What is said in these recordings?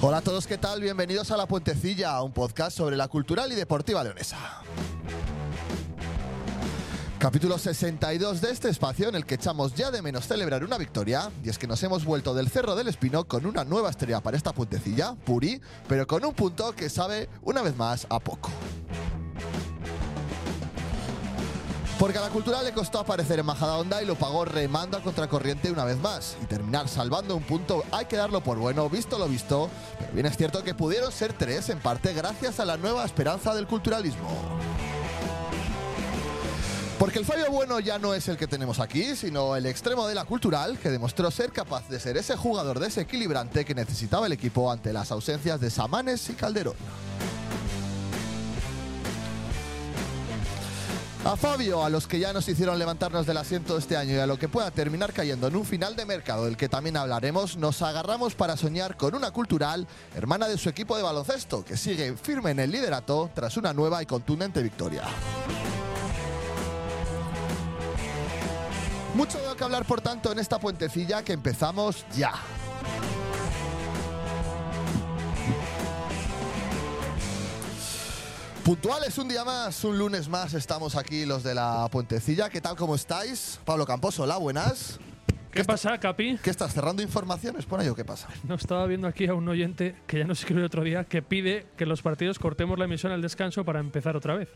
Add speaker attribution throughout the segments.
Speaker 1: Hola a todos, ¿qué tal? Bienvenidos a La Puentecilla, un podcast sobre la cultural y deportiva leonesa. Capítulo 62 de este espacio en el que echamos ya de menos celebrar una victoria, y es que nos hemos vuelto del Cerro del Espino con una nueva estrella para esta puentecilla, Puri, pero con un punto que sabe una vez más a poco. Porque a la cultural le costó aparecer en Majada Onda y lo pagó remando a contracorriente una vez más. Y terminar salvando un punto hay que darlo por bueno, visto lo visto. Pero bien es cierto que pudieron ser tres en parte gracias a la nueva esperanza del culturalismo. Porque el fallo bueno ya no es el que tenemos aquí, sino el extremo de la cultural, que demostró ser capaz de ser ese jugador desequilibrante que necesitaba el equipo ante las ausencias de Samanes y Calderón. A Fabio, a los que ya nos hicieron levantarnos del asiento este año y a lo que pueda terminar cayendo en un final de mercado del que también hablaremos, nos agarramos para soñar con una cultural, hermana de su equipo de baloncesto, que sigue firme en el liderato tras una nueva y contundente victoria. Mucho de que hablar, por tanto, en esta puentecilla que empezamos ya. Puntuales un día más, un lunes más, estamos aquí los de la puentecilla. ¿Qué tal, cómo estáis? Pablo Campos, hola, buenas.
Speaker 2: ¿Qué pasa, Capi?
Speaker 1: ¿Qué estás cerrando informaciones? Pon yo, ¿qué pasa?
Speaker 2: No estaba viendo aquí a un oyente que ya nos escribió el otro día que pide que los partidos cortemos la emisión al descanso para empezar otra vez.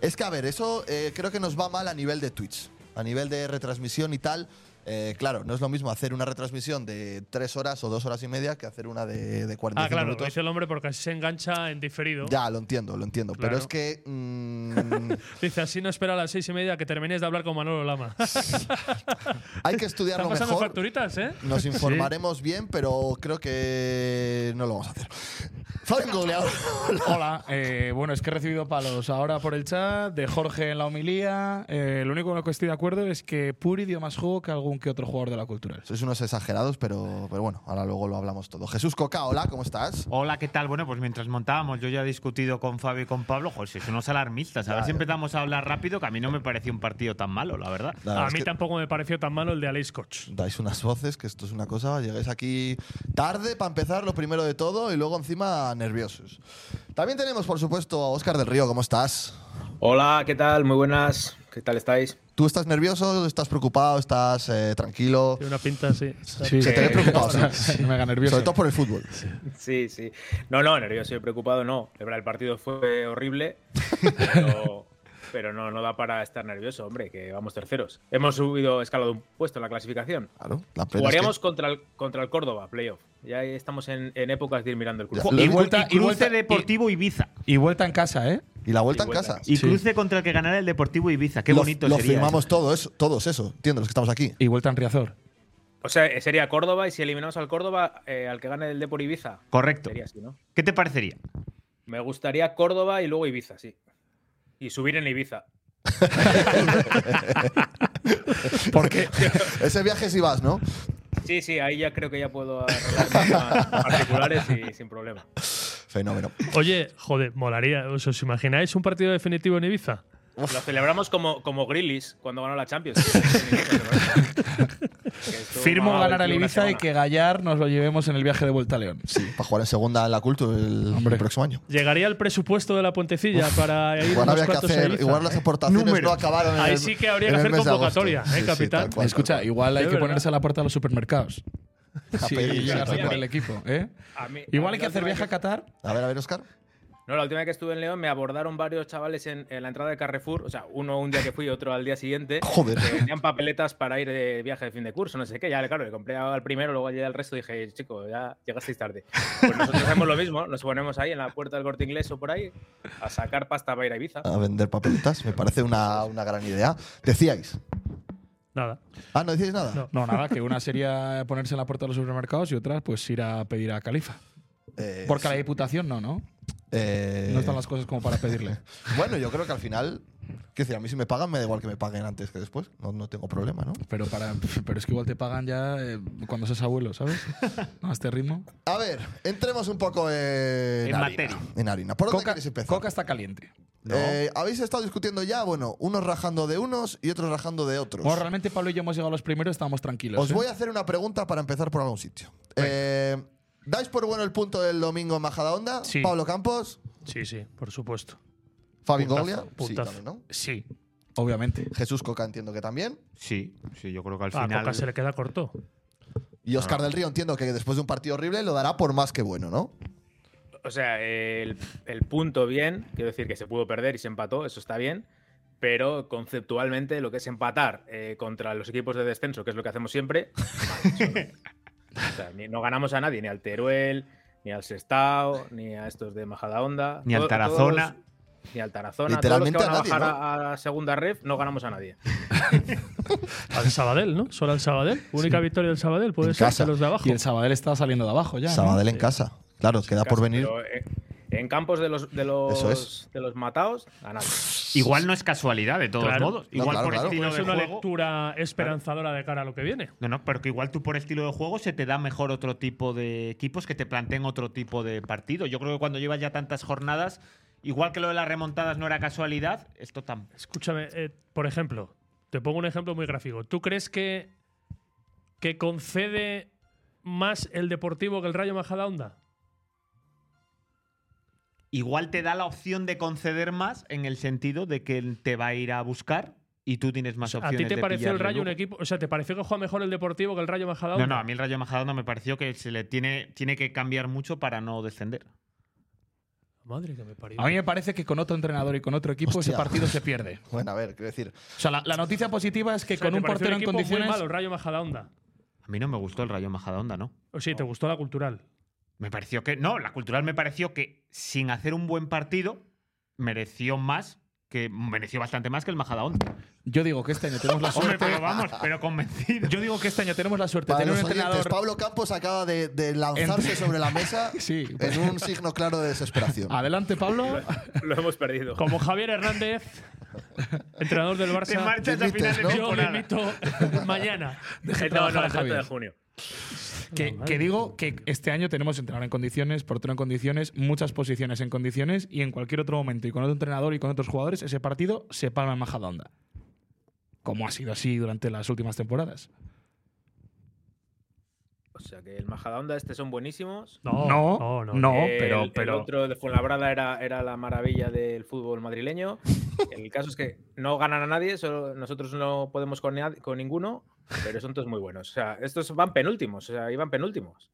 Speaker 1: Es que, a ver, eso eh, creo que nos va mal a nivel de Twitch, a nivel de retransmisión y tal. Eh, claro, no es lo mismo hacer una retransmisión de tres horas o dos horas y media que hacer una de, de 45
Speaker 2: Ah, claro, lo
Speaker 1: minutos.
Speaker 2: dice el hombre porque así se engancha en diferido.
Speaker 1: Ya, lo entiendo, lo entiendo. Pero
Speaker 2: Claro.
Speaker 1: es que. mm,
Speaker 2: Dice, así no espera a las seis y media que termines de hablar con Manolo Lama.
Speaker 1: hay que estudiarlo
Speaker 2: Están pasando
Speaker 1: mejor.
Speaker 2: facturitas, ¿eh?
Speaker 1: Nos informaremos bien, pero creo que no lo vamos a hacer. Fabián Goleador.
Speaker 3: Hola, eh, bueno, es que he recibido palos ahora por el chat de Jorge en la homilía. Eh, lo único con lo que estoy de acuerdo es que Puri dio más juego que algún que otro jugador de la cultural.
Speaker 1: Sois unos exagerados, pero, pero bueno, ahora luego lo hablamos todo. Jesús Coca, hola, ¿cómo estás?
Speaker 4: Hola, ¿qué tal? Bueno, pues mientras montábamos, yo ya he discutido con Fabio y con Pablo. Joder, si son unos alarmistas. A ver si empezamos a hablar rápido, que a mí no me pareció un partido tan malo, la verdad.
Speaker 1: La verdad
Speaker 2: A
Speaker 1: Ah, es
Speaker 2: mí
Speaker 1: que
Speaker 2: tampoco me pareció tan malo el de Alex Koch.
Speaker 1: Dais unas voces, que esto es una cosa. Llegáis aquí tarde para empezar, lo primero de todo, y luego encima nerviosos. También tenemos, por supuesto, a Óscar del Río, ¿cómo estás?
Speaker 5: Hola, ¿qué tal? Muy buenas. ¿Qué tal estáis?
Speaker 1: ¿Tú estás nervioso? ¿Estás preocupado? ¿Estás eh, tranquilo?
Speaker 2: Tiene una pinta así.
Speaker 1: Se te ve preocupado, sí.
Speaker 3: Sí, mega nervioso.
Speaker 1: Sobre todo por el fútbol.
Speaker 5: Sí, sí. No, no, nervioso y preocupado no. De verdad, El partido fue horrible, pero, pero no, no da para estar nervioso, hombre, que vamos terceros. Hemos subido escalado un puesto en la clasificación.
Speaker 1: Claro, la pena Ah, es que-
Speaker 5: Jugaríamos contra, el, contra el Córdoba, playoff. Ya estamos en, en épocas de ir mirando el
Speaker 1: Ya,
Speaker 5: cruce.
Speaker 1: lo
Speaker 4: Y
Speaker 1: único-
Speaker 4: vuelta,
Speaker 3: y
Speaker 4: y
Speaker 3: vuelta-
Speaker 4: cruce Deportivo Ibiza.
Speaker 3: Y vuelta en casa, ¿eh?
Speaker 1: Y la
Speaker 5: Y
Speaker 1: vuelta en
Speaker 5: vuelta.
Speaker 1: casa.
Speaker 4: Y cruce contra el que ganará el Deportivo Ibiza. Qué
Speaker 1: Lo-
Speaker 4: bonito
Speaker 1: lo,
Speaker 4: sería. ¿eh?
Speaker 1: firmamos todos, todos eso. Entiendo los que estamos aquí.
Speaker 3: Y vuelta en Riazor.
Speaker 5: O sea, sería Córdoba y si eliminamos al Córdoba, eh, al que gane el Depor Ibiza.
Speaker 4: Correcto.
Speaker 5: Sería así, ¿no?
Speaker 4: ¿Qué te parecería?
Speaker 5: Me gustaría Córdoba y luego Ibiza, sí. Y subir en Ibiza.
Speaker 1: Porque ese viaje si vas, ¿no?
Speaker 5: Sí, sí, ahí ya creo que ya puedo arreglar mis temas particulares y sin problema.
Speaker 1: Fenómeno.
Speaker 2: Oye, joder, molaría. ¿Os, os imagináis un partido definitivo en Ibiza?
Speaker 5: Lo celebramos como, como Grillis cuando ganó la Champions. Que estuvo
Speaker 3: Firmo
Speaker 5: mal
Speaker 3: ganar a
Speaker 5: una
Speaker 3: Ibiza y
Speaker 5: semana.
Speaker 3: que Gallar nos lo llevemos en el viaje de vuelta a León.
Speaker 1: Sí, para jugar en segunda en la Cultura el, el próximo año.
Speaker 2: ¿Llegaría el presupuesto de la puentecilla para ir
Speaker 1: Igual
Speaker 2: unos
Speaker 1: había que
Speaker 2: cuantos a
Speaker 1: hacer,
Speaker 2: Ibiza?
Speaker 1: igual
Speaker 3: ¿eh?
Speaker 1: las aportaciones
Speaker 2: Números.
Speaker 1: no acabaron en
Speaker 2: Ahí
Speaker 1: el-
Speaker 2: sí que habría
Speaker 1: en
Speaker 2: que
Speaker 1: el
Speaker 2: hacer
Speaker 1: mes de agosto.
Speaker 2: convocatoria, ¿eh,
Speaker 1: Sí, sí,
Speaker 2: capitán?
Speaker 1: tal cual,
Speaker 3: Escucha,
Speaker 1: tal
Speaker 3: igual hay
Speaker 2: Es
Speaker 3: que
Speaker 2: verdad.
Speaker 3: ponerse a la puerta de los supermercados.
Speaker 1: cual. A
Speaker 3: Sí,
Speaker 1: pedir,
Speaker 3: llegar
Speaker 1: tal
Speaker 3: a
Speaker 1: cual.
Speaker 3: el equipo, ¿eh?
Speaker 5: A mí- a
Speaker 3: Igual
Speaker 5: mí
Speaker 3: hay que
Speaker 5: la
Speaker 3: hacer
Speaker 5: última
Speaker 3: viaje a Qatar.
Speaker 1: A ver, a ver, Oscar.
Speaker 5: No, la última vez que estuve en León me abordaron varios chavales en, en la entrada de Carrefour, o sea, uno un día que fui, otro al día siguiente.
Speaker 1: Joder.
Speaker 5: Que vendían papeletas para ir de viaje de fin de curso, no sé qué. Ya, claro, le compré al primero, luego llegué al resto y dije, chico, ya llegasteis tarde. Pues nosotros hacemos lo mismo, nos ponemos ahí en la puerta del corte inglés o por ahí a sacar pasta para ir a Ibiza.
Speaker 1: A vender papeletas, me parece una, una gran idea. Decíais.
Speaker 2: Nada.
Speaker 1: Ah, no decíais nada.
Speaker 2: No.
Speaker 3: No, nada, que una sería ponerse en la puerta de los supermercados y otra, pues ir a pedir a Califa.
Speaker 1: Eh,
Speaker 3: Porque a la diputación no, ¿no?
Speaker 1: eh,
Speaker 3: No están las cosas como para pedirle.
Speaker 1: Bueno, yo creo que al final, que decir, a mí si me pagan, me da igual que me paguen antes que después. No, no tengo problema, ¿no?
Speaker 3: Pero, para, pero es que igual te pagan ya eh, cuando seas abuelo, ¿sabes? A este ritmo.
Speaker 1: A ver, entremos un poco en,
Speaker 4: En
Speaker 1: harina,
Speaker 4: materia.
Speaker 1: En harina. ¿Por dónde
Speaker 3: Coca,
Speaker 1: queréis empezar?
Speaker 3: Coca está caliente.
Speaker 1: Eh, Habéis estado discutiendo ya, bueno, unos rajando de unos y otros rajando de otros.
Speaker 3: Bueno, realmente Pablo y yo hemos llegado los primeros, estábamos tranquilos.
Speaker 1: Os
Speaker 3: ¿eh?
Speaker 1: voy a hacer una pregunta para empezar por algún sitio. Eh, ¿Dais por bueno el punto del domingo en Majadahonda?
Speaker 2: Sí.
Speaker 1: Pablo Campos,
Speaker 2: Sí, sí, por supuesto.
Speaker 1: Fabi
Speaker 2: Puntazo,
Speaker 1: Goglia. Sí,
Speaker 2: puntazo.
Speaker 1: también, ¿no?
Speaker 3: Sí, obviamente.
Speaker 1: Jesús Coca entiendo que también.
Speaker 4: Sí, sí, yo creo que al
Speaker 2: A
Speaker 4: final.
Speaker 2: Ah,
Speaker 4: Ah.
Speaker 2: Coca se le queda corto.
Speaker 1: Y Oscar del Río entiendo que después de un partido horrible lo dará por más que bueno, ¿no?
Speaker 5: O sea, el, el punto bien, quiero decir que se pudo perder y se empató, eso está bien, pero conceptualmente lo que es empatar eh, contra los equipos de descenso, que es lo que hacemos siempre, mal, eso no. O sea, ni- no ganamos a nadie, ni al Teruel, ni al Sestao, ni a estos de Majadahonda.
Speaker 4: Ni al
Speaker 5: Todo- todos
Speaker 4: Tarazona.
Speaker 5: los- ni al Tarazona. Todos los que
Speaker 1: Literalmente
Speaker 5: van a
Speaker 1: a
Speaker 5: bajar
Speaker 1: nadie,
Speaker 5: a, a segunda ref, no ganamos a nadie.
Speaker 2: Al Sabadell, ¿no? Solo al Sabadell. Única victoria del Sabadell, puede
Speaker 1: En
Speaker 2: ser
Speaker 1: casa.
Speaker 2: de los de abajo.
Speaker 3: Y el Sabadell está saliendo de abajo ya. ¿no?
Speaker 1: Sabadell en casa. Claro, queda por
Speaker 5: Casi,
Speaker 1: venir.
Speaker 5: pero, eh, en campos de los, de los,
Speaker 1: Eso es.
Speaker 5: de los matados, a nadie.
Speaker 4: Igual no es casualidad, de todos
Speaker 2: Claro.
Speaker 4: modos.
Speaker 1: No,
Speaker 4: Igual
Speaker 1: claro,
Speaker 4: por
Speaker 1: claro.
Speaker 4: estilo
Speaker 2: Puede ser
Speaker 4: de
Speaker 2: Pues una
Speaker 4: juego.
Speaker 2: lectura esperanzadora de cara a lo que viene.
Speaker 4: No, no, pero que igual tú por estilo de juego se te da mejor otro tipo de equipos que te planteen otro tipo de partido. Yo creo que cuando llevas ya tantas jornadas, igual que lo de las remontadas no era casualidad, esto tampoco.
Speaker 2: Escúchame, eh, por ejemplo, te pongo un ejemplo muy gráfico. ¿Tú crees que, que concede más el Deportivo que el Rayo Majadahonda?
Speaker 4: Igual te da la opción de conceder más en el sentido de que él te va a ir a buscar y tú tienes más
Speaker 2: ¿A
Speaker 4: opciones.
Speaker 2: ti te
Speaker 4: de
Speaker 2: pareció el
Speaker 4: pillarle
Speaker 2: Rayo un
Speaker 4: luego.
Speaker 2: equipo? O sea, ¿te pareció que juega mejor el Deportivo que el Rayo Majadahonda?
Speaker 4: No, no, a mí el Rayo Majadahonda me pareció que se le tiene, tiene que cambiar mucho para no descender.
Speaker 2: Madre que me parió.
Speaker 3: A mí me parece que con otro entrenador y con otro equipo
Speaker 1: Hostia.
Speaker 3: ese partido se pierde.
Speaker 1: Bueno, a ver, quiero decir.
Speaker 3: O sea, la, la noticia positiva es que
Speaker 2: O sea,
Speaker 3: con
Speaker 2: ¿te
Speaker 3: un
Speaker 2: pareció
Speaker 3: portero en
Speaker 2: equipo muy
Speaker 3: condiciones.
Speaker 2: malo el Rayo Majadahonda?
Speaker 4: A mí no me gustó el Rayo Majadahonda, ¿no?
Speaker 2: O sí, ¿te gustó la cultural?
Speaker 4: Me pareció que. No, la cultural me pareció que sin hacer un buen partido, mereció más. Que mereció bastante más que el Majadahonda.
Speaker 3: Yo digo que este año tenemos la
Speaker 4: Hombre,
Speaker 3: suerte.
Speaker 4: pero vamos, pero convencido.
Speaker 3: Yo digo que este año tenemos la suerte de
Speaker 1: Para
Speaker 3: tener
Speaker 1: los
Speaker 3: un
Speaker 1: oyentes,
Speaker 3: entrenador.
Speaker 1: Pablo Campos acaba de, de lanzarse sobre la mesa
Speaker 3: Sí. pues.
Speaker 1: en un signo claro de desesperación.
Speaker 3: Adelante, Pablo.
Speaker 5: Lo hemos perdido.
Speaker 2: Como Javier Hernández, entrenador del
Speaker 4: te
Speaker 2: Barça,
Speaker 4: marchas a
Speaker 1: dimites,
Speaker 4: final de
Speaker 1: ¿no?
Speaker 2: yo le
Speaker 4: temporada.
Speaker 2: invito mañana.
Speaker 3: Deje
Speaker 5: Eh, No,
Speaker 3: trabajar
Speaker 5: no,
Speaker 3: a
Speaker 5: el 7 de
Speaker 3: Javier.
Speaker 5: junio.
Speaker 3: Que, que digo que este año tenemos entrenador en condiciones, portero en condiciones, muchas posiciones en condiciones y en cualquier otro momento y con otro entrenador y con otros jugadores ese partido se palma en Majadahonda. Como ha sido así durante las últimas temporadas.
Speaker 5: O sea que el Majadahonda este son buenísimos.
Speaker 2: No,
Speaker 3: No,
Speaker 2: no, no.
Speaker 3: no.
Speaker 5: El-
Speaker 3: pero-
Speaker 5: el
Speaker 3: pero-
Speaker 5: otro de Fuenlabrada era, era la maravilla del fútbol madrileño. El caso es que no ganan a nadie, solo- nosotros no podemos con, nad- con ninguno, pero son todos muy buenos. O sea, estos van penúltimos, o sea, iban penúltimos.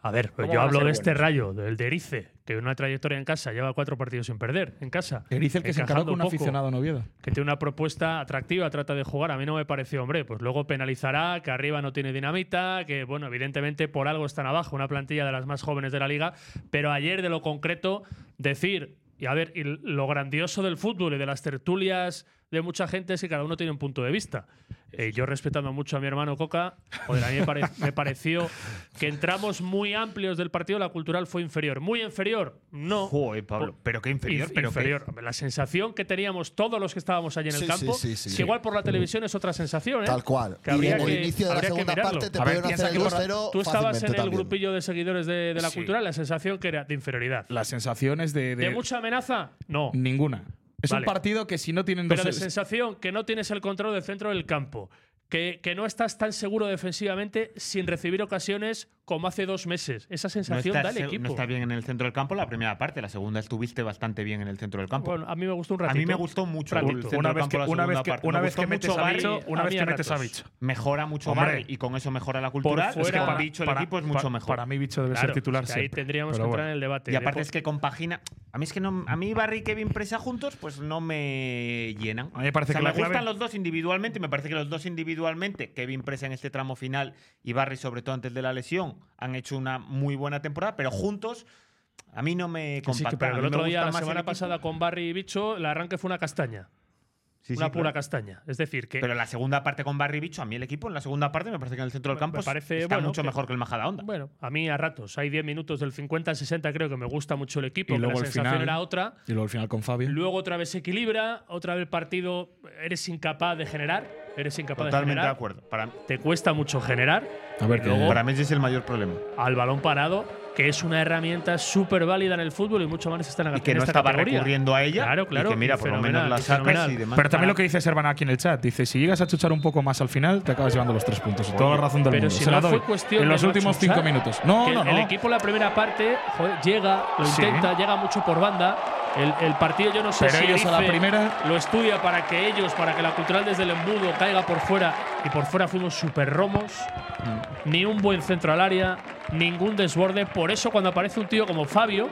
Speaker 2: A ver,
Speaker 5: ¿Cómo van
Speaker 2: yo
Speaker 5: a
Speaker 2: hablo
Speaker 5: ser
Speaker 2: de este
Speaker 5: buenos?
Speaker 2: rayo, del de Erice, que en una trayectoria en casa lleva cuatro partidos sin perder, en casa.
Speaker 3: Erice el que se encargó
Speaker 2: Encajando
Speaker 3: con un
Speaker 2: poco,
Speaker 3: aficionado en Oviedo.
Speaker 2: Que tiene una propuesta atractiva, trata de jugar. A mí no me pareció, hombre, pues luego penalizará, que arriba no tiene dinamita, que bueno, evidentemente por algo están abajo, una plantilla de las más jóvenes de la liga. Pero ayer, de lo concreto, decir, y a ver, y lo grandioso del fútbol y de las tertulias de mucha gente es que cada uno tiene un punto de vista. Eh, yo respetando mucho a mi hermano Coca, joder, a mí me, pare- me pareció que entramos muy amplios del partido, la cultural fue inferior. Muy inferior, no.
Speaker 4: Joder, Pablo, pero qué inferior,
Speaker 2: Inf-
Speaker 4: pero qué-
Speaker 2: inferior. Hombre, La sensación que teníamos todos los que estábamos allí en el
Speaker 1: Sí, sí,
Speaker 2: campo,
Speaker 1: sí, sí,
Speaker 2: que
Speaker 1: sí.
Speaker 2: igual por la televisión es otra sensación, ¿eh?
Speaker 1: Tal cual.
Speaker 2: Que
Speaker 1: y
Speaker 2: habría
Speaker 1: en el
Speaker 2: que-
Speaker 1: inicio de la
Speaker 2: habría que
Speaker 1: segunda
Speaker 2: mirarlo.
Speaker 1: parte te
Speaker 3: A ver,
Speaker 1: pudieron
Speaker 3: piensa
Speaker 1: hacer el
Speaker 3: que por la-
Speaker 1: 2-0
Speaker 2: Tú estabas
Speaker 1: fácilmente
Speaker 2: en el
Speaker 1: también.
Speaker 2: grupillo de seguidores Eh, de, de la
Speaker 3: Sí.
Speaker 2: cultural, la sensación que era de inferioridad.
Speaker 3: Las sensaciones de. de-
Speaker 2: ¿De mucha amenaza? No.
Speaker 3: Ninguna. Es
Speaker 2: Vale.
Speaker 3: un partido que si no tienen
Speaker 2: Pero de
Speaker 3: dos.
Speaker 2: sensación que no tienes el control del centro del campo, que, que no estás tan seguro defensivamente sin recibir ocasiones como hace dos meses. Esa
Speaker 4: No
Speaker 2: sensación da
Speaker 4: estás,
Speaker 2: el equipo.
Speaker 4: no estás bien en el centro del campo la primera parte, la segunda estuviste bastante bien en el centro del campo.
Speaker 2: Bueno, a mí me gustó un
Speaker 4: a
Speaker 2: ratito.
Speaker 4: mí me gustó mucho el
Speaker 2: Ratito.
Speaker 4: centro del campo la segunda parte. Me gustó mucho Barry,
Speaker 2: una vez que metes a Bicho.
Speaker 4: mejora mucho
Speaker 3: Hombre.
Speaker 4: Barry y con eso mejora la cultura.
Speaker 2: fuera-
Speaker 4: es que
Speaker 2: para-
Speaker 4: con Bicho el equipo es mucho mejor.
Speaker 3: Para mí, bicho debe
Speaker 2: Claro,
Speaker 3: ser titular.
Speaker 2: es que ahí
Speaker 3: siempre.
Speaker 2: tendríamos
Speaker 3: Pero
Speaker 2: que
Speaker 3: bueno.
Speaker 2: entrar en el debate.
Speaker 4: y aparte
Speaker 2: De-
Speaker 4: es que compagina. A mí es que no, a mí Barry y Kevin Presa juntos, pues no me llenan.
Speaker 3: A mí me
Speaker 4: O
Speaker 3: parece
Speaker 4: sea,
Speaker 3: que la
Speaker 4: me gustan
Speaker 3: clave-
Speaker 4: los dos individualmente. y Me parece que los dos individualmente, Kevin Presa en este tramo final y Barry, sobre todo antes de la lesión, han hecho una muy buena temporada, pero juntos. A mí no me
Speaker 2: Sí,
Speaker 4: compacta.
Speaker 2: que- pero el
Speaker 4: A mí me
Speaker 2: otro día, la
Speaker 4: gusta más el
Speaker 2: semana
Speaker 4: equipo.
Speaker 2: pasada, con Barry y Bicho, el arranque fue una castaña.
Speaker 4: Sí, sí,
Speaker 2: una pura
Speaker 4: claro.
Speaker 2: castaña. Es decir, que.
Speaker 4: Pero en la segunda parte con Barry Bicho, a mí el equipo en la segunda parte me parece que en el centro del
Speaker 2: Me
Speaker 4: campo
Speaker 2: parece,
Speaker 4: está
Speaker 2: bueno,
Speaker 4: mucho
Speaker 2: que-
Speaker 4: mejor que el Majada Onda.
Speaker 2: bueno, a mí a ratos. Hay 10 minutos del 50 al 60, creo que me gusta mucho el equipo.
Speaker 3: Y
Speaker 2: que la
Speaker 3: luego al
Speaker 2: sensación
Speaker 3: final-
Speaker 2: era otra.
Speaker 3: Y luego al final con Fabio.
Speaker 2: Luego otra vez se equilibra, otra vez el partido eres incapaz de generar, eres incapaz de
Speaker 4: Totalmente de
Speaker 2: generar,
Speaker 4: acuerdo. Para,
Speaker 2: te cuesta mucho generar
Speaker 3: A ver, que-
Speaker 4: para mí ese es el mayor problema.
Speaker 2: al balón parado, que es una herramienta súper válida en el fútbul y mucho más está en, la-
Speaker 4: Y que
Speaker 2: en
Speaker 4: no
Speaker 2: esta
Speaker 4: estaba
Speaker 2: categoría.
Speaker 4: recurriendo a ella.
Speaker 2: Claro, claro.
Speaker 4: Y que mira,
Speaker 2: y
Speaker 4: por lo
Speaker 2: fenomenal,
Speaker 4: menos la
Speaker 2: y
Speaker 4: sacas
Speaker 2: fenomenal.
Speaker 4: y demás.
Speaker 3: Pero también lo que dice Servan aquí en el chat, dice, si llegas a chuchar un poco más al final, te acabas llevando los tres puntos. Y Pues toda la razón del
Speaker 2: Pero
Speaker 3: mundo.
Speaker 2: si
Speaker 3: Se la
Speaker 2: no
Speaker 3: doy.
Speaker 2: fue cuestión
Speaker 3: en
Speaker 2: de
Speaker 3: los
Speaker 2: no
Speaker 3: últimos
Speaker 2: chuchar,
Speaker 3: cinco minutos.
Speaker 2: que
Speaker 3: No,
Speaker 2: el-
Speaker 3: no, no.
Speaker 2: El equipo la primera parte joder, llega, lo
Speaker 3: Sí.
Speaker 2: intenta, llega mucho por banda. El, el partido yo no sé
Speaker 3: Pero
Speaker 2: si
Speaker 3: ellos a la
Speaker 2: dice-
Speaker 3: primera-
Speaker 2: lo estudia para que ellos, para que la cultural desde el embudo caiga por fuera y por fuera fuimos super romos. Ni un buen centro al área, ningún desborde. Por eso cuando aparece un tío como Fabio,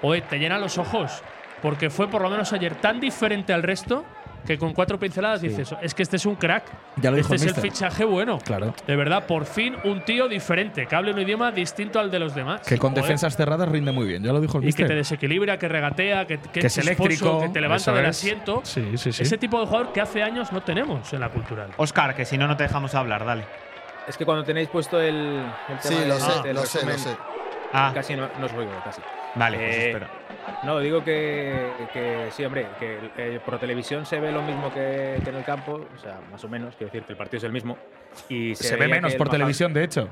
Speaker 2: oye, te llenan los ojos. Porque fue por lo menos ayer tan diferente al resto que con cuatro pinceladas dices, es que este es un crack.
Speaker 3: Ya lo dijo
Speaker 2: este
Speaker 3: el
Speaker 2: es el
Speaker 3: mister.
Speaker 2: fichaje bueno.
Speaker 3: Claro.
Speaker 2: De verdad, por fin un tío diferente, que hable un idioma distinto al de los demás.
Speaker 3: Que con
Speaker 2: Joder.
Speaker 3: defensas cerradas rinde muy bien, ya lo dijo
Speaker 2: Y
Speaker 3: el
Speaker 2: que
Speaker 3: mister.
Speaker 2: te desequilibra, que regatea, que, que
Speaker 3: Que
Speaker 2: es
Speaker 3: es
Speaker 2: esposo,
Speaker 3: eléctrico,
Speaker 2: que te levanta
Speaker 3: eso
Speaker 2: del
Speaker 3: es.
Speaker 2: asiento.
Speaker 3: Sí, sí, sí.
Speaker 2: Ese tipo de jugador que hace años no tenemos en la cultural.
Speaker 4: Oscar, que si no, no te dejamos hablar, dale.
Speaker 5: Es que cuando tenéis puesto el, el tema
Speaker 1: Sí, lo
Speaker 5: del-
Speaker 1: sé,
Speaker 5: del
Speaker 1: lo sé, lo
Speaker 5: resumen,
Speaker 1: sé.
Speaker 4: Ah,
Speaker 5: Casi no, no os oigo, casi.
Speaker 4: vale, pues
Speaker 5: Eh,
Speaker 4: espera.
Speaker 5: No, digo que, que sí, hombre, que eh, por televisión se ve lo mismo que, que en el campo, o sea, más o menos, quiero decir que el partido es el mismo. Y se,
Speaker 3: se ve
Speaker 5: veía que
Speaker 3: menos
Speaker 5: el
Speaker 3: por
Speaker 5: Majada-
Speaker 3: televisión, de hecho.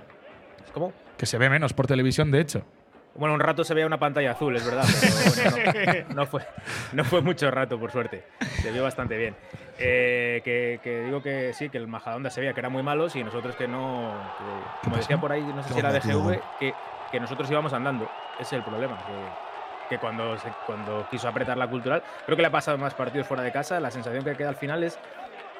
Speaker 5: ¿Cómo?
Speaker 3: Que se ve menos por televisión, de hecho.
Speaker 5: Bueno, un rato se veía una pantalla azul, es verdad. Pero bueno, no, no fue, no fue mucho rato, por suerte. Se vio bastante bien. Eh, que, que digo que sí, que el Majadonda se veía que era muy malos y nosotros que no. que, como decía por ahí, no sé si era DGV, que, que nosotros íbamos andando. Ese es el problema. Que, que cuando, se- cuando quiso apretar la cultural, creo que le ha pasado más partidos fuera de casa. La sensación que queda al final es.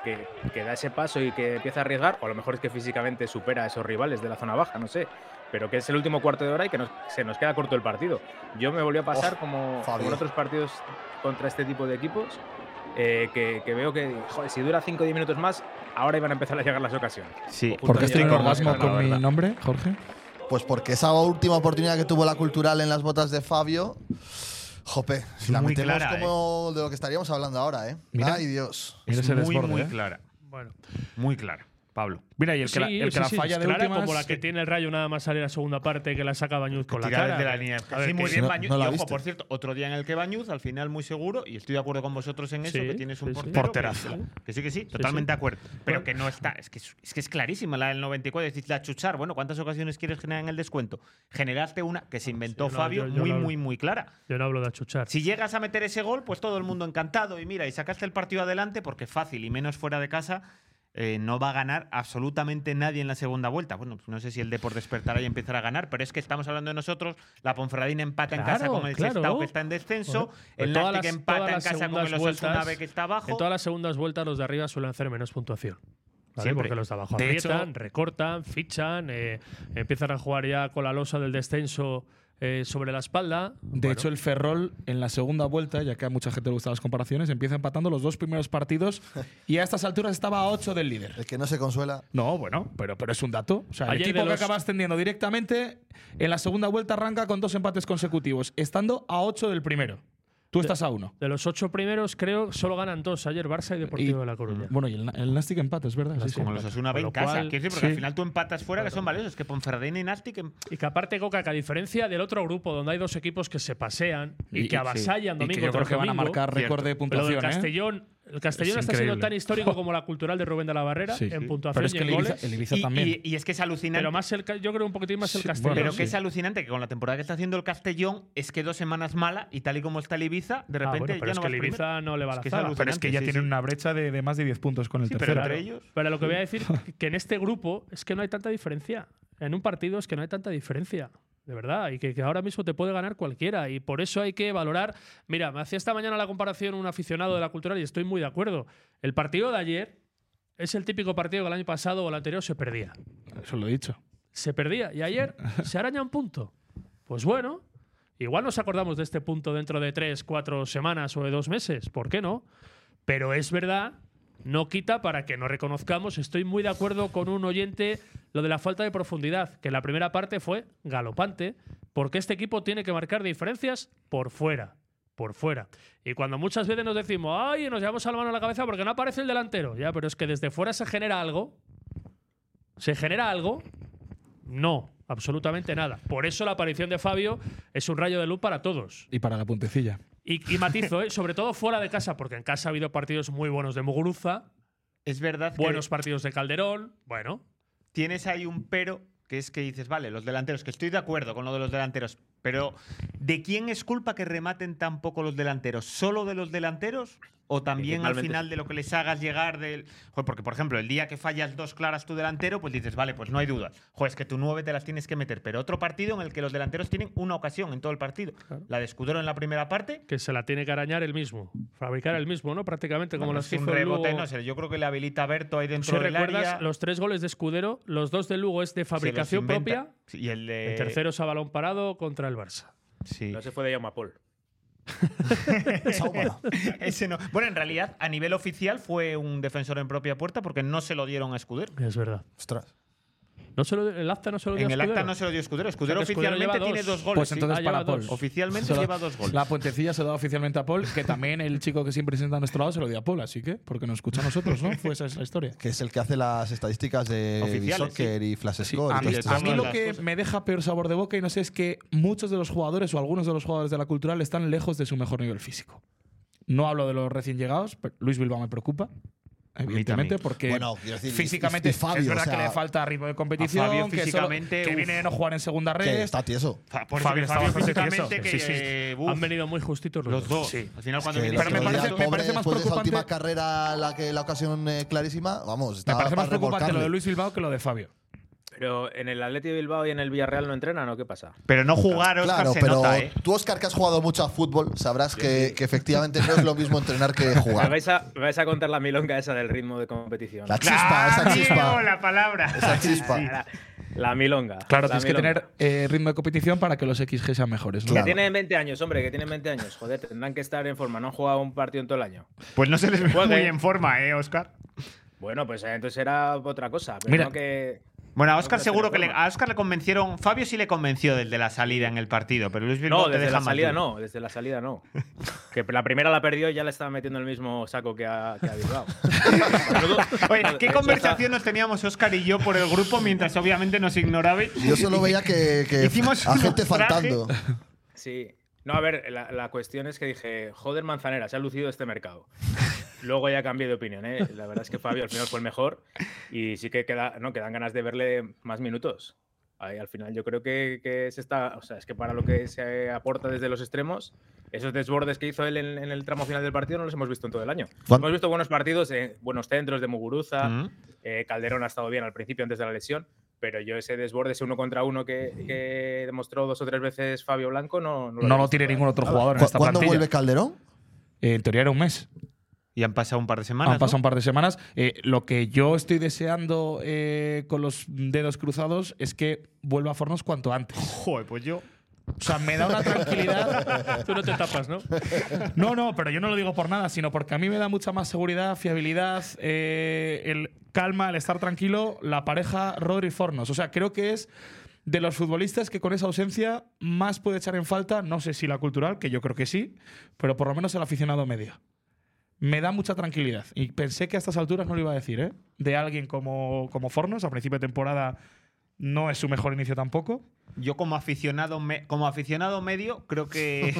Speaker 5: Que, que da ese paso y que empieza a arriesgar, o a lo mejor es que físicamente supera a esos rivales de la zona baja, no sé pero que es el último cuarto de hora y que nos- se nos queda corto el partido. Yo me volvió a pasar como, como
Speaker 1: Fabio.
Speaker 5: en otros partidos contra este tipo de equipos, eh, que, que veo que, joder, si dura 5 o 10 minutos más, ahora iban a empezar a llegar las ocasiones.
Speaker 4: Sí,
Speaker 5: Justo
Speaker 3: Porque
Speaker 5: han
Speaker 3: estoy
Speaker 5: llegado
Speaker 3: con
Speaker 5: las
Speaker 3: orgasmo
Speaker 5: ocasiones,
Speaker 3: con
Speaker 5: la
Speaker 3: mi
Speaker 5: verdad.
Speaker 3: nombre, Jorge.
Speaker 1: Pues porque esa última oportunidad que tuvo la cultural en las botas de Fabio. Jope, si la
Speaker 4: Muy
Speaker 1: metemos
Speaker 4: clara,
Speaker 1: como de lo que estaríamos hablando ahora, ¿eh?
Speaker 3: ¿eh? Mira.
Speaker 1: Ay, Dios.
Speaker 3: Mira
Speaker 4: es
Speaker 3: ese
Speaker 4: muy,
Speaker 3: desborde,
Speaker 4: muy
Speaker 3: ¿eh?
Speaker 4: clara.
Speaker 2: Bueno,
Speaker 4: Muy clara, Pablo.
Speaker 3: Mira, y el que la, el que la falla de
Speaker 2: clara,
Speaker 3: últimas…
Speaker 2: como
Speaker 4: eh,
Speaker 2: la que tiene el rayo nada más salir a segunda parte que la saca Bañuz con la
Speaker 4: Tira
Speaker 2: cara.
Speaker 4: desde la línea.
Speaker 2: A ver,
Speaker 4: sí,
Speaker 2: que-
Speaker 4: muy
Speaker 1: si
Speaker 4: bien,
Speaker 1: no-
Speaker 4: Bañuz.
Speaker 1: no la
Speaker 4: y ojo,
Speaker 1: viste.
Speaker 4: por cierto, otro día en el que Bañuz, al final muy seguro, y estoy de acuerdo con vosotros en eso,
Speaker 2: Sí,
Speaker 4: que tienes un
Speaker 2: sí, sí.
Speaker 4: portero.
Speaker 3: Porterazo.
Speaker 4: Que, que sí, que sí, totalmente de acuerdo. Pero que no está, es que es, es que es clarísima la del 94, es decir, la chuchar. Bueno, ¿cuántas ocasiones quieres generar en el descuento? Generaste una que se inventó
Speaker 2: yo la-
Speaker 4: Fabio,
Speaker 2: Ah, yo- yo
Speaker 4: muy,
Speaker 2: la-
Speaker 4: muy, muy clara.
Speaker 2: Yo no hablo de achuchar.
Speaker 4: Si llegas a meter ese gol, pues todo el mundo encantado. Y mira, y sacaste el partido adelante porque fácil y menos fuera de casa. eh, no va a ganar absolutamente nadie en la segunda vuelta. Bueno, pues no sé si el Depor despertará y empezará a ganar, pero es que estamos hablando de nosotros. La Ponferradina empata en casa
Speaker 2: Claro,
Speaker 4: con el
Speaker 2: claro.
Speaker 4: Sestao, que está en descenso.
Speaker 2: Joder.
Speaker 4: El
Speaker 2: Todas
Speaker 4: Nastic
Speaker 2: las-
Speaker 4: empata
Speaker 2: todas
Speaker 4: en
Speaker 2: las
Speaker 4: casa con el
Speaker 2: segundas
Speaker 4: Osasuna
Speaker 2: vueltas,
Speaker 4: B, que está abajo.
Speaker 2: En todas las segundas vueltas los de arriba suelen hacer menos puntuación. ¿vale?
Speaker 4: Siempre.
Speaker 2: Porque los de abajo
Speaker 4: De
Speaker 2: aprietan,
Speaker 4: hecho-
Speaker 2: recortan, fichan, eh, empiezan a jugar ya con la losa del descenso eh, sobre la espalda.
Speaker 3: De hecho, el Ferrol en la segunda vuelta, ya que a mucha gente le gustan las comparaciones, empieza empatando los dos primeros partidos y a estas alturas estaba a 8 del líder.
Speaker 1: El que no se consuela.
Speaker 3: No, bueno, pero, pero es un dato. O sea, el
Speaker 2: Ayer
Speaker 3: equipo
Speaker 2: de los-
Speaker 3: que acaba ascendiendo directamente en la segunda vuelta arranca con dos empates consecutivos, estando a 8 del primero. Tú estás a uno.
Speaker 2: De los ocho primeros, creo, solo ganan dos ayer Barça y Deportivo
Speaker 3: Y-
Speaker 2: de La Coruña.
Speaker 3: Bueno, y el, Na- el Nastic empate, es verdad. sí, sí.
Speaker 4: Como los Asuna
Speaker 2: Con
Speaker 4: en
Speaker 2: lo
Speaker 4: casa.
Speaker 2: cual,
Speaker 4: Quiero decir, porque
Speaker 3: sí.
Speaker 4: al final tú empatas fuera, que son valiosos. Que Ponferradina y Nastic. em-
Speaker 2: Y que aparte, Coca, que a diferencia del otro grupo, donde hay dos equipos que se pasean y,
Speaker 3: Y-
Speaker 2: que
Speaker 3: y-
Speaker 2: avasallan
Speaker 3: sí. Y
Speaker 2: domingo
Speaker 3: que yo creo
Speaker 2: tras
Speaker 3: que van a
Speaker 2: domingo,
Speaker 3: marcar récord de
Speaker 2: Pero lo del
Speaker 3: puntuación. ¿eh?
Speaker 2: Castellón, el Castellón
Speaker 3: Es
Speaker 2: está siendo
Speaker 3: increíble.
Speaker 2: tan histórico como la cultural de Rubén de la Barrera
Speaker 3: Sí.
Speaker 2: en
Speaker 3: Sí.
Speaker 2: puntuación
Speaker 3: Pero es
Speaker 2: y
Speaker 3: que
Speaker 2: en
Speaker 3: el Ibiza,
Speaker 2: goles.
Speaker 3: el Ibiza
Speaker 4: y,
Speaker 3: también.
Speaker 4: y- y es que es alucinante.
Speaker 2: pero más el, ca- yo creo un poquitín más el
Speaker 3: Sí,
Speaker 2: Castellón.
Speaker 3: bueno,
Speaker 4: Pero que
Speaker 3: sí.
Speaker 4: es alucinante que con la temporada que está haciendo el Castellón es que dos semanas mala y tal y como está el Ibiza,
Speaker 2: Ah,
Speaker 4: de repente
Speaker 2: bueno, pero
Speaker 4: ya
Speaker 2: es
Speaker 4: no
Speaker 2: que
Speaker 4: vas
Speaker 2: el
Speaker 4: primero.
Speaker 2: Ibiza no le va a
Speaker 4: Es
Speaker 2: la
Speaker 4: que es
Speaker 2: zaga.
Speaker 4: alucinante.
Speaker 3: Pero es que ya
Speaker 4: sí,
Speaker 3: tienen
Speaker 4: sí.
Speaker 3: una brecha de, de más de 10 puntos con el
Speaker 4: Sí, pero
Speaker 3: tercero.
Speaker 4: entre ellos.
Speaker 2: Pero lo que voy a decir que en este grupo es que no hay tanta diferencia. En un partido es que no hay tanta diferencia. De verdad, y que, que ahora mismo te puede ganar cualquiera. Y por eso hay que valorar. Mira, me hacía esta mañana la comparación un aficionado de la cultural y estoy muy de acuerdo. El partido de ayer es el típico partido que el año pasado o el anterior se perdía.
Speaker 3: Eso lo he dicho.
Speaker 2: Se perdía. Y ayer se araña un punto. Pues bueno, igual nos acordamos de este punto dentro de tres, cuatro semanas o de dos meses. ¿Por qué no? Pero es verdad, no quita para que no reconozcamos. Estoy muy de acuerdo con un oyente lo de la falta de profundidad, que la primera parte fue galopante, porque este equipo tiene que marcar diferencias por fuera. Por fuera. Y cuando muchas veces nos decimos, ay, nos llevamos a la mano a la cabeza porque no aparece el delantero. Ya, pero es que desde fuera se genera algo. ¿Se genera algo? No, absolutamente nada. Por eso la aparición de Fabio es un rayo de luz para todos.
Speaker 3: Y para la puntecilla.
Speaker 2: Y, y matizo, ¿eh? sobre todo fuera de casa, porque en casa ha habido partidos muy buenos de Muguruza,
Speaker 4: Es verdad que
Speaker 2: buenos partidos de Calderón, bueno.
Speaker 4: tienes ahí un pero que es que dices, vale, los delanteros, que estoy de acuerdo con lo de los delanteros, pero ¿de quién es culpa que rematen tan poco los delanteros? ¿Solo de los delanteros? ¿O también al
Speaker 5: Principalmente
Speaker 4: final
Speaker 5: sí.
Speaker 4: de lo que les hagas llegar del... Joder, porque, por ejemplo, el día que fallas dos claras tu delantero, pues dices, vale, pues no hay duda. Joder, es que tu nueve te las tienes que meter. Pero otro partido en el que los delanteros tienen una ocasión en todo el partido. La de Escudero en la primera parte,
Speaker 2: Que se la tiene que arañar el mismo, fabricar el mismo, ¿no? Prácticamente como
Speaker 4: bueno,
Speaker 2: las
Speaker 4: es
Speaker 2: que
Speaker 4: un
Speaker 2: hizo el Lugo.
Speaker 4: rebote, no sé, yo creo que le habilita a Berto ahí
Speaker 2: Si
Speaker 4: dentro del
Speaker 2: recuerdas,
Speaker 4: área.
Speaker 2: los tres goles de Escudero, los dos de Lugo es de
Speaker 4: se los
Speaker 2: fabricación
Speaker 4: inventa.
Speaker 2: propia,
Speaker 4: Sí, Y el de...
Speaker 2: el tercero es a balón parado contra el Barça.
Speaker 4: Sí.
Speaker 5: No se fue de Yamapol.
Speaker 1: Sauma.
Speaker 4: Ese no. Bueno, en realidad, a nivel oficial fue un defensor en propia puerta porque no se lo dieron a Escudero.
Speaker 2: Es verdad.
Speaker 1: Ostras.
Speaker 2: No se lo- el acta no se lo dio
Speaker 4: En
Speaker 2: a
Speaker 4: el acta
Speaker 2: Escudero.
Speaker 4: no se lo dio Escudero. Escudero
Speaker 2: O sea, que Escudero
Speaker 4: oficialmente
Speaker 2: lleva
Speaker 4: tiene
Speaker 2: dos.
Speaker 4: dos goles.
Speaker 3: Pues
Speaker 4: sí.
Speaker 3: entonces
Speaker 2: Ah, lleva
Speaker 3: para Paul.
Speaker 2: dos.
Speaker 4: Oficialmente
Speaker 3: Se lo-
Speaker 4: lleva dos goles.
Speaker 3: La puentecilla se lo da oficialmente a Paul, que también el chico que siempre se sienta a nuestro lado se lo dio a Paul, así que, porque nos escucha a nosotros, ¿no? Fue esa es la historia.
Speaker 1: Que es el que hace las estadísticas de
Speaker 4: Oficiales,
Speaker 1: Soccer y Flash
Speaker 3: Sí,
Speaker 1: Score.
Speaker 3: a,
Speaker 1: y
Speaker 3: mí,
Speaker 1: todo esto.
Speaker 3: a mí
Speaker 4: Todas
Speaker 3: lo
Speaker 4: las
Speaker 3: que
Speaker 4: cosas.
Speaker 3: me deja peor sabor de boca y no sé es que muchos de los jugadores o algunos de los jugadores de la cultural están lejos de su mejor nivel físico. No hablo de los recién llegados, pero Luis Bilbao me preocupa, evidentemente, porque
Speaker 1: Bueno, quiero decir, y-
Speaker 3: físicamente
Speaker 1: y Fabio,
Speaker 3: es verdad
Speaker 1: o sea,
Speaker 3: que le falta ritmo de competición,
Speaker 4: Fabio
Speaker 3: que, solo-
Speaker 4: físicamente,
Speaker 3: que
Speaker 4: uf.
Speaker 3: viene de no jugar en segunda red.
Speaker 1: Que está tieso.
Speaker 4: Fa- Por
Speaker 3: Fabio
Speaker 4: eso
Speaker 3: estaba
Speaker 4: que Fabio
Speaker 3: bastante
Speaker 4: físicamente
Speaker 3: tieso.
Speaker 4: que,
Speaker 3: Sí,
Speaker 4: eh, uf,
Speaker 2: Han venido muy justitos los,
Speaker 4: los dos.
Speaker 2: Sí.
Speaker 4: Al final cuando
Speaker 1: Que el
Speaker 4: vinieron
Speaker 3: Pero me
Speaker 1: otro
Speaker 4: los
Speaker 3: parece-
Speaker 1: día,
Speaker 4: dos,
Speaker 3: me
Speaker 1: pobre,
Speaker 3: parece más
Speaker 1: después de esa
Speaker 3: preocupante-
Speaker 1: última carrera, la que la ocasión eh, clarísima, vamos,
Speaker 3: Me
Speaker 1: estaba
Speaker 3: parece más
Speaker 1: para
Speaker 3: preocupante lo de
Speaker 1: revolcarle.
Speaker 3: Luis Bilbao que lo de Fabio.
Speaker 5: Pero en el Atleti de Bilbao y en el Villarreal no entrenan o qué pasa?
Speaker 4: Pero no jugar, Oscar,
Speaker 1: Claro,
Speaker 4: se
Speaker 1: pero
Speaker 4: nota, ¿eh?
Speaker 1: tú, Oscar, que has jugado mucho a fútbol, sabrás que, que efectivamente no es lo mismo entrenar que
Speaker 5: Me
Speaker 1: jugar.
Speaker 5: vais, a, me vais a contar la milonga esa del ritmo de competición.
Speaker 1: La chispa, esa
Speaker 4: Amigo,
Speaker 1: chispa.
Speaker 4: Ah, oh, la palabra!
Speaker 1: Esa chispa.
Speaker 5: La, la milonga.
Speaker 3: Claro,
Speaker 5: la
Speaker 3: tienes que
Speaker 5: milonga.
Speaker 3: tener eh, ritmo de competición para que los XG sean mejores. ¿no?
Speaker 1: Claro.
Speaker 5: Que tienen 20 años, hombre, que tienen 20 años. Joder, tendrán que estar en forma. No han jugado un partido en todo el año.
Speaker 4: Pues no se les ve
Speaker 5: Juegue.
Speaker 4: muy en forma, ¿eh, Oscar?
Speaker 5: Bueno, pues eh, entonces era otra cosa. Pero
Speaker 3: Mira.
Speaker 5: no que.
Speaker 4: Bueno, a
Speaker 5: No,
Speaker 4: Oscar
Speaker 5: no se
Speaker 4: seguro
Speaker 5: les
Speaker 4: que le,
Speaker 5: forma.
Speaker 4: a Oscar le convencieron. Fabio sí le convenció desde la salida en el partido, pero Luis Bilbao
Speaker 5: No,
Speaker 4: te
Speaker 5: desde
Speaker 4: deja
Speaker 5: la
Speaker 4: más
Speaker 5: salida
Speaker 4: duro.
Speaker 5: no, desde la salida no. Que la primera la perdió y ya la estaba metiendo en el mismo saco que a, que a Bilbao.
Speaker 4: Oye, ¿qué conversación nos teníamos Oscar y yo por el grupo mientras obviamente nos ignorabais?
Speaker 1: Yo solo veía que, que
Speaker 4: Hicimos
Speaker 1: a
Speaker 4: un
Speaker 1: gente
Speaker 4: traje.
Speaker 1: faltando.
Speaker 5: Sí. No, a ver, la, la cuestión es que dije, joder, Manzanera, se ha lucido este mercado. Luego ya cambié de opinión, ¿eh? La verdad es que Fabio al final fue el mejor y sí que queda, no, quedan ganas de verle más minutos. Ahí, al final yo creo que, que se está, o sea, es que para lo que se aporta desde los extremos, esos desbordes que hizo él en, en el tramo final del partido no los hemos visto en todo el año.
Speaker 1: ¿Cuán-
Speaker 5: Hemos visto buenos partidos, eh, buenos centros de Muguruza,
Speaker 4: Mm.
Speaker 5: eh, Calderón ha estado bien al principio, antes de la lesión, pero yo ese desborde, ese uno contra uno que, que demostró dos o tres veces Fabio Blanco, no,
Speaker 3: No lo tiene ningún otro jugador en
Speaker 1: ¿Cu-
Speaker 3: esta
Speaker 1: ¿Cuándo
Speaker 3: plantilla.
Speaker 1: vuelve Calderón?
Speaker 3: Eh, en teoría era un mes.
Speaker 4: Y han pasado un par de semanas.
Speaker 3: Han pasado un par de semanas. Eh, lo que yo estoy deseando eh, con los dedos cruzados es que vuelva a Fornos cuanto antes.
Speaker 4: Joder, pues yo.
Speaker 3: O sea, me da una tranquilidad.
Speaker 2: Tú no te tapas, ¿no?
Speaker 3: No, no, pero yo no lo digo por nada, sino porque a mí me da mucha más seguridad, fiabilidad, eh, el calma, el estar tranquilo, la pareja Rodri Fornos. O sea, creo que es de los futbolistas que con esa ausencia más puede echar en falta, no sé si la cultural, que yo creo que sí, pero por lo menos el aficionado medio. Me da mucha tranquilidad. Y pensé que a estas alturas no lo iba a decir, ¿eh? De alguien como, como Fornos, a principio de temporada no es su mejor inicio tampoco.
Speaker 4: Yo como aficionado, me- como aficionado medio creo que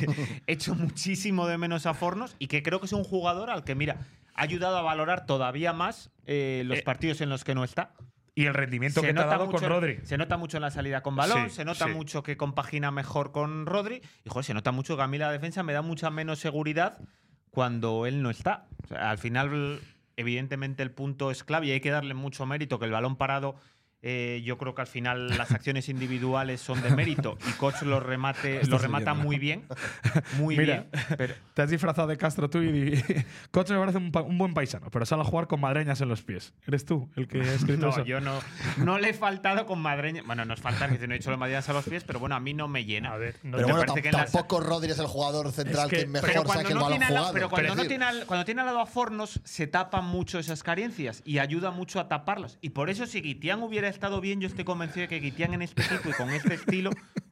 Speaker 4: he hecho muchísimo de menos a Fornos y que creo que es un jugador al que, mira, ha ayudado a valorar todavía más eh, los
Speaker 3: Eh,
Speaker 4: partidos en los que no está.
Speaker 3: Y el rendimiento que te ha dado
Speaker 4: mucho,
Speaker 3: con Rodri.
Speaker 4: se nota mucho en la salida con balón,
Speaker 3: Sí,
Speaker 4: se nota
Speaker 3: sí.
Speaker 4: mucho que compagina mejor con Rodri. Y joder, se nota mucho que a mí la defensa me da mucha menos seguridad cuando él no está. O sea, al final, evidentemente, el punto es clave y hay que darle mucho mérito que el balón parado. eh, yo creo que al final las acciones individuales son de mérito y Koch lo, remate, lo
Speaker 3: Estás
Speaker 4: remata
Speaker 3: leyendo.
Speaker 4: muy bien. Muy
Speaker 3: Mira.
Speaker 4: bien. Pero,
Speaker 3: Te has disfrazado de Castro tú y. y- Koch me parece un, pa- un buen paisano, pero sale a jugar con madreñas en los pies. ¿Eres tú el que ha escrito
Speaker 4: No,
Speaker 3: eso?
Speaker 4: yo no, no le he faltado con madreña. Bueno, nos falta que no he hecho las madreñas a los pies, pero bueno, a mí no me llena.
Speaker 2: A ver, no
Speaker 1: Pero
Speaker 2: te-
Speaker 1: bueno,
Speaker 4: parece
Speaker 1: tam-
Speaker 4: que en la-
Speaker 1: tampoco Rodri es el jugador central
Speaker 2: Es que-
Speaker 1: que,
Speaker 4: Pero
Speaker 1: mejor
Speaker 4: cuando
Speaker 1: saque el
Speaker 4: no
Speaker 1: balón
Speaker 4: tiene al lado-
Speaker 1: jugado.
Speaker 4: pero cuando
Speaker 1: Es
Speaker 4: no
Speaker 1: decir,
Speaker 4: tiene al- cuando tiene al lado a Fornos, se tapan mucho esas carencias y ayuda mucho a taparlas. Y por eso, si Guitián hubiera estado bien, yo estoy convencido de que Guitián en este equipo y con este estilo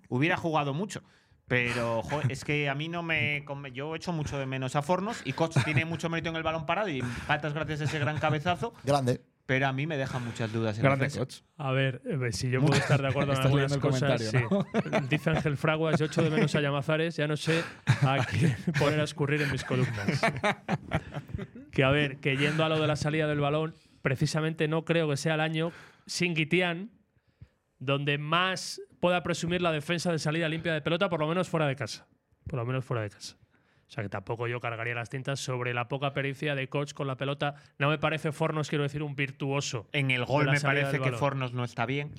Speaker 4: hubiera jugado mucho. Pero jo, es que a mí no me. conven- Yo echo mucho de menos a Fornos y Koch tiene mucho mérito en el balón parado y patas gracias a ese gran cabezazo.
Speaker 1: Grande.
Speaker 4: Pero a mí me dejan muchas dudas. En
Speaker 3: Grande
Speaker 4: defensa.
Speaker 3: Koch.
Speaker 2: A ver, eh, si yo puedo estar de acuerdo en
Speaker 3: Estás leyendo
Speaker 2: algunas
Speaker 3: el
Speaker 2: cosas. Sí.
Speaker 3: comentario,
Speaker 2: Dice Ángel Fraguas, yo echo de menos a Llamazares, ya no sé a quién poner a escurrir en mis columnas. Que a ver, que yendo a lo de la salida del balón, precisamente no creo que sea el año sin Guitián donde más pueda presumir la defensa de salida limpia de pelota, por lo menos fuera de casa. Por lo menos fuera de casa. O sea que tampoco yo cargaría las tintas sobre la poca pericia de Coach con la pelota. No me parece Fornos, quiero decir, un virtuoso.
Speaker 4: En el gol
Speaker 2: De la
Speaker 4: me
Speaker 2: salida
Speaker 4: parece
Speaker 2: del
Speaker 4: que
Speaker 2: balón.
Speaker 4: Fornos no está bien.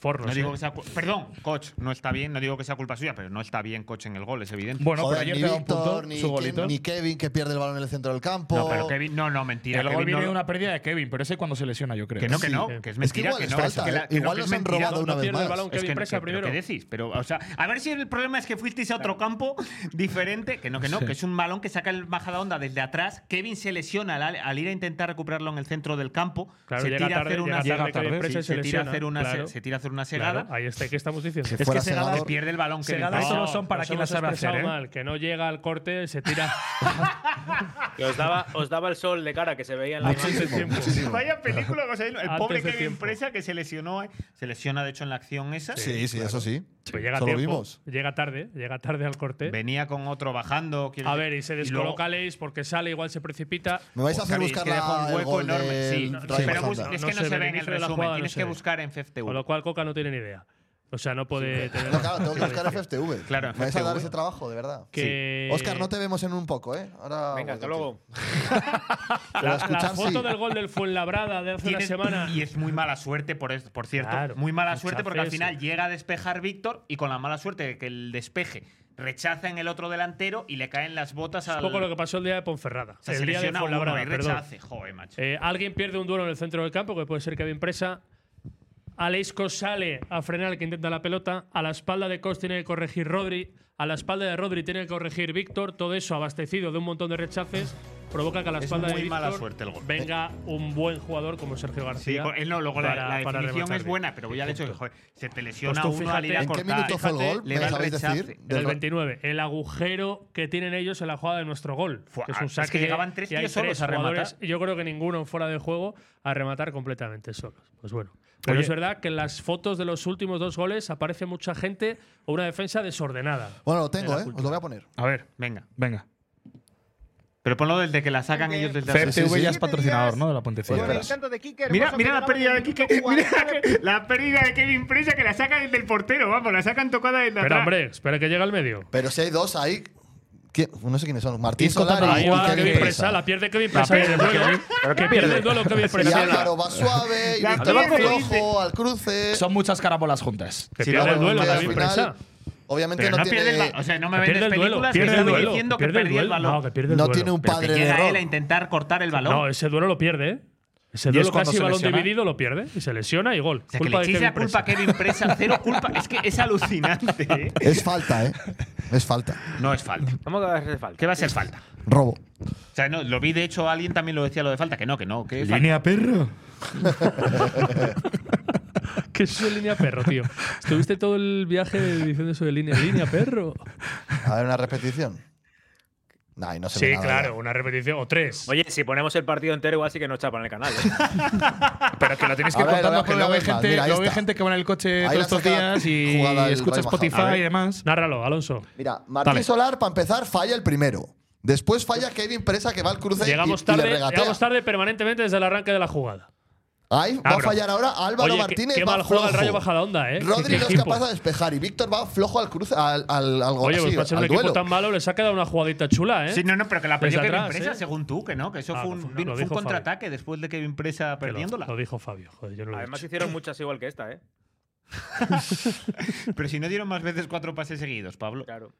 Speaker 2: Fornos.
Speaker 4: No digo
Speaker 2: ¿eh?
Speaker 4: que sea cu- Perdón, coach, no está bien. No digo que sea culpa suya, pero no está bien coach en el gol, es evidente.
Speaker 3: Bueno,
Speaker 1: Joder,
Speaker 3: pero
Speaker 1: ni
Speaker 3: ayer te da un
Speaker 1: Víctor,
Speaker 3: punto,
Speaker 1: ni,
Speaker 3: su
Speaker 1: Ke-
Speaker 3: golito.
Speaker 1: ni Kevin que pierde el balón en el centro del campo.
Speaker 4: no, pero Kevin, no, no, mentira.
Speaker 3: el gol
Speaker 4: Kevin
Speaker 3: viene
Speaker 4: no-
Speaker 3: de una pérdida de Kevin, pero ese cuando se lesiona, yo creo.
Speaker 4: Que no, que
Speaker 1: Sí.
Speaker 4: no, que es mentira.
Speaker 1: igual
Speaker 4: que
Speaker 1: es
Speaker 4: no,
Speaker 1: falta,
Speaker 4: que la-
Speaker 1: ¿eh?
Speaker 4: que no,
Speaker 1: Igual
Speaker 4: que es
Speaker 1: nos han
Speaker 4: mentira.
Speaker 1: robado
Speaker 4: No,
Speaker 1: una
Speaker 2: No
Speaker 1: vez
Speaker 2: pierde el
Speaker 1: más.
Speaker 2: balón
Speaker 4: Es
Speaker 2: Kevin
Speaker 4: que,
Speaker 2: Presa
Speaker 4: que- pero
Speaker 2: primero.
Speaker 4: ¿qué decís? Pero, o sea, a ver si el problema es que fuisteis a otro campo diferente. Que no, que no, que es un balón que saca el bajada onda desde atrás. Kevin se lesiona al, al ir a intentar recuperarlo en el centro del campo.
Speaker 2: Claro,
Speaker 4: se
Speaker 2: llega
Speaker 4: tira a hacer
Speaker 2: tarde,
Speaker 4: una
Speaker 2: llega tarde, Kevin
Speaker 4: sí,
Speaker 2: Presa y
Speaker 4: se
Speaker 2: se
Speaker 4: tira a
Speaker 2: lesiona,
Speaker 4: hacer una se-
Speaker 2: claro.
Speaker 4: se tira a hacer una segada.
Speaker 2: Claro, ahí está, ¿qué estamos diciendo?
Speaker 1: Si fuera
Speaker 3: Segado
Speaker 1: Segador,
Speaker 4: Pierde el balón. Kevin
Speaker 3: Segadas
Speaker 4: Presa.
Speaker 3: solo son para
Speaker 2: nos
Speaker 3: quien las
Speaker 2: hemos
Speaker 3: sabe hacer,
Speaker 2: expresado
Speaker 3: ¿eh?
Speaker 2: mal, que no llega al corte, se tira
Speaker 5: Que os daba, os daba el sol de cara que se veía en la
Speaker 2: antes de tiempo.
Speaker 4: Vaya película, o sea, el
Speaker 2: Antes
Speaker 4: pobre
Speaker 2: de
Speaker 4: Kevin
Speaker 2: tiempo.
Speaker 4: Presa que se lesionó, eh. se lesiona de hecho en la acción esa.
Speaker 1: Sí, sí, eso sí.
Speaker 2: Pero Pues llega a
Speaker 1: Solo
Speaker 2: tiempo,
Speaker 1: vimos.
Speaker 2: llega tarde, eh, llega tarde al corte.
Speaker 4: Venía con otro bajando. quiero
Speaker 2: A
Speaker 4: decir,
Speaker 2: ver, y se
Speaker 4: luego-
Speaker 2: descoloca Leis porque sale, igual se precipita.
Speaker 1: Me vais a hacer buscar
Speaker 4: Oscar, y es que deja
Speaker 1: la,
Speaker 4: un
Speaker 1: el
Speaker 4: hueco
Speaker 1: gol
Speaker 4: enorme.
Speaker 1: del
Speaker 4: Sí, no,
Speaker 1: Rayo
Speaker 2: sí,
Speaker 4: pero
Speaker 2: Majanda.
Speaker 4: bus-
Speaker 1: Mazanda.
Speaker 4: es
Speaker 2: No
Speaker 4: que no
Speaker 2: se
Speaker 4: se,
Speaker 2: ve
Speaker 4: ve
Speaker 2: el
Speaker 4: en el
Speaker 2: inicio de la
Speaker 4: resumen.
Speaker 2: jugada, no
Speaker 4: Tienes
Speaker 2: se
Speaker 4: que
Speaker 2: ve.
Speaker 4: buscar en FFTV.
Speaker 2: Con lo cual Coca no tiene ni idea. O sea, no puede tener.
Speaker 1: No, claro, tengo que buscar a FFTV.
Speaker 4: Claro,
Speaker 1: Me vais a dar
Speaker 4: FFTV.
Speaker 1: ese trabajo, de verdad.
Speaker 2: Que-
Speaker 1: Oscar, no te vemos en un poco, ¿eh? Ahora
Speaker 5: Venga, hasta luego.
Speaker 2: La,
Speaker 1: Pero a
Speaker 2: la
Speaker 1: escuchar,
Speaker 2: foto
Speaker 1: sí.
Speaker 2: del gol del Fuenlabrada de hace una
Speaker 4: Tienes-
Speaker 2: semana.
Speaker 4: Y es muy mala suerte, por, es- por cierto.
Speaker 2: Claro,
Speaker 4: muy mala
Speaker 2: muchas
Speaker 4: suerte porque al
Speaker 2: veces.
Speaker 4: final llega a despejar Víctor y con la mala suerte de que el despeje rechaza en el otro delantero y le caen las botas
Speaker 2: Es
Speaker 4: al.
Speaker 2: un poco lo que pasó el día de Ponferrada.
Speaker 4: o sea, se
Speaker 2: el día de
Speaker 4: lesiona uno
Speaker 2: Fuenlabrada,
Speaker 4: y
Speaker 2: perdón.
Speaker 4: rechace. Joder, macho.
Speaker 2: Eh, alguien pierde un duelo en el centro del campo, que puede ser Kevin Presa. Aleisco sale a frenar al que intenta la pelota. A la espalda de Cos tiene que corregir Rodri. A la espalda de Rodri tiene que corregir Víctor. Todo eso abastecido de un montón de rechaces provoca que a la
Speaker 4: Es
Speaker 2: espalda
Speaker 4: muy
Speaker 2: de
Speaker 4: mala
Speaker 2: Víctor
Speaker 4: suerte el gol.
Speaker 2: venga un buen jugador como Sergio
Speaker 4: Sí,
Speaker 2: García.
Speaker 4: con- eh, no, luego la-
Speaker 2: para-
Speaker 4: la,
Speaker 2: para
Speaker 4: definición
Speaker 2: rematar
Speaker 4: es
Speaker 2: bien.
Speaker 4: buena, pero voy al hecho de que joder, se te lesiona
Speaker 2: Pues tú
Speaker 4: uno al ir
Speaker 1: ¿En
Speaker 2: fíjate-
Speaker 4: a
Speaker 1: qué
Speaker 4: cortar.
Speaker 1: minuto fue el
Speaker 4: Fíjate,
Speaker 1: gol?
Speaker 4: le
Speaker 1: ¿Me
Speaker 4: da el
Speaker 1: sabéis
Speaker 4: rechace.
Speaker 1: decir?
Speaker 2: En el
Speaker 1: Del-
Speaker 2: 29, el agujero que tienen ellos en la jugada de nuestro gol.
Speaker 4: Fua,
Speaker 2: que es un
Speaker 4: es que
Speaker 2: saque.
Speaker 4: llegaban tres
Speaker 2: y hay
Speaker 4: tíos solos
Speaker 2: tres
Speaker 4: a rematar.
Speaker 2: jugadores, y Yo creo que ninguno fuera de juego a rematar completamente solos. Pues bueno. Pero
Speaker 3: Oye.
Speaker 2: es verdad que en las fotos de los últimos dos goles aparece mucha gente o una defensa desordenada.
Speaker 1: Bueno, lo tengo, ¿eh? Os lo voy a poner.
Speaker 3: A ver,
Speaker 4: Venga.
Speaker 3: venga.
Speaker 4: Pero ponlo desde que la sacan ellos desde
Speaker 3: CFTV
Speaker 1: sí, sí.
Speaker 3: ya es patrocinador, ¿no? Pues De la Pontecilla.
Speaker 1: Bueno,
Speaker 4: Mira, mira la pérdida de Kike, mira la pérdida de Kevin Presa que la saca desde el portero, vamos, la sacan tocada desde
Speaker 2: Espera, hombre, espera que llega al medio.
Speaker 1: Pero si hay dos ahí. ¿quién? No sé quiénes son. Martín
Speaker 3: Isco
Speaker 1: Solari
Speaker 3: Tatarajua,
Speaker 2: Ahí
Speaker 1: y
Speaker 2: va
Speaker 3: Uy, qué
Speaker 2: Kevin
Speaker 1: Kevin
Speaker 2: Presa,
Speaker 1: Presa.
Speaker 2: la pierde Kevin Presa en el duelo. Que pierde el duelo Kevin
Speaker 1: Y
Speaker 2: Presa.
Speaker 1: Álvaro va suave, y
Speaker 4: La
Speaker 1: Víctor va
Speaker 4: pierde,
Speaker 1: flojo, al cruce.
Speaker 3: Son muchas carábolas juntas.
Speaker 2: Que
Speaker 4: Sí,
Speaker 2: pierde
Speaker 4: no,
Speaker 2: el
Speaker 1: Bueno,
Speaker 2: duelo
Speaker 1: y al
Speaker 2: Kevin
Speaker 1: final,
Speaker 2: Presa.
Speaker 1: Obviamente
Speaker 4: Pero
Speaker 1: no,
Speaker 4: no pierde el
Speaker 1: tiene,
Speaker 4: balón. O sea, no me
Speaker 2: Que
Speaker 4: vendes
Speaker 2: Pierde el duelo.
Speaker 4: películas que
Speaker 2: Pierde el
Speaker 4: están
Speaker 2: duelo.
Speaker 4: diciendo que
Speaker 2: Pierde el
Speaker 4: perdí el
Speaker 2: duelo. No,
Speaker 4: balón.
Speaker 2: que pierde el
Speaker 1: no
Speaker 2: duelo.
Speaker 1: tiene un
Speaker 4: Pero que
Speaker 1: padre de
Speaker 4: llega él
Speaker 1: error.
Speaker 4: a intentar cortar el balón.
Speaker 2: No, ese duelo lo pierde, ¿eh? Ese
Speaker 3: Y
Speaker 2: duelo
Speaker 3: es cuando
Speaker 2: casi
Speaker 3: se
Speaker 2: balón
Speaker 3: lesiona.
Speaker 2: dividido lo pierde y se lesiona y gol.
Speaker 4: o sea, que le
Speaker 2: culpa de
Speaker 4: echéis
Speaker 2: Kevin
Speaker 4: la culpa a
Speaker 2: Presa.
Speaker 4: Kevin Presa, cero culpa. Es que es alucinante. ¿eh?
Speaker 1: Es falta, ¿eh? Es falta.
Speaker 4: No es falta.
Speaker 5: Vamos a hacer falta.
Speaker 4: ¿Qué va a ser falta?
Speaker 1: Robo.
Speaker 4: O sea, no, lo vi, de hecho, alguien también lo decía lo de falta, que no, que no, que es falta.
Speaker 3: Línea perro.
Speaker 2: que soy de línea perro, tío. Estuviste todo el viaje diciendo eso de línea, línea perro.
Speaker 1: A ver, una repetición. Nah, y no se ve
Speaker 2: Sí,
Speaker 1: nada
Speaker 2: claro,
Speaker 1: ya.
Speaker 2: una repetición o tres.
Speaker 5: Oye, si ponemos el partido entero, igual sí que nos chapan el canal. ¿eh?
Speaker 3: Pero que lo tenéis que este.
Speaker 1: A ver,
Speaker 3: contar
Speaker 1: lo voy a
Speaker 3: porque
Speaker 1: poner
Speaker 3: luego hay
Speaker 1: una vez más.
Speaker 3: gente,
Speaker 1: Mira, ahí
Speaker 3: luego hay
Speaker 1: está.
Speaker 3: gente que va en el
Speaker 1: Ahí
Speaker 3: coche todos
Speaker 1: la
Speaker 3: estos
Speaker 1: saca
Speaker 3: días y
Speaker 1: jugada el
Speaker 3: escucha
Speaker 1: Bayern Bajada.
Speaker 3: Spotify y demás.
Speaker 2: Nárralo, Alonso.
Speaker 1: Mira, Martín
Speaker 3: Dale.
Speaker 1: Solar, para empezar, falla el primero. Después falla Kevin Presa, que va al cruce y-
Speaker 2: Llegamos
Speaker 1: y,
Speaker 2: tarde,
Speaker 1: le regatea.
Speaker 2: llegamos tarde permanentemente desde el arranque de la jugada.
Speaker 1: Ahí
Speaker 2: Ah,
Speaker 1: va a
Speaker 2: pero-
Speaker 1: fallar ahora Álvaro
Speaker 2: Oye, qué-
Speaker 1: Martínez.
Speaker 2: qué
Speaker 1: va
Speaker 2: mal juega el
Speaker 1: flojo.
Speaker 2: Rayo Bajadahonda, ¿eh?
Speaker 1: Rodri
Speaker 2: Qué
Speaker 1: no es
Speaker 2: equipo.
Speaker 1: capaz de despejar y Víctor va flojo al cruce, al, al, al,
Speaker 2: Oye,
Speaker 1: así,
Speaker 2: pues para ser
Speaker 1: al
Speaker 2: un equipo
Speaker 1: duelo.
Speaker 2: tan malo les ha quedado una jugadita chula, ¿eh?
Speaker 4: Sí, no, no, pero que la
Speaker 2: Desde
Speaker 4: perdió Kevin
Speaker 2: atrás,
Speaker 4: Presa,
Speaker 2: ¿eh?
Speaker 4: según tú, que no, que eso
Speaker 2: Ah,
Speaker 4: fue
Speaker 2: lo-
Speaker 4: un,
Speaker 2: lo
Speaker 4: vin- fue un
Speaker 2: dijo Fabi.
Speaker 4: contraataque después de Kevin Presa
Speaker 2: Que lo-
Speaker 4: perdiéndola.
Speaker 2: Lo, dijo Fabio, joder, yo no lo he
Speaker 5: Además
Speaker 2: dicho.
Speaker 5: hicieron muchas igual que esta, ¿eh?
Speaker 4: Pero si no dieron más veces cuatro pases seguidos, Pablo.
Speaker 5: Claro.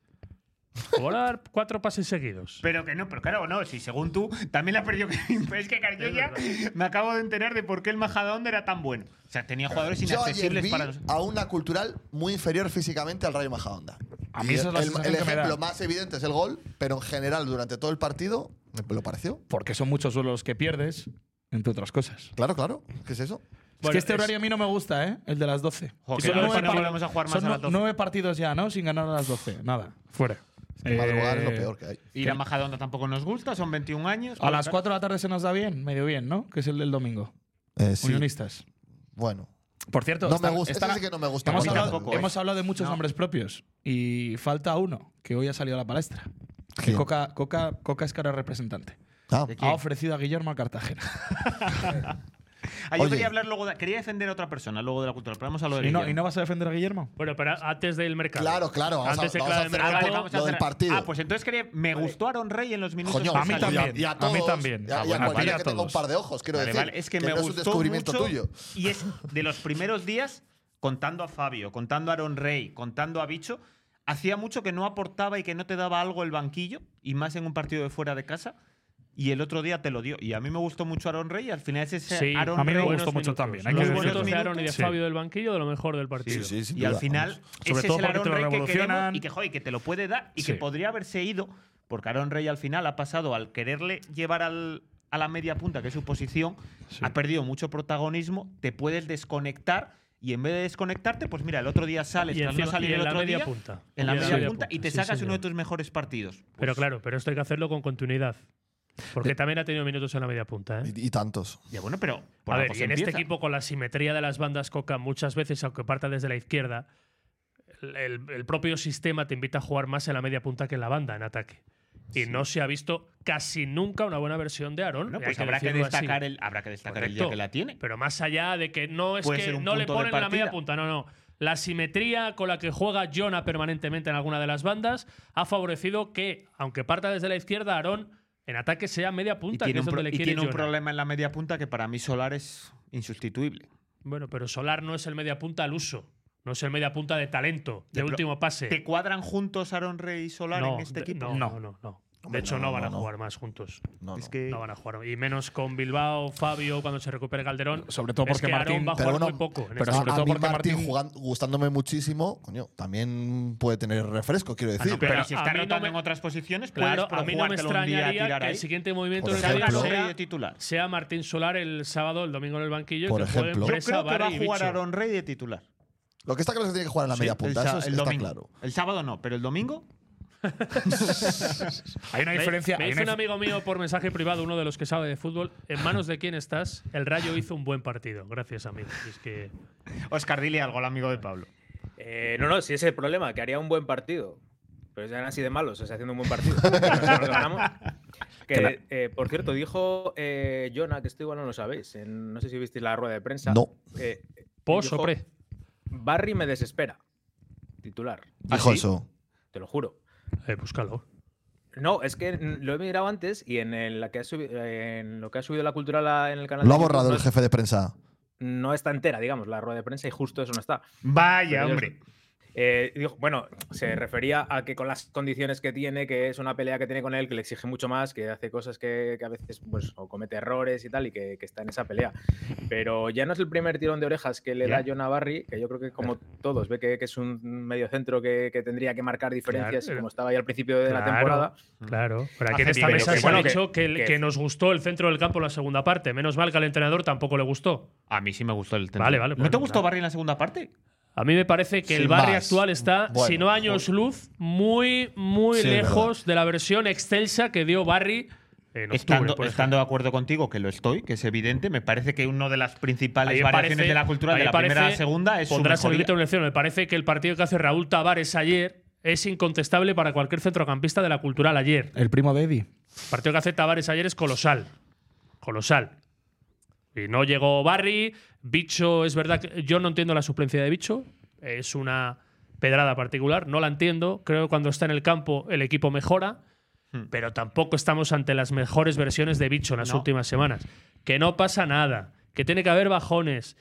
Speaker 2: Volar cuatro pases seguidos.
Speaker 4: Pero que no, pero claro, no, si según tú también la perdió Kevin Presa. Es que claro, yo
Speaker 2: Es
Speaker 4: ya me acabo de enterar de por qué el Majadahonda era tan bueno. O sea, tenía jugadores
Speaker 1: Yo ayer
Speaker 4: inaccesibles
Speaker 1: vi
Speaker 4: para los.
Speaker 1: a una cultural muy inferior físicamente al Rayo Majadahonda.
Speaker 3: A mí
Speaker 1: Y
Speaker 3: esa es la
Speaker 1: el,
Speaker 3: sensación
Speaker 1: el
Speaker 3: que me
Speaker 1: ejemplo
Speaker 3: da.
Speaker 1: más evidente es el gol, pero en general durante todo el partido me lo pareció.
Speaker 3: Porque son muchos los que pierdes, entre otras cosas.
Speaker 1: Claro, claro. ¿Qué es eso?
Speaker 3: es
Speaker 2: Bueno,
Speaker 3: que este horario a mí no me gusta, ¿eh? El de las 12.
Speaker 4: Jo,
Speaker 3: Que
Speaker 4: que
Speaker 3: son
Speaker 4: no,
Speaker 3: nueve
Speaker 4: no
Speaker 3: par-
Speaker 4: volvemos a jugar más
Speaker 3: son
Speaker 4: a las
Speaker 3: nu-
Speaker 4: 12.
Speaker 3: nueve partidos ya, ¿no? Sin ganar a las 12. Nada. Fuera.
Speaker 1: Que Madrugar es lo
Speaker 3: Eh,
Speaker 1: peor que hay.
Speaker 4: Ir a Majadahonda tampoco nos gusta, son 21 años.
Speaker 3: A las 4 de la tarde se nos da bien, medio bien, ¿no? Que es el del domingo.
Speaker 1: Eh, sí.
Speaker 3: Unionistas.
Speaker 1: Bueno.
Speaker 3: Por cierto,
Speaker 1: No
Speaker 3: están-
Speaker 1: me gusta.
Speaker 3: están-
Speaker 1: Ese sí que no me gusta.
Speaker 3: hemos,
Speaker 4: mí
Speaker 1: Bueno,
Speaker 3: hablado,
Speaker 4: tampoco, ¿eh?
Speaker 3: hemos hablado de muchos
Speaker 4: No.
Speaker 3: nombres propios y falta uno que hoy ha salido a la palestra. Que
Speaker 1: ¿Quién?
Speaker 3: Coca, Coca, Coca es cara representante.
Speaker 1: Ah,
Speaker 3: Ha ofrecido a Guillermo a Cartagena.
Speaker 4: Ah, yo
Speaker 1: Oye.
Speaker 4: quería hablar luego de- quería defender a otra persona luego de la cultura, pero vamos a lo de
Speaker 3: ¿Y no,
Speaker 4: Guillermo.
Speaker 3: ¿Y no vas a defender a Guillermo?
Speaker 2: Bueno, pero antes del mercado.
Speaker 1: Claro, claro, vamos
Speaker 2: antes
Speaker 1: a-
Speaker 2: de
Speaker 1: vamos
Speaker 2: clave
Speaker 1: a
Speaker 2: del
Speaker 1: hacer
Speaker 4: Ah,
Speaker 2: mercado.
Speaker 4: vale,
Speaker 1: Lo-
Speaker 4: vamos a
Speaker 1: lo del
Speaker 4: hacer-
Speaker 1: partido.
Speaker 4: Ah, pues entonces quería. Me gustó Aaron Rey en los minutos.
Speaker 1: Coño,
Speaker 3: A mí
Speaker 4: que salió.
Speaker 3: también.
Speaker 1: Y a,
Speaker 3: a mí
Speaker 1: todos,
Speaker 3: también.
Speaker 1: Y a, y
Speaker 3: Ah,
Speaker 1: a
Speaker 3: bueno, a ti y
Speaker 1: cualquiera
Speaker 3: a
Speaker 1: que tenga un
Speaker 3: todos.
Speaker 1: par de ojos, quiero
Speaker 4: Vale,
Speaker 1: decir.
Speaker 4: vale, es que,
Speaker 1: que
Speaker 4: me
Speaker 1: no es un
Speaker 4: gustó
Speaker 1: descubrimiento
Speaker 4: mucho
Speaker 1: tuyo.
Speaker 4: Y es de los primeros días, contando a Fabio, contando a Aaron Rey, contando a Bicho, hacía mucho que no aportaba y que no te daba algo el banquillo, y más en un partido de fuera de casa. Y el otro día te lo dio. Y a mí me gustó mucho Aaron Rey. y Al final es ese
Speaker 2: Sí,
Speaker 4: Aaron
Speaker 3: a mí me
Speaker 4: Rey.
Speaker 3: gustó
Speaker 4: buenos
Speaker 3: mucho
Speaker 4: minutos.
Speaker 3: también, hay que
Speaker 2: Los
Speaker 4: Los buenos
Speaker 2: minutos de Aaron y de
Speaker 4: minutos.
Speaker 3: Sí.
Speaker 2: Fabio del banquillo, de lo mejor del partido.
Speaker 1: sin
Speaker 4: Y al
Speaker 1: duda,
Speaker 4: final,
Speaker 3: Sobre
Speaker 4: ese
Speaker 3: todo
Speaker 4: es el
Speaker 3: porque
Speaker 4: Aaron
Speaker 3: te lo
Speaker 4: Rey que queremos
Speaker 3: revolucionan.
Speaker 4: y que, joder, que te lo puede dar y que
Speaker 3: Sí.
Speaker 4: podría haberse ido, porque Aaron Rey al final ha pasado al quererle llevar al- a la media punta, que es su posición, ha perdido mucho protagonismo, te puedes desconectar y en vez de desconectamente, pues mira, el otro día sales,
Speaker 2: Y
Speaker 4: tras no
Speaker 2: encima-
Speaker 4: salir
Speaker 2: y
Speaker 4: el
Speaker 2: en la
Speaker 4: otro
Speaker 2: media
Speaker 4: día,
Speaker 2: punta.
Speaker 4: en la
Speaker 2: Y en
Speaker 4: media punta, y te
Speaker 2: sí,
Speaker 4: sacas uno de
Speaker 2: señor.
Speaker 4: tus mejores partidos.
Speaker 2: Pero claro, pero esto hay que hacerlo con continuidad. Porque también ha tenido minutos en la media punta. ¿eh?
Speaker 1: Y, y tantos.
Speaker 4: Ya bueno, pero por
Speaker 2: A
Speaker 4: algo
Speaker 2: ver, y
Speaker 4: se
Speaker 2: en
Speaker 4: empieza.
Speaker 2: este equipo con la simetría de las bandas Coca, muchas veces, aunque parta desde la izquierda, el, el- el propio sistema te invita a jugar más en la media punta que en la banda en ataque. Y no se ha visto casi nunca una buena versión de Aaron.
Speaker 4: Bueno,
Speaker 2: hay
Speaker 4: pues habrá que
Speaker 2: decirlo así.
Speaker 4: destacar el habrá que destacar el día
Speaker 2: Correcto.
Speaker 4: que la tiene.
Speaker 2: Pero más allá de que no es
Speaker 4: Puede
Speaker 2: que
Speaker 4: ser un
Speaker 2: no le
Speaker 4: punto de
Speaker 2: ponen en la media
Speaker 4: partida.
Speaker 2: punta, no, no. La simetría con la que juega Jonah permanentemente en alguna de las bandas ha favorecido que, aunque parta desde la izquierda, Aarón en ataque sea media
Speaker 4: Y
Speaker 2: punta, que
Speaker 4: tiene,
Speaker 2: es
Speaker 4: un, pro-
Speaker 2: donde le
Speaker 4: y
Speaker 2: quiere
Speaker 4: tiene un
Speaker 2: Jonah.
Speaker 4: problema en la media punta que para mí Solar es insustituible.
Speaker 2: Bueno, pero Solar no es el media punta al uso, no es el media punta de talento, de
Speaker 4: Ya, pero
Speaker 2: último pase.
Speaker 4: ¿Te cuadran juntos Aaron Rey y Solar
Speaker 2: no,
Speaker 4: en este
Speaker 2: de-
Speaker 4: equipo?
Speaker 2: No, no, no. no. De
Speaker 1: Hombre,
Speaker 2: hecho,
Speaker 1: no,
Speaker 2: no, van
Speaker 1: no,
Speaker 2: a
Speaker 1: no.
Speaker 2: jugar más juntos.
Speaker 1: No,
Speaker 4: Es
Speaker 1: no.
Speaker 4: que
Speaker 2: No van a jugar. Y menos con Bilbao, Fabio, cuando se recupere Calderón.
Speaker 3: Sobre todo
Speaker 2: Es
Speaker 3: porque
Speaker 2: que Aarón
Speaker 3: Martín-
Speaker 2: va a
Speaker 1: Pero
Speaker 2: jugar
Speaker 1: bueno,
Speaker 2: muy poco. en
Speaker 3: pero
Speaker 2: este
Speaker 1: A-
Speaker 3: sobre
Speaker 1: a
Speaker 3: todo
Speaker 1: mí
Speaker 3: porque
Speaker 1: Martín,
Speaker 3: Martín-
Speaker 1: jugan- gustándome muchísimo, coño, también puede tener refresco, quiero
Speaker 2: Ah,
Speaker 1: decir.
Speaker 2: no, pero
Speaker 4: Pero si
Speaker 2: a
Speaker 4: está
Speaker 2: mí no
Speaker 4: rotando
Speaker 2: me-
Speaker 4: en otras posiciones, pues,
Speaker 2: Claro,
Speaker 4: puedes
Speaker 2: a mí no me
Speaker 4: jugártelo un día a
Speaker 2: extrañaría
Speaker 4: tirar
Speaker 2: que
Speaker 4: ahí.
Speaker 2: el siguiente movimiento
Speaker 1: Por
Speaker 2: del
Speaker 4: Salga
Speaker 2: día
Speaker 1: ejemplo.
Speaker 4: Rey de
Speaker 2: sea,
Speaker 4: titular. Yo
Speaker 2: sea Martín Solar el sábado, el domingo en el banquillo y
Speaker 1: Por
Speaker 2: que jueguen
Speaker 1: ejemplo. Yo
Speaker 2: Presa,
Speaker 4: creo que va
Speaker 2: Barry
Speaker 4: a
Speaker 2: y
Speaker 4: jugar
Speaker 2: Bicho.
Speaker 4: Aaron Rey de titular.
Speaker 1: Lo que está claro es que tiene que jugar en la media
Speaker 4: Sí,
Speaker 1: punta,
Speaker 4: el, sa-
Speaker 1: eso es-
Speaker 4: el
Speaker 1: está
Speaker 4: domingo.
Speaker 1: claro.
Speaker 4: El sábado no, pero el domingo.
Speaker 3: Hay una
Speaker 2: Me-
Speaker 3: diferencia.
Speaker 2: Me,
Speaker 3: hay
Speaker 2: dice
Speaker 3: una
Speaker 2: un
Speaker 3: dif-
Speaker 2: amigo mío por mensaje privado, uno de los que sabe de fútbol, en manos de quién estás, el Rayo hizo un buen partido. Gracias, amigo. Y Es que
Speaker 4: Oscar, dile algo al amigo de Pablo.
Speaker 5: Eh, no, no, si ese es el problema, que haría un buen partido. Pero sean así de malos, o sea, haciendo un buen partido. Pero si no lo ganamos. Que, eh, por cierto, dijo eh, Jonah, que esto igual no lo sabéis, en- no sé si visteis la rueda de prensa.
Speaker 1: No.
Speaker 5: eh,
Speaker 2: pos o
Speaker 5: dijo,
Speaker 2: pre.
Speaker 5: Barry me desespera. Titular.
Speaker 1: Dijo
Speaker 5: Así,
Speaker 1: eso.
Speaker 5: Te lo juro.
Speaker 2: Eh, búscalo.
Speaker 5: No, es que mm, lo he mirado antes y en, el- la que ha subi- eh, en lo que ha subido la cultural a- en el canal.
Speaker 1: Lo
Speaker 5: de
Speaker 1: ha
Speaker 5: YouTube
Speaker 1: borrado
Speaker 5: no,
Speaker 1: el jefe de prensa.
Speaker 5: no está entera, digamos, la rueda de prensa y justo eso no está.
Speaker 4: Vaya,
Speaker 5: Pero yo-
Speaker 4: hombre.
Speaker 5: Eh, dijo- bueno, se refería a que con las condiciones que tiene, que es una pelea que tiene con él, que le exige mucho más, que hace cosas que, que a veces pues, o comete errores y tal, y que, que está en esa pelea. Pero ya no es el primer tirón de orejas que le da John a Barry, que yo creo que como todos, ve que, que es un medio centro que, que tendría que marcar diferencias,
Speaker 2: Claro.
Speaker 5: como estaba ahí al principio de la
Speaker 2: Claro,
Speaker 5: temporada.
Speaker 2: Claro, pero aquí en
Speaker 5: Hace
Speaker 2: esta
Speaker 5: nivel,
Speaker 2: mesa
Speaker 5: que
Speaker 2: se ha
Speaker 5: bueno, que-
Speaker 2: dicho que,
Speaker 5: que-
Speaker 2: que nos gustó el centro del campo en la segunda parte. Menos mal que al entrenador tampoco le gustó.
Speaker 4: A mí sí me gustó el centro.
Speaker 2: Vale, vale,
Speaker 4: ¿No te
Speaker 2: bueno,
Speaker 4: gustó
Speaker 2: nada.
Speaker 4: Barry en la segunda parte?
Speaker 2: A mí me parece que el
Speaker 1: Sin
Speaker 2: barrio
Speaker 1: más.
Speaker 2: actual está,
Speaker 1: Bueno,
Speaker 2: si no
Speaker 4: pues,
Speaker 2: años luz, muy, muy
Speaker 1: Sí, es
Speaker 2: lejos de la versión excelsa que dio Barry en octubre.
Speaker 4: estando,
Speaker 2: por ejemplo.
Speaker 4: estando de acuerdo contigo, que lo estoy, que es evidente, me parece que una de las principales
Speaker 2: A mí me
Speaker 4: variaciones
Speaker 2: parece-
Speaker 4: de la cultura
Speaker 2: a mí
Speaker 4: de la
Speaker 2: me parece-
Speaker 4: primera a la segunda es su
Speaker 2: pondrás el
Speaker 4: mejoría.
Speaker 2: grito en el cielo. Me parece que el partido que hace Raúl Tavares ayer es incontestable para cualquier centrocampista de la cultural ayer.
Speaker 3: El primo de Eddie.
Speaker 2: El partido que hace Tavares ayer es colosal. Colosal. Y no llegó Barry. Bicho, es verdad que yo no entiendo la suplencia de Bicho. Es una pedrada particular. No la entiendo. Creo que cuando está en el campo el equipo mejora. Pero tampoco estamos ante las mejores versiones de Bicho en las
Speaker 4: No.
Speaker 2: últimas semanas. Que no pasa nada. Que tiene que haber bajones.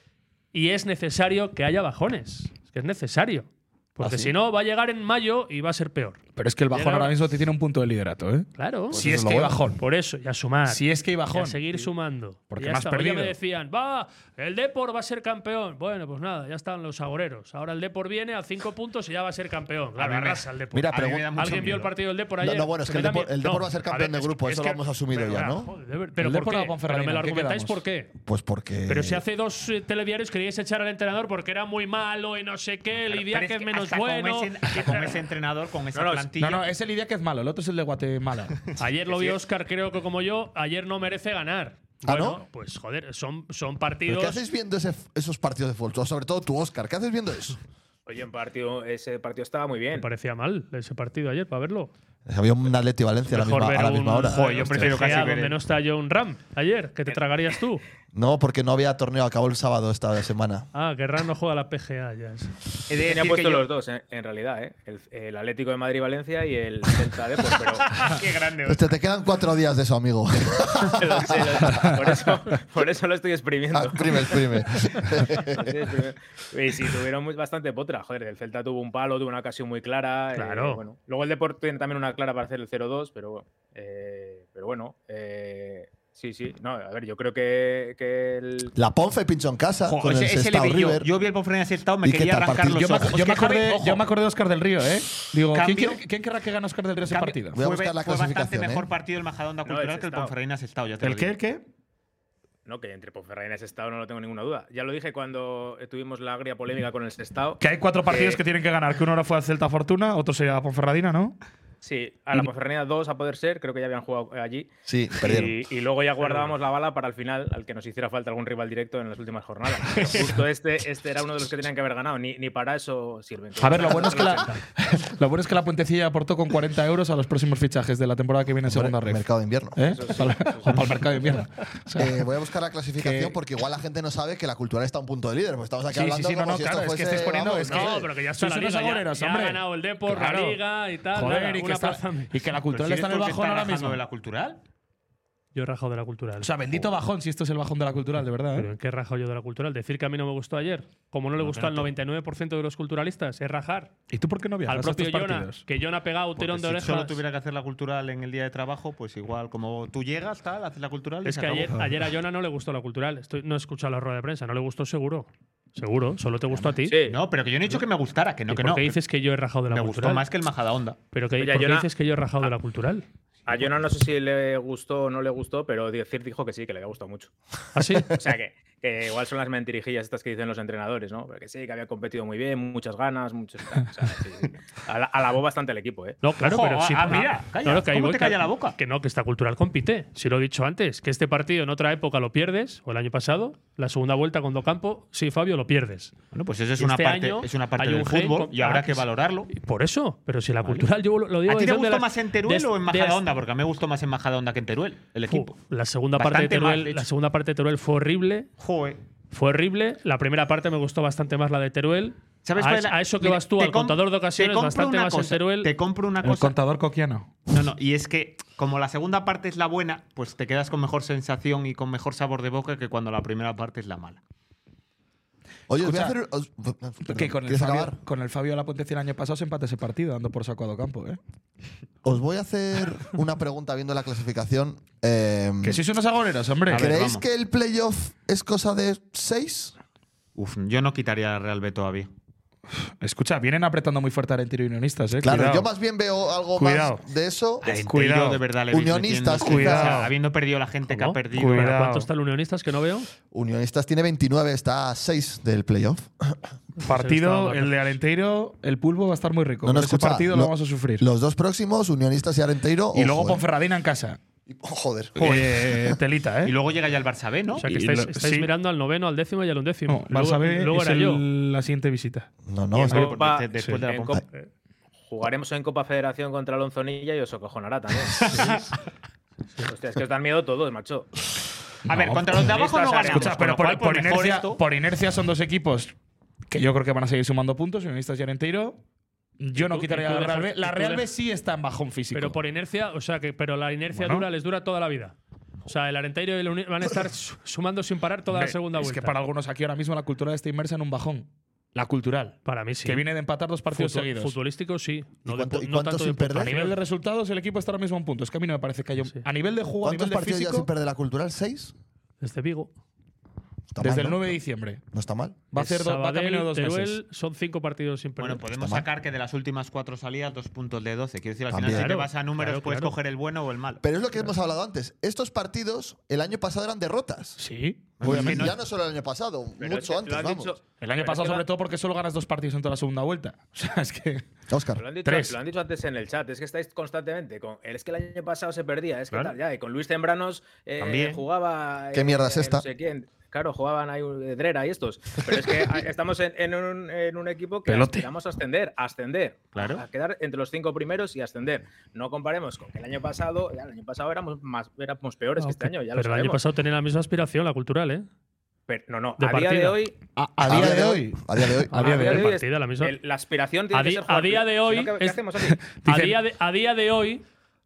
Speaker 2: Y es necesario que haya bajones. Es que es necesario. Porque si no, va a llegar en mayo y va a ser peor.
Speaker 3: Pero es que el bajón
Speaker 2: Llega-
Speaker 3: ahora mismo te tiene un punto de liderato, ¿eh?
Speaker 2: Claro.
Speaker 3: si es que hay bajón.
Speaker 2: Por eso, y a sumar.
Speaker 3: Si es que hay
Speaker 2: Y
Speaker 3: bajón.
Speaker 2: a seguir sumando.
Speaker 3: Porque
Speaker 2: Y ya
Speaker 3: más
Speaker 2: está. Hoy ya
Speaker 3: perdido.
Speaker 2: me decían, va, el Depor va a ser campeón. Bueno, pues nada, ya están los agoreros. Ahora el Depor viene a cinco puntos y ya va a ser campeón. Claro,
Speaker 4: mí me-
Speaker 2: arrasa el Depor.
Speaker 1: Mira,
Speaker 4: A mí me
Speaker 1: pregun-
Speaker 4: da mucho
Speaker 2: ¿Alguien vio
Speaker 4: miedo.
Speaker 2: el partido del Depor
Speaker 1: No,
Speaker 2: ayer?
Speaker 1: no, bueno, es
Speaker 2: Se
Speaker 1: que
Speaker 2: me
Speaker 1: el
Speaker 2: da
Speaker 1: Depor-
Speaker 2: miedo.
Speaker 1: el Depor
Speaker 2: No,
Speaker 1: va a ser campeón de
Speaker 2: es que-
Speaker 1: grupo,
Speaker 2: es
Speaker 1: eso
Speaker 2: que-
Speaker 1: lo hemos asumido
Speaker 2: pero,
Speaker 1: ya, ¿no?
Speaker 2: joder, pero
Speaker 3: ¿El
Speaker 2: ¿por
Speaker 3: Depor o
Speaker 2: qué?
Speaker 3: Ponferradina?
Speaker 2: Pero me lo
Speaker 3: ¿En qué
Speaker 2: argumentáis
Speaker 3: quedamos?
Speaker 2: por qué.
Speaker 1: Pues porque.
Speaker 2: Pero si hace dos eh, telediarios queríais echar al entrenador porque era muy malo y no sé qué,
Speaker 4: Pero-
Speaker 2: Lidia
Speaker 4: pero
Speaker 2: que es
Speaker 4: que
Speaker 2: menos
Speaker 4: hasta con
Speaker 2: bueno.
Speaker 4: ese- hasta con ese entrenador, con esa
Speaker 5: No, no, es-
Speaker 4: plantilla.
Speaker 3: No, no, es el idea que es malo, el otro es el de Guatemala.
Speaker 2: Ayer lo vio Oscar, creo que como yo, ayer no merece ganar.
Speaker 1: ¿Ah,
Speaker 2: bueno,
Speaker 1: no?
Speaker 2: pues joder, son, son
Speaker 1: ¿Pero
Speaker 2: partidos.
Speaker 1: ¿Qué haces viendo ese- esos partidos de fútbol? Sobre todo tú, Oscar. ¿Qué haces viendo eso?
Speaker 5: Oye, en partido, ese partido estaba muy bien.
Speaker 2: Me parecía mal ese partido ayer para verlo.
Speaker 1: Había un Atleti Valencia a la
Speaker 2: Mejor
Speaker 1: misma,
Speaker 2: ver
Speaker 1: a la
Speaker 2: un
Speaker 1: misma hora.
Speaker 2: Joder,
Speaker 4: yo
Speaker 2: hostia,
Speaker 4: prefiero casi
Speaker 2: GA
Speaker 4: ver
Speaker 2: donde
Speaker 4: el-
Speaker 2: no está John Ram ayer,
Speaker 5: Eh.
Speaker 2: que te tragarías tú.
Speaker 1: No, porque no había torneo, acabó el sábado esta semana.
Speaker 2: Ah, que Ram no juega la PGA ya. es-
Speaker 4: He
Speaker 5: Tenía
Speaker 4: de decir
Speaker 5: puesto
Speaker 4: que yo-
Speaker 5: los dos, eh, en realidad, ¿eh? el, el Atlético de Madrid-Valencia y el Celta Depor, pero
Speaker 4: Qué grande.
Speaker 1: Pues te, te quedan cuatro días de eso, amigo.
Speaker 5: se lo- se lo- por, eso, por eso lo estoy exprimiendo.
Speaker 1: Ah, Exprime, exprime.
Speaker 5: Lo estoy exprimiendo. Y sí, tuvieron muy- bastante potra. Joder, el Celta tuvo un palo, tuvo una ocasión muy clara. eh,
Speaker 2: Claro.
Speaker 5: bueno. Luego el Depor tiene también una clara para hacer el 0-2, pero, eh, pero bueno. eh, sí, sí. No, a ver, yo creo que, que el.
Speaker 1: La Ponfe pinchó en casa
Speaker 4: Joder,
Speaker 1: con el
Speaker 4: ese- ese le
Speaker 1: Sestao
Speaker 4: vi yo.
Speaker 1: River.
Speaker 4: Yo vi el Ponferradina Sestao, me
Speaker 1: ¿Y qué
Speaker 4: quería
Speaker 1: tal
Speaker 4: arrancar
Speaker 1: partido?
Speaker 4: los
Speaker 3: Yo me,
Speaker 4: ojos.
Speaker 3: yo me
Speaker 4: Es que, Javi,
Speaker 3: acordé,
Speaker 4: ojo,
Speaker 3: yo me acordé de Oscar del Río, ¿eh? Digo, ¿quién,
Speaker 4: Cambio.
Speaker 3: quiere- quién querrá que gane Oscar del Río ese
Speaker 4: cambio-
Speaker 3: partido?
Speaker 1: Voy a
Speaker 4: fue,
Speaker 1: buscar la
Speaker 4: fue bastante
Speaker 1: clasificación, ¿eh?
Speaker 4: mejor partido el Majadahonda
Speaker 5: No, el
Speaker 4: Cultural que el
Speaker 5: Sestao.
Speaker 4: Ponferradina Sestao. Ya te
Speaker 3: ¿El
Speaker 4: lo
Speaker 3: qué?
Speaker 4: digo.
Speaker 3: ¿El qué?
Speaker 5: No, que entre Ponferradina y Sestao no lo tengo ninguna duda. Ya lo dije cuando tuvimos la agria polémica con el Sestao.
Speaker 3: Que hay cuatro partidos
Speaker 5: Eh,
Speaker 3: que tienen que ganar, que uno ahora fue al Celta Fortuna, otro sería a Ponferradina, ¿no?
Speaker 5: Sí,
Speaker 4: Mm.
Speaker 5: a la Ponferradina 2 a poder ser, creo que ya habían jugado eh, allí.
Speaker 1: Sí, perdieron.
Speaker 5: Y, y luego ya guardábamos la bala para el final, al que nos hiciera falta algún rival directo en las últimas jornadas. Pero justo este, este era uno de los que tenían que haber ganado, ni, ni para eso sirven.
Speaker 3: A ver, lo bueno es que la, lo bueno es que la puentecilla aportó con 40 euros a los próximos fichajes de la temporada que viene en segunda red.
Speaker 1: Mercado de invierno.
Speaker 3: ¿Eh? Para, para el mercado de invierno. O sea,
Speaker 1: Eh, voy a buscar la clasificación
Speaker 3: que-
Speaker 1: porque igual la gente no sabe que la cultural está a un punto de líder. Pues estamos aquí
Speaker 3: Sí,
Speaker 1: hablando
Speaker 3: sí, sí, no,
Speaker 1: como
Speaker 3: no,
Speaker 1: si
Speaker 3: claro,
Speaker 1: esto
Speaker 3: es que
Speaker 1: fuese,
Speaker 3: estáis poniendo-
Speaker 1: vamos,
Speaker 3: es que-
Speaker 2: No, pero que ya está
Speaker 3: Sois
Speaker 2: la
Speaker 3: unos
Speaker 2: liga. ya-
Speaker 3: agoreros,
Speaker 2: ya, ha
Speaker 3: hombre.
Speaker 2: ganado el Depor,
Speaker 3: Claro.
Speaker 2: la liga y tal.
Speaker 3: Joder,
Speaker 2: nada,
Speaker 3: y, que
Speaker 2: una
Speaker 3: está-
Speaker 2: plaza menos.
Speaker 3: y que la
Speaker 4: Pero
Speaker 3: cultura
Speaker 4: si eres
Speaker 3: está en el
Speaker 4: tú el que
Speaker 3: bajón
Speaker 4: está
Speaker 3: ahora
Speaker 4: rajando
Speaker 3: mismo.
Speaker 4: de la cultural?
Speaker 2: Yo he rajado de la cultural. Oh.
Speaker 3: O sea, bendito bajón si esto es el bajón de la cultural, de verdad.
Speaker 2: ¿Pero
Speaker 3: ¿eh?
Speaker 2: en qué he rajado yo de la cultural? Decir que a mí no me gustó ayer, como no le gustó al 99% de los culturalistas, es rajar
Speaker 3: ¿Y tú por qué no viajas
Speaker 2: al
Speaker 3: a
Speaker 2: propio
Speaker 3: estos
Speaker 2: Jonah,
Speaker 3: partidos?
Speaker 2: que Jonah ha pegado un
Speaker 4: Porque
Speaker 2: tirón de
Speaker 4: si solo
Speaker 2: orejas.
Speaker 4: tuviera que hacer la cultural en el día de trabajo, pues igual, como tú llegas, tal, haces la cultural y
Speaker 2: Es
Speaker 4: se
Speaker 2: que
Speaker 4: acabó.
Speaker 2: ayer, ayer a Jonah no le gustó la cultural. Estoy- no he escuchado la rueda de prensa, no le gustó seguro. Seguro, solo te gustó a ti.
Speaker 5: Sí,
Speaker 4: No, pero que yo no he dicho que me gustara, que no,
Speaker 2: ¿Y
Speaker 4: que
Speaker 2: por
Speaker 4: no.
Speaker 2: qué
Speaker 4: que
Speaker 2: dices que yo he rajado de la
Speaker 4: me
Speaker 2: cultural?
Speaker 4: gustó más que el Majadahonda.
Speaker 2: Pero que,
Speaker 5: Oye, Ah.
Speaker 2: ¿por qué
Speaker 5: Jonah-
Speaker 2: dices que yo he rajado de la cultural?
Speaker 5: a Jonah no sé si le gustó o no le gustó, pero decir dijo que sí, que le había gustado mucho.
Speaker 2: ¿Ah, sí?
Speaker 5: O sea que, que igual son las mentirijillas estas que dicen los entrenadores, ¿no? Pero que sí, que había competido muy bien, muchas ganas, muchos. O sea, sí, sí. Ala- Alabó bastante el equipo, ¿eh?
Speaker 2: No, claro,
Speaker 4: Ojo,
Speaker 2: pero
Speaker 4: ah,
Speaker 2: sí.
Speaker 4: ah, mira, calla,
Speaker 2: que ahí
Speaker 4: ¿cómo
Speaker 2: voy,
Speaker 4: te
Speaker 2: que-
Speaker 4: calla la boca?
Speaker 2: Que no, que esta cultural compite. Si lo he dicho antes, que este partido en otra época lo pierdes, o el año pasado, la segunda vuelta con Docampo, sí, Fabio, lo pierdes.
Speaker 4: Bueno, pues eso es,
Speaker 2: Y
Speaker 4: una,
Speaker 2: este
Speaker 4: parte,
Speaker 2: año
Speaker 4: es una parte
Speaker 2: hay
Speaker 4: del
Speaker 2: un gen
Speaker 4: fútbol
Speaker 2: con-
Speaker 4: y habrá
Speaker 2: ah,
Speaker 4: que
Speaker 2: sí.
Speaker 4: valorarlo.
Speaker 2: Por eso, pero si la cultural, yo lo- lo digo
Speaker 4: ¿A ti te
Speaker 2: desde
Speaker 4: gustó
Speaker 2: la-
Speaker 4: más en
Speaker 2: des-
Speaker 4: Teruel o en
Speaker 2: des-
Speaker 4: Majadahonda? Porque a mí me gustó más en Majadahonda que en Teruel, el
Speaker 2: Ju,
Speaker 4: equipo.
Speaker 2: La segunda, parte de
Speaker 4: Bastante mal,
Speaker 2: Teruel,
Speaker 4: de hecho.
Speaker 2: la segunda parte de Teruel fue horrible.
Speaker 4: Joder.
Speaker 2: Fue horrible. La primera parte me gustó bastante más la de Teruel.
Speaker 4: ¿Sabes
Speaker 2: a,
Speaker 4: cuál es la-
Speaker 2: a eso que
Speaker 4: Mira,
Speaker 2: vas tú,
Speaker 4: te
Speaker 2: al
Speaker 4: com-
Speaker 2: contador de
Speaker 4: te
Speaker 2: ocasiones,
Speaker 4: compro
Speaker 2: bastante
Speaker 4: una
Speaker 2: más
Speaker 4: cosa,
Speaker 2: en Teruel.
Speaker 4: Te compro una
Speaker 3: El
Speaker 4: cosa.
Speaker 3: contador coquiano.
Speaker 4: No, no, y es que como la segunda parte es la buena, pues te quedas con mejor sensación y con mejor sabor de boca que cuando la primera parte es la mala.
Speaker 1: Oye, os voy a
Speaker 3: Escucha,
Speaker 1: hacer. os- perdón,
Speaker 3: Que con el,
Speaker 1: ¿quieres
Speaker 3: Fabio,
Speaker 1: acabar?
Speaker 3: con el Fabio Alaponte el año pasado se empata ese partido, dando por saco a Docampo,
Speaker 1: Mm.
Speaker 3: ¿eh?
Speaker 1: Os voy a hacer una pregunta viendo la clasificación. Eh,
Speaker 3: Que sois unos agoreros, hombre.
Speaker 4: A ver,
Speaker 1: ¿Creéis
Speaker 4: vamos.
Speaker 1: que el playoff es cosa de 6?
Speaker 4: Uf, yo no quitaría a Real B todavía.
Speaker 3: Escucha, vienen apretando muy fuerte a Arentiro y Unionistas, ¿eh?
Speaker 1: Claro,
Speaker 3: Cuidado.
Speaker 1: yo más bien veo algo
Speaker 3: Cuidado.
Speaker 1: más de eso.
Speaker 4: A Enteiro,
Speaker 3: Cuidado.
Speaker 4: de verdad, le veis
Speaker 1: Unionistas,
Speaker 4: metiendo-
Speaker 3: cuidado.
Speaker 4: O sea, habiendo perdido la gente que ha
Speaker 2: ¿Cómo?
Speaker 4: perdido.
Speaker 2: ¿Para
Speaker 3: Cuidado.
Speaker 2: ¿Cuánto está el Unionistas que no veo?
Speaker 1: Unionistas tiene 29, está a 6 del playoff.
Speaker 3: Partido,
Speaker 2: Eso está
Speaker 3: el de Arenteiro, el pulvo va a estar muy rico.
Speaker 1: No, no,
Speaker 3: Ese
Speaker 1: escucha,
Speaker 3: partido lo,
Speaker 1: lo-
Speaker 3: vamos a sufrir.
Speaker 1: Los dos próximos, Unionistas y Arenteiro.
Speaker 3: y luego
Speaker 1: ojo, eh.
Speaker 3: Ponferradina en casa.
Speaker 1: Joder.
Speaker 3: Eh, telita, ¿eh?
Speaker 4: Y luego llega ya el Barça B, ¿no?
Speaker 2: O sea,
Speaker 3: Y
Speaker 2: que estáis,
Speaker 3: lo-
Speaker 2: estáis
Speaker 3: sí.
Speaker 2: mirando al noveno, al décimo y al undécimo.
Speaker 3: No, Barça B
Speaker 2: luego
Speaker 3: es
Speaker 2: era
Speaker 3: el-
Speaker 2: yo.
Speaker 3: la siguiente visita.
Speaker 1: No,
Speaker 5: Y
Speaker 1: no,
Speaker 5: en
Speaker 1: es-
Speaker 4: Pero
Speaker 5: Copa-
Speaker 4: de- después de la
Speaker 5: en
Speaker 4: Ponfe.
Speaker 5: Copa- eh, Jugaremos en Copa Federación contra Alonzonilla y os acojonará también. Hostia, es que os dan miedo todos, macho.
Speaker 4: A ver,
Speaker 3: No,
Speaker 4: contra los de abajo no
Speaker 5: Escucha,
Speaker 4: ganamos.
Speaker 3: Escucha,
Speaker 4: con
Speaker 3: pero
Speaker 4: lo
Speaker 3: por,
Speaker 4: cual,
Speaker 3: por
Speaker 4: pues, mejor
Speaker 3: inercia,
Speaker 4: esto.
Speaker 3: por inercia son dos equipos que yo creo que van a seguir sumando puntos, Unionistas y Arenteiro. Yo no
Speaker 2: tú-
Speaker 3: quitaría
Speaker 2: y tú
Speaker 3: a la Real B.
Speaker 2: dejas- y
Speaker 3: La
Speaker 2: tú
Speaker 3: Real B
Speaker 2: dejas-
Speaker 3: sí está en bajón físico.
Speaker 2: Pero por inercia, o sea, que pero la inercia
Speaker 3: Bueno.
Speaker 2: dura les dura toda la vida. O sea, el Arenteiro y el Uni- van a estar su- sumando sin parar toda la
Speaker 3: Hombre,
Speaker 2: segunda vuelta.
Speaker 3: Es que para algunos aquí ahora mismo la cultura está inmersa en un bajón. La cultural.
Speaker 2: Para mí sí.
Speaker 3: Que viene de empatar dos partidos
Speaker 2: Futu-
Speaker 3: seguidos.
Speaker 2: Futbolístico sí. No, de
Speaker 1: cuánto-
Speaker 2: pu-
Speaker 1: y
Speaker 2: no
Speaker 1: cuánto
Speaker 2: tanto
Speaker 1: sin
Speaker 2: de
Speaker 1: perder?
Speaker 3: A nivel de
Speaker 2: puntuación.
Speaker 3: resultados, el equipo está ahora mismo en puntos. Es que a mí no me parece que haya un.
Speaker 2: Sí.
Speaker 3: A nivel de juego, a
Speaker 1: ¿Cuántos
Speaker 3: nivel de
Speaker 1: partidos ya sin
Speaker 3: físico,
Speaker 1: perder la cultural? ¿6?
Speaker 2: Desde Vigo.
Speaker 3: desde el 9 de diciembre.
Speaker 1: No está mal.
Speaker 3: Va a ser do- va
Speaker 2: Sabadell,
Speaker 3: camino de dos
Speaker 2: Teruel,
Speaker 3: meses.
Speaker 2: Son cinco partidos sin perder.
Speaker 4: Bueno, podemos
Speaker 1: Está mal.
Speaker 4: sacar que de las últimas cuatro salidas, dos puntos de 12. Quiero decir, al
Speaker 1: También.
Speaker 4: final, si te
Speaker 2: Claro,
Speaker 4: vas a números,
Speaker 2: claro,
Speaker 4: puedes
Speaker 2: claro.
Speaker 4: coger el bueno o el malo.
Speaker 1: Pero es lo que hemos hablado antes. Estos partidos el año pasado eran derrotas.
Speaker 3: Sí.
Speaker 4: Obviamente.
Speaker 1: Ya no solo el año pasado,
Speaker 5: Pero es que
Speaker 1: mucho
Speaker 5: lo
Speaker 1: antes,
Speaker 5: han
Speaker 1: vamos.
Speaker 5: dicho-
Speaker 3: El año
Speaker 5: pero
Speaker 3: pasado,
Speaker 5: es que
Speaker 3: sobre
Speaker 5: lo-
Speaker 3: todo, porque solo ganas dos partidos en toda la segunda vuelta. O sea, es que.
Speaker 5: pero Lo
Speaker 1: Óscar.
Speaker 5: han, dicho,
Speaker 3: Tres.
Speaker 5: lo han dicho antes en el chat, es que estáis constantemente con. Es que el año pasado se perdía, es que
Speaker 4: Claro.
Speaker 5: tal, ya. Y con Luis Tembranos eh,
Speaker 4: También.
Speaker 5: jugaba.
Speaker 1: ¿Qué
Speaker 5: eh,
Speaker 1: mierda es esta?
Speaker 5: No sé quién. Claro, jugaban ahí un- Edrera y estos. Pero es que a- estamos en, en un, en un equipo que
Speaker 3: Pelote.
Speaker 5: aspiramos a ascender, a ascender.
Speaker 4: Claro.
Speaker 5: A quedar entre los cinco primeros y ascender. No comparemos con que el año pasado, ya, el año pasado éramos, más, éramos peores que este año, ya lo
Speaker 2: pero el año
Speaker 5: sabemos.
Speaker 2: pasado tenía la misma aspiración, la cultural, ¿eh?
Speaker 5: Pero- no, no,
Speaker 2: de
Speaker 5: a día de
Speaker 2: partida.
Speaker 5: hoy.
Speaker 3: A, a día de hoy.
Speaker 1: A día de hoy.
Speaker 3: A día de hoy.
Speaker 5: es-
Speaker 2: partida, la misma.
Speaker 5: el- la aspiración tiene
Speaker 2: A
Speaker 5: que
Speaker 2: di-
Speaker 5: ser
Speaker 2: a
Speaker 5: jugar
Speaker 2: día
Speaker 5: bien.
Speaker 2: de hoy
Speaker 5: Si no, ¿qué- qué
Speaker 2: es-
Speaker 5: hacemos aquí?
Speaker 2: A
Speaker 3: Dicen-
Speaker 2: día, de, a día de hoy,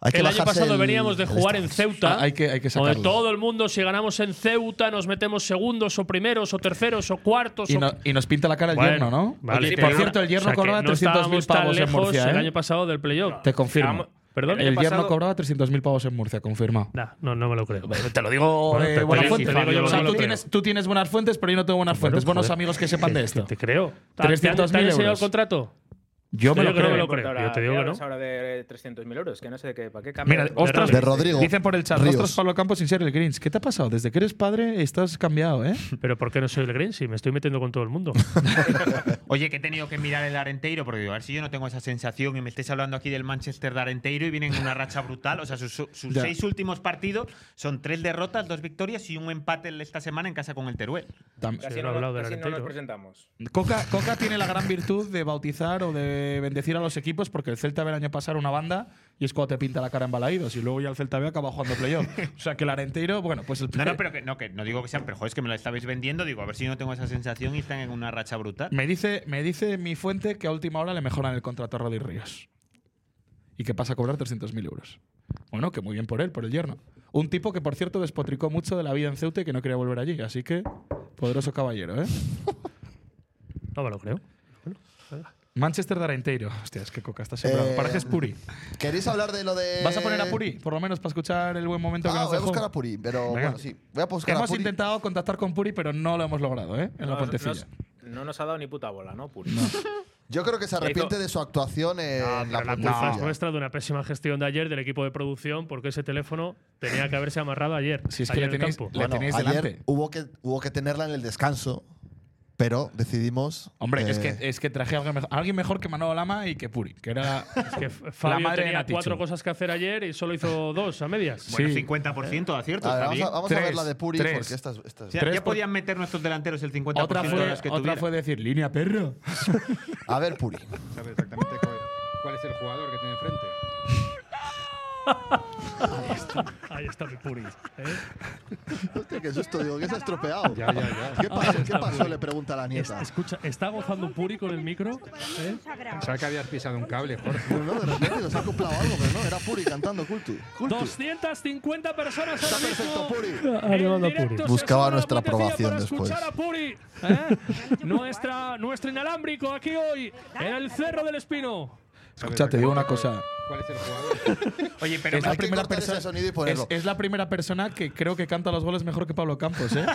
Speaker 1: Hay que
Speaker 2: el año
Speaker 1: bajarse
Speaker 2: pasado
Speaker 1: el-
Speaker 2: veníamos de
Speaker 1: el
Speaker 2: jugar en
Speaker 1: estatus.
Speaker 2: Ceuta.
Speaker 3: Ah, hay que- hay que
Speaker 2: donde
Speaker 3: sacarlo.
Speaker 2: todo el mundo, si ganamos en Ceuta, nos metemos segundos o primeros o terceros o cuartos.
Speaker 3: Y,
Speaker 2: o-
Speaker 3: no- y nos pinta la cara el
Speaker 2: Bueno,
Speaker 3: yerno, ¿no?
Speaker 2: vale,
Speaker 3: Oye,
Speaker 5: sí,
Speaker 3: por
Speaker 5: pero-
Speaker 3: cierto, el
Speaker 2: o
Speaker 3: yerno
Speaker 2: sea, que
Speaker 3: cobraba
Speaker 2: no
Speaker 3: 300.000
Speaker 2: estábamos tan
Speaker 3: pavos en
Speaker 2: lejos
Speaker 3: Murcia,
Speaker 2: el
Speaker 3: ¿eh?
Speaker 2: año pasado del playoff.
Speaker 3: Te confirmo.
Speaker 5: Estábamos-
Speaker 2: ¿Perdón?
Speaker 3: El yerno
Speaker 5: pasado-
Speaker 3: cobraba 300.000 pavos en Murcia, confirmado.
Speaker 2: Nah, no, no me lo creo.
Speaker 3: Te lo digo
Speaker 2: Bueno,
Speaker 3: eh,
Speaker 2: te- te
Speaker 3: buena
Speaker 2: digo-
Speaker 3: fuente.
Speaker 2: te digo yo
Speaker 3: O sea,
Speaker 2: lo que
Speaker 3: tú
Speaker 2: creo.
Speaker 3: tienes, tú tienes buenas fuentes, pero yo no tengo buenas fuentes. pues Buenos
Speaker 2: joder.
Speaker 3: amigos que sepan de
Speaker 2: Te-
Speaker 3: esto.
Speaker 2: Te creo. ¿Te han-
Speaker 3: 300.000
Speaker 2: ¿Te han enseñado el
Speaker 3: euros.
Speaker 2: contrato?
Speaker 3: Yo me
Speaker 2: Yo
Speaker 3: lo
Speaker 2: creo que
Speaker 3: creo.
Speaker 2: lo- creo,
Speaker 5: Ahora,
Speaker 2: yo te digo
Speaker 5: ¿qué
Speaker 2: que
Speaker 5: hablas
Speaker 2: no.
Speaker 5: ahora de 300.000 euros, que no sé de qué, ¿para qué cambia?
Speaker 3: Mira,
Speaker 5: de-
Speaker 3: ostras,
Speaker 1: De Rodrigo.
Speaker 3: dicen por el chat,
Speaker 1: Ríos.
Speaker 3: ostras Pablo Campos sin ser el Greens. ¿Qué te ha pasado? Desde que eres padre estás cambiado, ¿eh?
Speaker 2: ¿Pero por qué no soy el Green? Si me estoy metiendo con todo el mundo.
Speaker 4: Oye, que he tenido que mirar el Arenteiro, porque digo, a ver si yo no tengo esa sensación y me estáis hablando aquí del Manchester de Arenteiro y vienen en una racha brutal. O sea, sus, sus
Speaker 3: Ya.
Speaker 4: seis últimos partidos son tres derrotas, dos victorias y un empate esta semana en casa con el Teruel.
Speaker 3: Tam-
Speaker 5: Casi
Speaker 2: Sí, no
Speaker 5: no,
Speaker 2: he hablado del
Speaker 5: casi no nos
Speaker 2: Arenteiro.
Speaker 5: presentamos.
Speaker 3: Coca, Coca tiene la gran virtud de bautizar o de bendecir a los equipos porque el Celta ve el año pasar una banda y es cuando te pinta la cara en balaídos y luego ya el Celta ve acaba jugando playoff. O sea que el Arenteiro, bueno, pues el
Speaker 4: No, no, pero que no, que no digo que sean, pero joder, es que me lo estabais vendiendo. Digo, a ver si no tengo esa sensación y están en una racha brutal.
Speaker 3: me dice, me dice mi fuente que a última hora le mejoran el contrato a Rodri Ríos y que pasa a cobrar 300.000 euros. Bueno, que muy bien por él, por el yerno. Un tipo que, por cierto, despotricó mucho de la vida en Ceuta y que no quería volver allí. Así que, poderoso caballero, ¿eh?
Speaker 2: No me lo creo.
Speaker 3: Manchester de Arenteiro. Hostia, es que Coca está sembrado.
Speaker 1: Eh,
Speaker 3: Pareces Puri.
Speaker 1: ¿Queréis hablar de lo de.
Speaker 3: ¿Vas a poner a Puri? Por lo menos para escuchar el buen momento que
Speaker 1: Ah,
Speaker 3: nos
Speaker 1: voy a
Speaker 3: dejó.
Speaker 1: buscar a Puri, pero
Speaker 3: Venga.
Speaker 1: bueno, sí. Voy a buscar a
Speaker 3: Hemos
Speaker 1: Puri.
Speaker 3: intentado contactar con Puri, pero no lo hemos logrado, ¿eh? En la
Speaker 5: No,
Speaker 3: puentecilla.
Speaker 5: nos- no nos ha dado ni puta bola, ¿no, Puri?
Speaker 1: Yo creo que se arrepiente de su actuación en la
Speaker 2: Pero la culpa
Speaker 1: puentecilla.
Speaker 2: es nuestra de una pésima gestión de ayer del equipo de producción porque ese teléfono tenía que haberse amarrado ayer.
Speaker 3: Si es que
Speaker 2: ayer
Speaker 3: le
Speaker 2: en el
Speaker 3: tenéis-
Speaker 2: campo.
Speaker 3: le-
Speaker 1: Bueno,
Speaker 3: teníais
Speaker 1: ayer
Speaker 3: delante.
Speaker 1: hubo que, hubo que tenerla en el descanso, pero decidimos.
Speaker 3: Hombre, es,
Speaker 1: eh,
Speaker 3: que, es que traje a alguien mejor, a alguien mejor que Manolo Lama y que Puri, que era.
Speaker 2: Es que F- Fabio
Speaker 3: madre de
Speaker 2: tenía
Speaker 3: Natichu.
Speaker 2: cuatro cosas que hacer ayer y solo hizo dos a medias.
Speaker 4: Bueno,
Speaker 3: Sí.
Speaker 4: 50% de acierto.
Speaker 1: a ver,
Speaker 4: está
Speaker 1: vamos
Speaker 4: bien.
Speaker 1: a, vamos a ver
Speaker 3: Eh, Tres,
Speaker 1: la de Puri,
Speaker 3: tres.
Speaker 1: porque esta es. esta
Speaker 4: O
Speaker 1: es-
Speaker 4: sea,
Speaker 3: Tres
Speaker 4: ya
Speaker 3: por-
Speaker 4: podían meter nuestros delanteros el 50%
Speaker 3: otra
Speaker 4: de
Speaker 3: fue,
Speaker 4: los que
Speaker 3: otra
Speaker 4: tuvieran.
Speaker 3: fue decir, línea perro.
Speaker 1: A ver, Puri.
Speaker 6: sabe exactamente cuál, cuál es el jugador que tiene enfrente.
Speaker 2: Ahí está mi puris. ¿eh?
Speaker 1: Hostia, qué susto, digo, que se ha estropeado.
Speaker 6: Ya, ya, ya.
Speaker 1: ¿Qué pasó? ¿Qué pasó? Le pregunta la
Speaker 2: Es-
Speaker 1: nieta.
Speaker 2: escucha, ¿está gozando un puri con el micro? ¿Eh?
Speaker 6: Pensaba que habías pisado un cable, Jorge.
Speaker 1: Bueno, no, de repente nos ha acoplado algo, pero no, era Puri cantando Cultu. Cultu.
Speaker 2: 250 personas
Speaker 1: Está
Speaker 2: ahora
Speaker 1: perfecto,
Speaker 2: mismo.
Speaker 1: Puri.
Speaker 2: en directo se
Speaker 1: Buscaba
Speaker 2: asoma la
Speaker 1: nuestra aprobación
Speaker 2: puentecilla para
Speaker 1: después.
Speaker 2: escuchar a Puri, ¿eh? Nuestra, nuestro inalámbrico aquí hoy, en el Cerro del Espino.
Speaker 3: Escucha, te digo una cosa.
Speaker 6: ¿Cuál es el jugador?
Speaker 4: Oye, pero
Speaker 3: Es
Speaker 1: Hay
Speaker 3: la,
Speaker 1: que
Speaker 3: primera
Speaker 1: cortar ese
Speaker 3: persona,
Speaker 1: sonido y ponerlo.
Speaker 3: es, es la primera persona que creo que canta los goles mejor que Pablo Campos, ¿eh?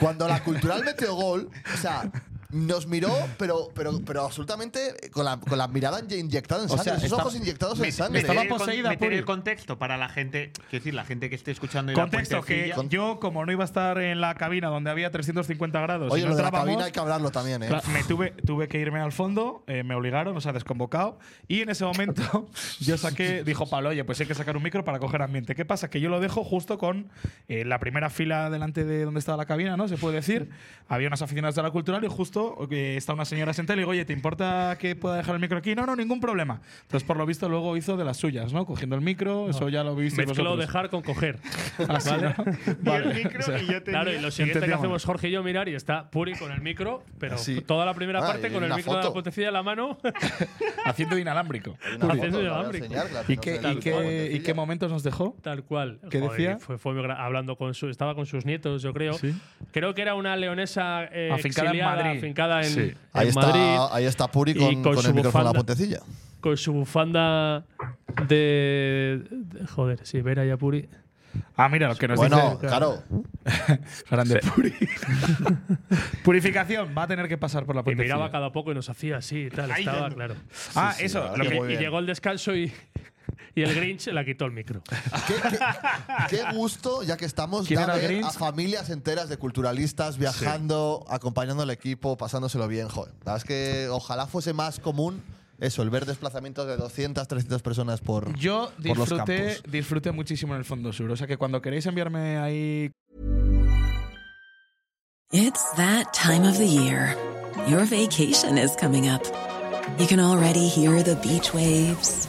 Speaker 1: Cuando la cultural metió gol, o sea, nos miró, pero, pero, pero absolutamente con la, con la mirada inye- inyectada en
Speaker 3: O
Speaker 1: sangre,
Speaker 3: sea,
Speaker 1: esos
Speaker 3: está-
Speaker 1: ojos inyectados en
Speaker 4: meter-
Speaker 1: sangre.
Speaker 4: meter
Speaker 3: Estaba
Speaker 4: el con-
Speaker 3: poseída,
Speaker 4: meter
Speaker 3: Puri.
Speaker 4: el contexto para la gente, quiero decir, la gente que esté escuchando y la
Speaker 3: Contexto, que
Speaker 4: puentecilla.
Speaker 3: yo, como no iba a estar en la cabina donde había 350 grados, y
Speaker 1: Oye,
Speaker 3: no
Speaker 1: lo de la
Speaker 3: entrábamos,
Speaker 1: cabina hay que hablarlo también, ¿eh?
Speaker 3: Claro, me tuve, tuve que irme al fondo, eh, me obligaron, o sea, desconvocado. Y en ese momento yo saqué, dijo Pablo, oye, pues hay que sacar un micro para coger ambiente. ¿Qué pasa? Que yo lo dejo justo con eh, la primera fila delante de donde estaba la cabina, ¿no? Se puede decir. Había unas aficionadas de la cultural y justo eh, está una señora sentada y le digo, oye, ¿te importa que pueda dejar el micro aquí? No, no, ningún problema. Entonces, por lo visto, luego hizo de las suyas, ¿no? Cogiendo el micro, eso ya lo visteis
Speaker 2: Mezcló
Speaker 3: vosotros.
Speaker 2: dejar con coger.
Speaker 3: Así,
Speaker 2: ¿vale?
Speaker 3: ¿no?
Speaker 4: Y el
Speaker 3: Vale,
Speaker 4: micro
Speaker 3: o sea,
Speaker 4: y yo tenía-
Speaker 2: Claro, y lo siguiente que
Speaker 3: Entendíamos.
Speaker 2: hacemos Jorge y yo mirar y está Puri con el micro, pero
Speaker 1: Así.
Speaker 2: toda la primera
Speaker 1: Ah,
Speaker 2: parte
Speaker 1: y
Speaker 2: con el
Speaker 1: una
Speaker 2: micro de la
Speaker 1: foto.
Speaker 2: puentecilla en la mano.
Speaker 3: haciendo inalámbrico.
Speaker 1: Una foto, la
Speaker 2: Puri.
Speaker 1: voy a
Speaker 2: Inalámbrico.
Speaker 1: enseñar, claro,
Speaker 3: ¿Y
Speaker 1: no
Speaker 3: qué,
Speaker 1: sé,
Speaker 3: y, qué,
Speaker 1: la
Speaker 3: ¿Y qué momentos nos dejó?
Speaker 2: Tal cual.
Speaker 3: ¿Qué decía?
Speaker 2: Fue, fue muy gra- hablando con su, estaba con sus nietos, yo creo.
Speaker 3: Sí.
Speaker 2: Creo que era una leonesa eh,
Speaker 3: Afincada en
Speaker 2: exiliada,
Speaker 3: Madrid.
Speaker 2: afincada en,
Speaker 3: Sí.
Speaker 2: en
Speaker 1: Ahí
Speaker 2: Madrid,
Speaker 1: está, ahí está Puri
Speaker 2: y
Speaker 1: con,
Speaker 2: con
Speaker 1: con
Speaker 2: su
Speaker 1: el micrófono en la
Speaker 2: bufanda.
Speaker 1: puentecilla.
Speaker 2: con su bufanda de, de- joder, sí, Vera Yapuri.
Speaker 3: Ah, mira, lo que nos
Speaker 1: Bueno,
Speaker 3: dice.
Speaker 1: claro.
Speaker 3: Grande Puri. Purificación. Va a tener que pasar por la
Speaker 2: Y
Speaker 3: puertecilla.
Speaker 2: miraba cada poco y nos hacía así y tal.
Speaker 4: Ahí
Speaker 2: Estaba
Speaker 4: dando-
Speaker 2: claro.
Speaker 3: Ah,
Speaker 1: sí,
Speaker 3: eso.
Speaker 1: la
Speaker 3: lo
Speaker 1: verdad
Speaker 3: que-
Speaker 1: que muy
Speaker 2: Y
Speaker 1: bien.
Speaker 2: llegó el descanso y, y el Grinch la quitó el micro.
Speaker 1: Qué, qué- qué gusto, ya que estamos,
Speaker 3: ¿Quién
Speaker 1: da
Speaker 3: era
Speaker 1: ver
Speaker 3: Grinch?
Speaker 1: a familias enteras de culturalistas viajando, acompañando al equipo, pasándoselo bien. Joder, la verdad es que ojalá fuese más común eso, el ver desplazamientos de 200, 300 personas por,
Speaker 3: yo
Speaker 1: por los
Speaker 3: disfruté,
Speaker 1: campos.
Speaker 3: disfruté muchísimo en el Fondo Sur. O sea que cuando queréis enviarme ahí
Speaker 7: It's that time of the year. Your vacation is coming up. You can already hear the beach waves,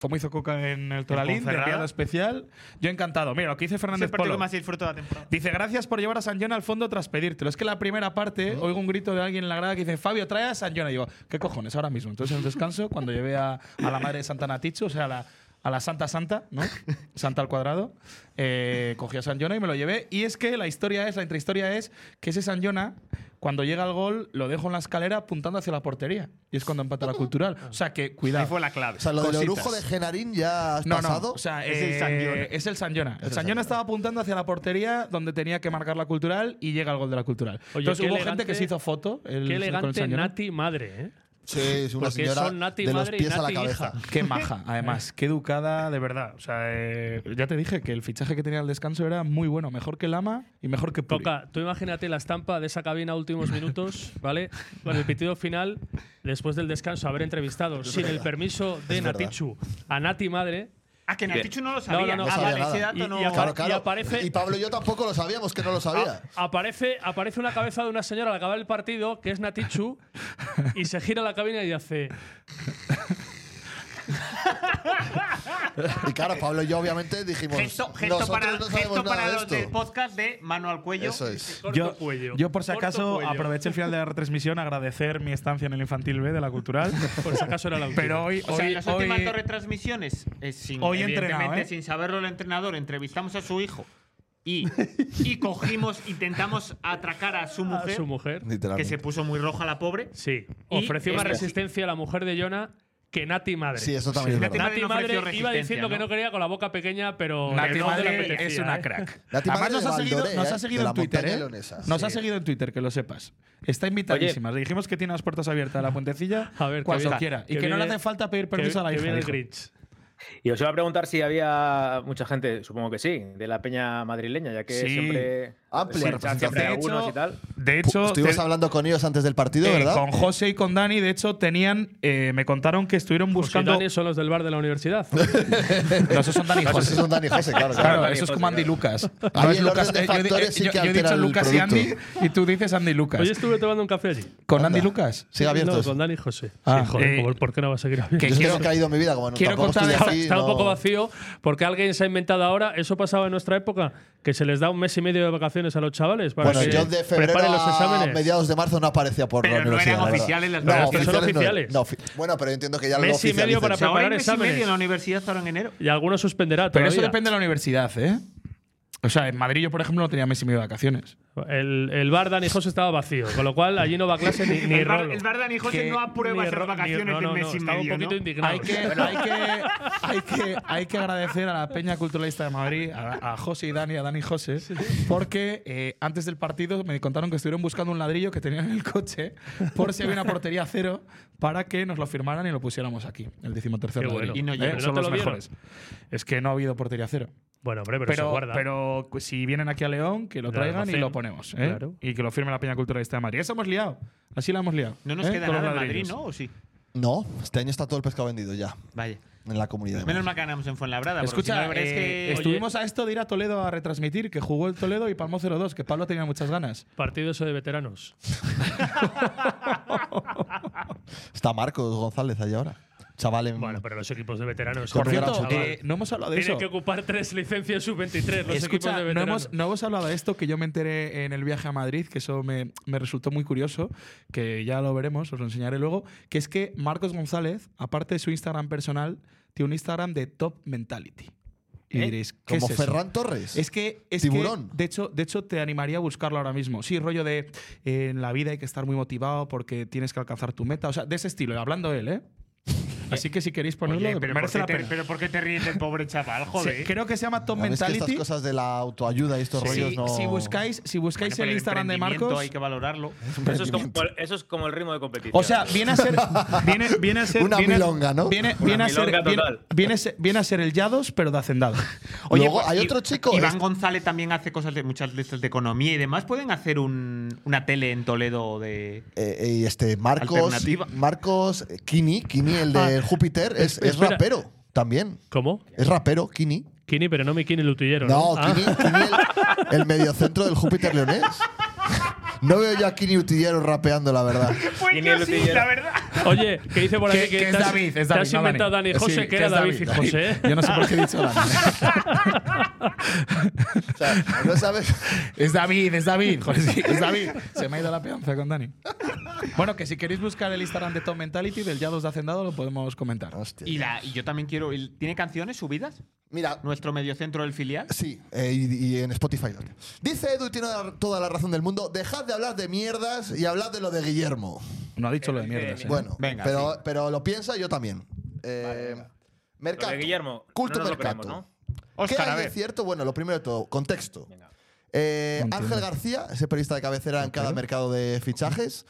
Speaker 3: como hizo Coca en el Toralín, de
Speaker 4: Ponferrada?
Speaker 3: enviado especial. Yo encantado. Mira, lo que dice
Speaker 4: Es el
Speaker 3: Fernández
Speaker 4: partido
Speaker 3: Polo.
Speaker 4: que más disfruto de la temporada.
Speaker 3: Dice, gracias por llevar a San John al fondo tras pedírtelo. Es que la primera parte, oigo un grito de alguien en la grada que dice, Fabio, trae a San John. Y digo, ¿qué cojones? Ahora mismo. Entonces, en el descanso, cuando llevé a, a la madre de Santa Natichu, o sea, a la, a la Santa Santa, ¿no? Santa al cuadrado, eh, cogí a San Jona y me lo llevé. Y es que la historia es, la intrahistoria es que ese San Jona, cuando llega al gol, lo dejo en la escalera apuntando hacia la portería. Y es cuando empata la cultural. O sea, que
Speaker 4: Ahí
Speaker 3: cuidado.
Speaker 4: fue la clave.
Speaker 1: Ah. O sea, lo del
Speaker 3: Cositas.
Speaker 1: orujo de Genarín ya has
Speaker 3: No,
Speaker 1: pasado.
Speaker 3: no, o sea,
Speaker 4: Es
Speaker 3: eh,
Speaker 4: el
Speaker 3: es
Speaker 4: San Jona.
Speaker 3: el San Jona. El
Speaker 1: Ah, el
Speaker 3: San
Speaker 1: San Jona.
Speaker 3: Jona estaba apuntando hacia la portería donde tenía que marcar la cultural y llega el gol de la cultural.
Speaker 2: Oye,
Speaker 3: Entonces
Speaker 2: qué
Speaker 3: hubo
Speaker 2: elegante-
Speaker 3: gente que se hizo foto el-
Speaker 2: Qué
Speaker 3: con el
Speaker 2: elegante
Speaker 3: San Jona.
Speaker 2: Nati madre, ¿eh?
Speaker 1: sí, es una
Speaker 2: porque
Speaker 1: señora
Speaker 2: son Nati
Speaker 1: de los
Speaker 2: madre y
Speaker 1: pies a la
Speaker 2: Nati
Speaker 1: cabeza.
Speaker 2: hija.
Speaker 3: Qué maja, además, qué educada, de verdad. O sea, eh, ya te dije que el fichaje que tenía al descanso era muy bueno, mejor que Lama y mejor que Puri.
Speaker 2: Coca, tú imagínate la estampa de esa cabina últimos minutos, ¿vale? Con el pitido final, después del descanso, haber entrevistado sin el permiso de
Speaker 1: verdad.
Speaker 2: Natichu a Nati Madre.
Speaker 4: Ah, que Natichu no lo sabía.
Speaker 2: no,
Speaker 4: Ah,
Speaker 1: sabía
Speaker 4: vale,
Speaker 1: nada.
Speaker 4: ese dato
Speaker 2: Y-
Speaker 4: no.
Speaker 2: y acá-
Speaker 1: Claro,
Speaker 2: Y
Speaker 1: claro.
Speaker 2: aparece-
Speaker 1: Y Pablo y yo tampoco lo sabíamos, que no lo sabía.
Speaker 2: a- aparece, aparece una cabeza de una señora al acabar el partido, que es Natichu, y se gira la cabina y hace.
Speaker 1: Y claro, Pablo y yo obviamente dijimos,
Speaker 4: pues, Gesto, gesto
Speaker 1: nosotros
Speaker 4: para,
Speaker 1: no
Speaker 4: gesto
Speaker 1: sabemos
Speaker 4: para
Speaker 1: nada de
Speaker 4: los
Speaker 1: esto.
Speaker 4: del podcast de mano al cuello.
Speaker 1: Eso es.
Speaker 2: Corto
Speaker 3: Yo,
Speaker 2: cuello.
Speaker 3: yo, por si
Speaker 2: corto
Speaker 3: aproveché
Speaker 2: cuello".
Speaker 3: aproveché el final de la retransmisión, agradecer mi estancia en el infantil B de la cultural.
Speaker 2: Por si acaso era la última.
Speaker 3: Pero hoy,
Speaker 4: O sea,
Speaker 3: hoy-
Speaker 4: en las últimas
Speaker 3: hoy-
Speaker 4: dos retransmisiones, eh, sin,
Speaker 3: Hoy he entrenado,
Speaker 4: evidentemente,
Speaker 3: ¿eh?
Speaker 4: sin saberlo el entrenador, entrevistamos a su hijo y, y cogimos, intentamos atracar a su mujer,
Speaker 2: su mujer.
Speaker 4: que se puso muy roja la pobre.
Speaker 2: Sí.
Speaker 4: Y
Speaker 2: Ofreció más
Speaker 4: este-
Speaker 2: resistencia a la mujer de Jonah que Nati Madre.
Speaker 1: Sí, eso también es
Speaker 2: Nati,
Speaker 1: verdad.
Speaker 4: Nati no
Speaker 2: Madre
Speaker 4: ofreció
Speaker 2: iba diciendo
Speaker 4: resistencia,
Speaker 2: que no
Speaker 4: ¿no?
Speaker 2: quería con la boca pequeña, pero.
Speaker 3: Nati
Speaker 2: pero no le
Speaker 3: Madre
Speaker 2: apetecía,
Speaker 3: es una
Speaker 2: ¿eh?
Speaker 3: crack.
Speaker 1: Nati
Speaker 3: Además,
Speaker 1: Madre
Speaker 3: nos
Speaker 1: de
Speaker 3: ha seguido,
Speaker 1: Valdoré,
Speaker 3: nos
Speaker 1: ¿eh?
Speaker 3: ha seguido
Speaker 1: De la
Speaker 3: en Twitter.
Speaker 1: montaña
Speaker 3: ¿eh?
Speaker 1: leonesa.
Speaker 3: Nos ha
Speaker 1: Sí.
Speaker 3: seguido en Twitter, que lo sepas. Está invitadísima. Le dijimos que tiene las puertas abiertas a la puentecilla
Speaker 2: A ver, que
Speaker 3: cuando
Speaker 2: viene-
Speaker 3: quiera. Y
Speaker 2: que
Speaker 3: que, no le
Speaker 2: viene-
Speaker 3: hace falta pedir
Speaker 2: Que,
Speaker 3: permiso a la
Speaker 2: que
Speaker 3: hija.
Speaker 2: viene el
Speaker 3: dijo.
Speaker 2: Grinch.
Speaker 5: Y os iba a preguntar si había mucha gente, supongo que sí, de la peña madrileña, ya que
Speaker 3: Sí.
Speaker 5: siempre.
Speaker 1: Amplia
Speaker 5: se echan
Speaker 1: representación.
Speaker 5: siempre
Speaker 1: De
Speaker 5: algunos y tal.
Speaker 3: De
Speaker 1: Pu-
Speaker 3: hecho,
Speaker 1: Estuvimos
Speaker 3: te-
Speaker 1: hablando con ellos antes del partido,
Speaker 3: eh,
Speaker 1: ¿verdad?
Speaker 3: con José y con Dani, de hecho, tenían. eh, me contaron que estuvieron
Speaker 2: Buscando...
Speaker 3: buscando.
Speaker 2: son los del bar de la universidad.
Speaker 3: No, esos son Dani y
Speaker 1: No sé
Speaker 3: José.
Speaker 1: si son Dani y José, claro. claro.
Speaker 3: Claro,
Speaker 5: Dani
Speaker 3: eso es
Speaker 5: José,
Speaker 3: como Andy y
Speaker 5: claro.
Speaker 3: Lucas.
Speaker 1: Ahí
Speaker 3: es
Speaker 1: el
Speaker 3: Lucas-
Speaker 1: orden de
Speaker 3: eh, yo he di-
Speaker 1: factores sí
Speaker 3: yo-
Speaker 1: que
Speaker 3: yo he
Speaker 1: altera
Speaker 3: dicho
Speaker 1: el
Speaker 3: Lucas y Andy
Speaker 1: producto.
Speaker 3: y tú dices Andy y Lucas.
Speaker 2: Hoy estuve tomando un café allí.
Speaker 3: ¿Con Andy y Lucas?
Speaker 1: ¿eh? Sigue abierto.
Speaker 2: No, con Dani y José.
Speaker 3: Ah,
Speaker 2: sí, joder,
Speaker 3: eh,
Speaker 2: ¿por- ¿por qué no va a seguir abierto?
Speaker 3: que-
Speaker 1: Yo es que
Speaker 3: quiero-
Speaker 1: no he caído en mi vida, como no,
Speaker 3: quiero
Speaker 1: tampoco estoy
Speaker 3: contarles-
Speaker 2: Está,
Speaker 1: aquí,
Speaker 2: está un
Speaker 1: no-
Speaker 2: poco vacío porque alguien se ha inventado ahora, eso pasaba en nuestra época, que se les da un mes y medio de vacaciones a los chavales para
Speaker 1: Bueno,
Speaker 2: que
Speaker 1: yo de febrero
Speaker 2: preparen los
Speaker 1: a
Speaker 2: exámenes.
Speaker 1: mediados de marzo no aparecía por
Speaker 4: Pero
Speaker 1: la
Speaker 4: no
Speaker 1: universidad.
Speaker 4: eran
Speaker 1: la verdad.
Speaker 4: oficiales las
Speaker 1: no,
Speaker 4: vacaciones.
Speaker 2: Pero son
Speaker 1: oficiales no-
Speaker 2: oficiales.
Speaker 1: no, ofi- bueno, pero yo entiendo que ya lo
Speaker 2: Mes y medio
Speaker 1: oficialicen.
Speaker 2: para
Speaker 4: O sea, ahora
Speaker 2: preparar
Speaker 4: hay mes y
Speaker 2: exámenes.
Speaker 4: medio en la universidad estaban en enero.
Speaker 2: Y algunos suspenderá
Speaker 3: Pero
Speaker 2: todavía.
Speaker 3: eso depende de la universidad, ¿eh? O sea, en Madrid yo, por ejemplo, no tenía mes y medio de vacaciones.
Speaker 2: El, el bar Dani José estaba vacío, con lo cual allí no va a clase ni, ni
Speaker 4: el, bar,
Speaker 2: Rolo.
Speaker 4: el bar Dani José
Speaker 3: Que-
Speaker 4: no aprueba
Speaker 2: Ni
Speaker 4: esas
Speaker 2: Ro- ni-
Speaker 4: vacaciones
Speaker 2: no, no,
Speaker 4: de mes
Speaker 2: no,
Speaker 4: y
Speaker 2: estaba
Speaker 4: medio.
Speaker 2: un poquito
Speaker 4: ¿no?
Speaker 2: indignado.
Speaker 3: Hay que, hay, que, hay, que, hay que agradecer a la Peña Culturalista de Madrid, a, a José y Dani, a Dani y José, porque eh, antes del partido me contaron que estuvieron buscando un ladrillo que tenían en el coche por si había una portería cero para que nos lo firmaran y lo pusiéramos aquí, el decimotercer
Speaker 2: Qué bueno.
Speaker 3: ladrillo.
Speaker 2: Y no
Speaker 3: ¿Eh?
Speaker 2: llegó. ¿No
Speaker 3: Son
Speaker 2: te
Speaker 3: los
Speaker 2: lo dieron?
Speaker 3: mejores. Es que no ha habido portería cero.
Speaker 2: Bueno, hombre, pero, se
Speaker 3: Pero,
Speaker 2: guarda.
Speaker 3: pero cu- si vienen aquí a León, que lo
Speaker 2: Del
Speaker 3: traigan y
Speaker 2: almacén,
Speaker 3: lo ponemos. ¿eh?
Speaker 2: claro.
Speaker 3: Y que lo firme la Peña Culturalista de Madrid. Eso hemos liado. Así la hemos liado.
Speaker 4: No nos
Speaker 3: ¿eh?
Speaker 4: queda
Speaker 3: Con los
Speaker 4: nada en Madrid,
Speaker 3: ladrillos.
Speaker 4: ¿no? ¿O sí?
Speaker 1: No, este año está todo el pescado vendido ya
Speaker 4: Vaya.
Speaker 1: en la comunidad. de
Speaker 4: Menos
Speaker 1: Madrid.
Speaker 4: mal que ganamos en Fuenlabrada. porque si no,
Speaker 3: Escucha,
Speaker 4: la verdad es
Speaker 3: eh,
Speaker 4: que-
Speaker 3: estuvimos a esto de ir a Toledo a retransmitir, que jugó el Toledo y palmó 0-2, que Pablo tenía muchas ganas.
Speaker 2: Partido eso de veteranos.
Speaker 1: Está Marcos González allí ahora. Chaval en-
Speaker 2: Bueno, pero los equipos de veteranos.
Speaker 1: Por
Speaker 3: Por
Speaker 1: Correcto,
Speaker 3: cierto,
Speaker 1: chaval.
Speaker 3: eh, no hemos hablado de
Speaker 2: Tienen
Speaker 3: eso.
Speaker 2: que ocupar tres licencias sub-23 los equipos
Speaker 3: Escucha,
Speaker 2: de
Speaker 3: no
Speaker 2: veteranos.
Speaker 3: hemos, no hemos hablado de esto que yo me enteré en el viaje a Madrid, que eso me, me resultó muy curioso, que ya lo veremos, os lo enseñaré luego, que es que Marcos González, aparte de su Instagram personal, tiene un Instagram de Top Mentality. Y
Speaker 4: ¿Eh?
Speaker 3: diréis, ¿qué
Speaker 1: Como
Speaker 3: es eso?
Speaker 1: Ferran Torres.
Speaker 3: Es que es
Speaker 1: Tiburón.
Speaker 3: que, de hecho, de hecho te animaría a buscarlo ahora mismo. Sí, rollo de eh, en la vida hay que estar muy motivado porque tienes que alcanzar tu meta, o sea, de ese estilo, hablando él, ¿eh? Así que si queréis ponerlo,
Speaker 4: Oye, Eh, pero, ¿por
Speaker 3: merece
Speaker 4: qué
Speaker 3: la
Speaker 4: te,
Speaker 3: pena.
Speaker 4: pero ¿por qué te ríes del pobre chaval? Joder.
Speaker 3: Sí, creo que se llama Top
Speaker 1: A ver, es que
Speaker 3: Mentality.
Speaker 1: estas cosas de la autoayuda y estos
Speaker 3: Si-
Speaker 1: rollos no.
Speaker 3: Si buscáis, si
Speaker 4: Bueno,
Speaker 3: buscáis
Speaker 4: pero
Speaker 3: el Instagram de
Speaker 4: emprendimiento
Speaker 3: Marcos,
Speaker 4: Hay que valorarlo.
Speaker 5: Eso es, como, eso es como el ritmo de competición.
Speaker 3: O sea, viene a ser. Viene, viene a ser
Speaker 1: Una
Speaker 3: viene,
Speaker 1: milonga, ¿no?
Speaker 3: Viene,
Speaker 5: Una
Speaker 3: viene a ser,
Speaker 5: milonga
Speaker 3: viene,
Speaker 5: total.
Speaker 3: viene a ser, viene a ser el Yados, pero de hacendado.
Speaker 1: Luego
Speaker 4: pues,
Speaker 1: hay
Speaker 4: I-
Speaker 1: otro chico. este
Speaker 4: Iván
Speaker 1: es-
Speaker 4: González también hace cosas de muchas veces de economía y demás. ¿Pueden hacer un- una tele en Toledo de.?
Speaker 1: eh, eh, y este Marcos.
Speaker 4: Alternativa.
Speaker 1: Marcos eh, Kini, Kini, el de Júpiter, es, es
Speaker 2: Ah. espera.
Speaker 1: rapero también.
Speaker 2: ¿Cómo?
Speaker 1: Es rapero, Kini.
Speaker 2: Kini, pero no mi Kini el utillero.
Speaker 1: No,
Speaker 2: No, Ah,
Speaker 1: Kini, Kini, el, el mediocentro del Júpiter leonés. No veo yo a Kini Utillero rapeando, la verdad.
Speaker 4: Pues
Speaker 5: Daniel
Speaker 4: yo sí,
Speaker 5: Utillero.
Speaker 4: la verdad.
Speaker 2: Oye, que dice por aquí que,
Speaker 3: Que- que es
Speaker 2: te has-
Speaker 3: David, es
Speaker 2: te
Speaker 3: David.
Speaker 2: has
Speaker 3: no
Speaker 2: inventado Dani
Speaker 1: Eh,
Speaker 3: Sí,
Speaker 2: José, que
Speaker 3: es
Speaker 2: era David y
Speaker 3: David.
Speaker 2: José. ¿eh?
Speaker 3: Yo no sé por qué he dicho Dani.
Speaker 1: O sea, no sabes.
Speaker 3: es David, es David. joder, sí, es David. Se me ha ido la peonza con Dani. Bueno, que si queréis buscar el Instagram de Top Mentality del Yados de Hacendado, lo podemos comentar.
Speaker 1: Hostia.
Speaker 4: Y, la, y yo también quiero. y- ¿Tiene canciones subidas?
Speaker 1: Mira,
Speaker 4: Nuestro mediocentro del filial.
Speaker 1: Sí, eh, y, y en Spotify. también. Dice Edu y tiene toda la razón del mundo. Dejad de hablar de mierdas y hablad de lo de Guillermo.
Speaker 3: No ha dicho lo de mierda. ¿eh?
Speaker 1: Bueno,
Speaker 4: Venga,
Speaker 1: pero, pero lo piensa yo también. Eh, Mercato.
Speaker 5: Lo de Guillermo,
Speaker 1: Culto
Speaker 5: no nos lo
Speaker 1: Mercato.
Speaker 5: creemos,
Speaker 1: ¿Qué
Speaker 4: Óscar, a
Speaker 1: hay de
Speaker 4: ver.
Speaker 1: cierto? Bueno, lo primero de todo, contexto. Eh,
Speaker 3: No entiendo.
Speaker 1: Ángel García, ese periodista de cabecera en cada mercado de fichajes,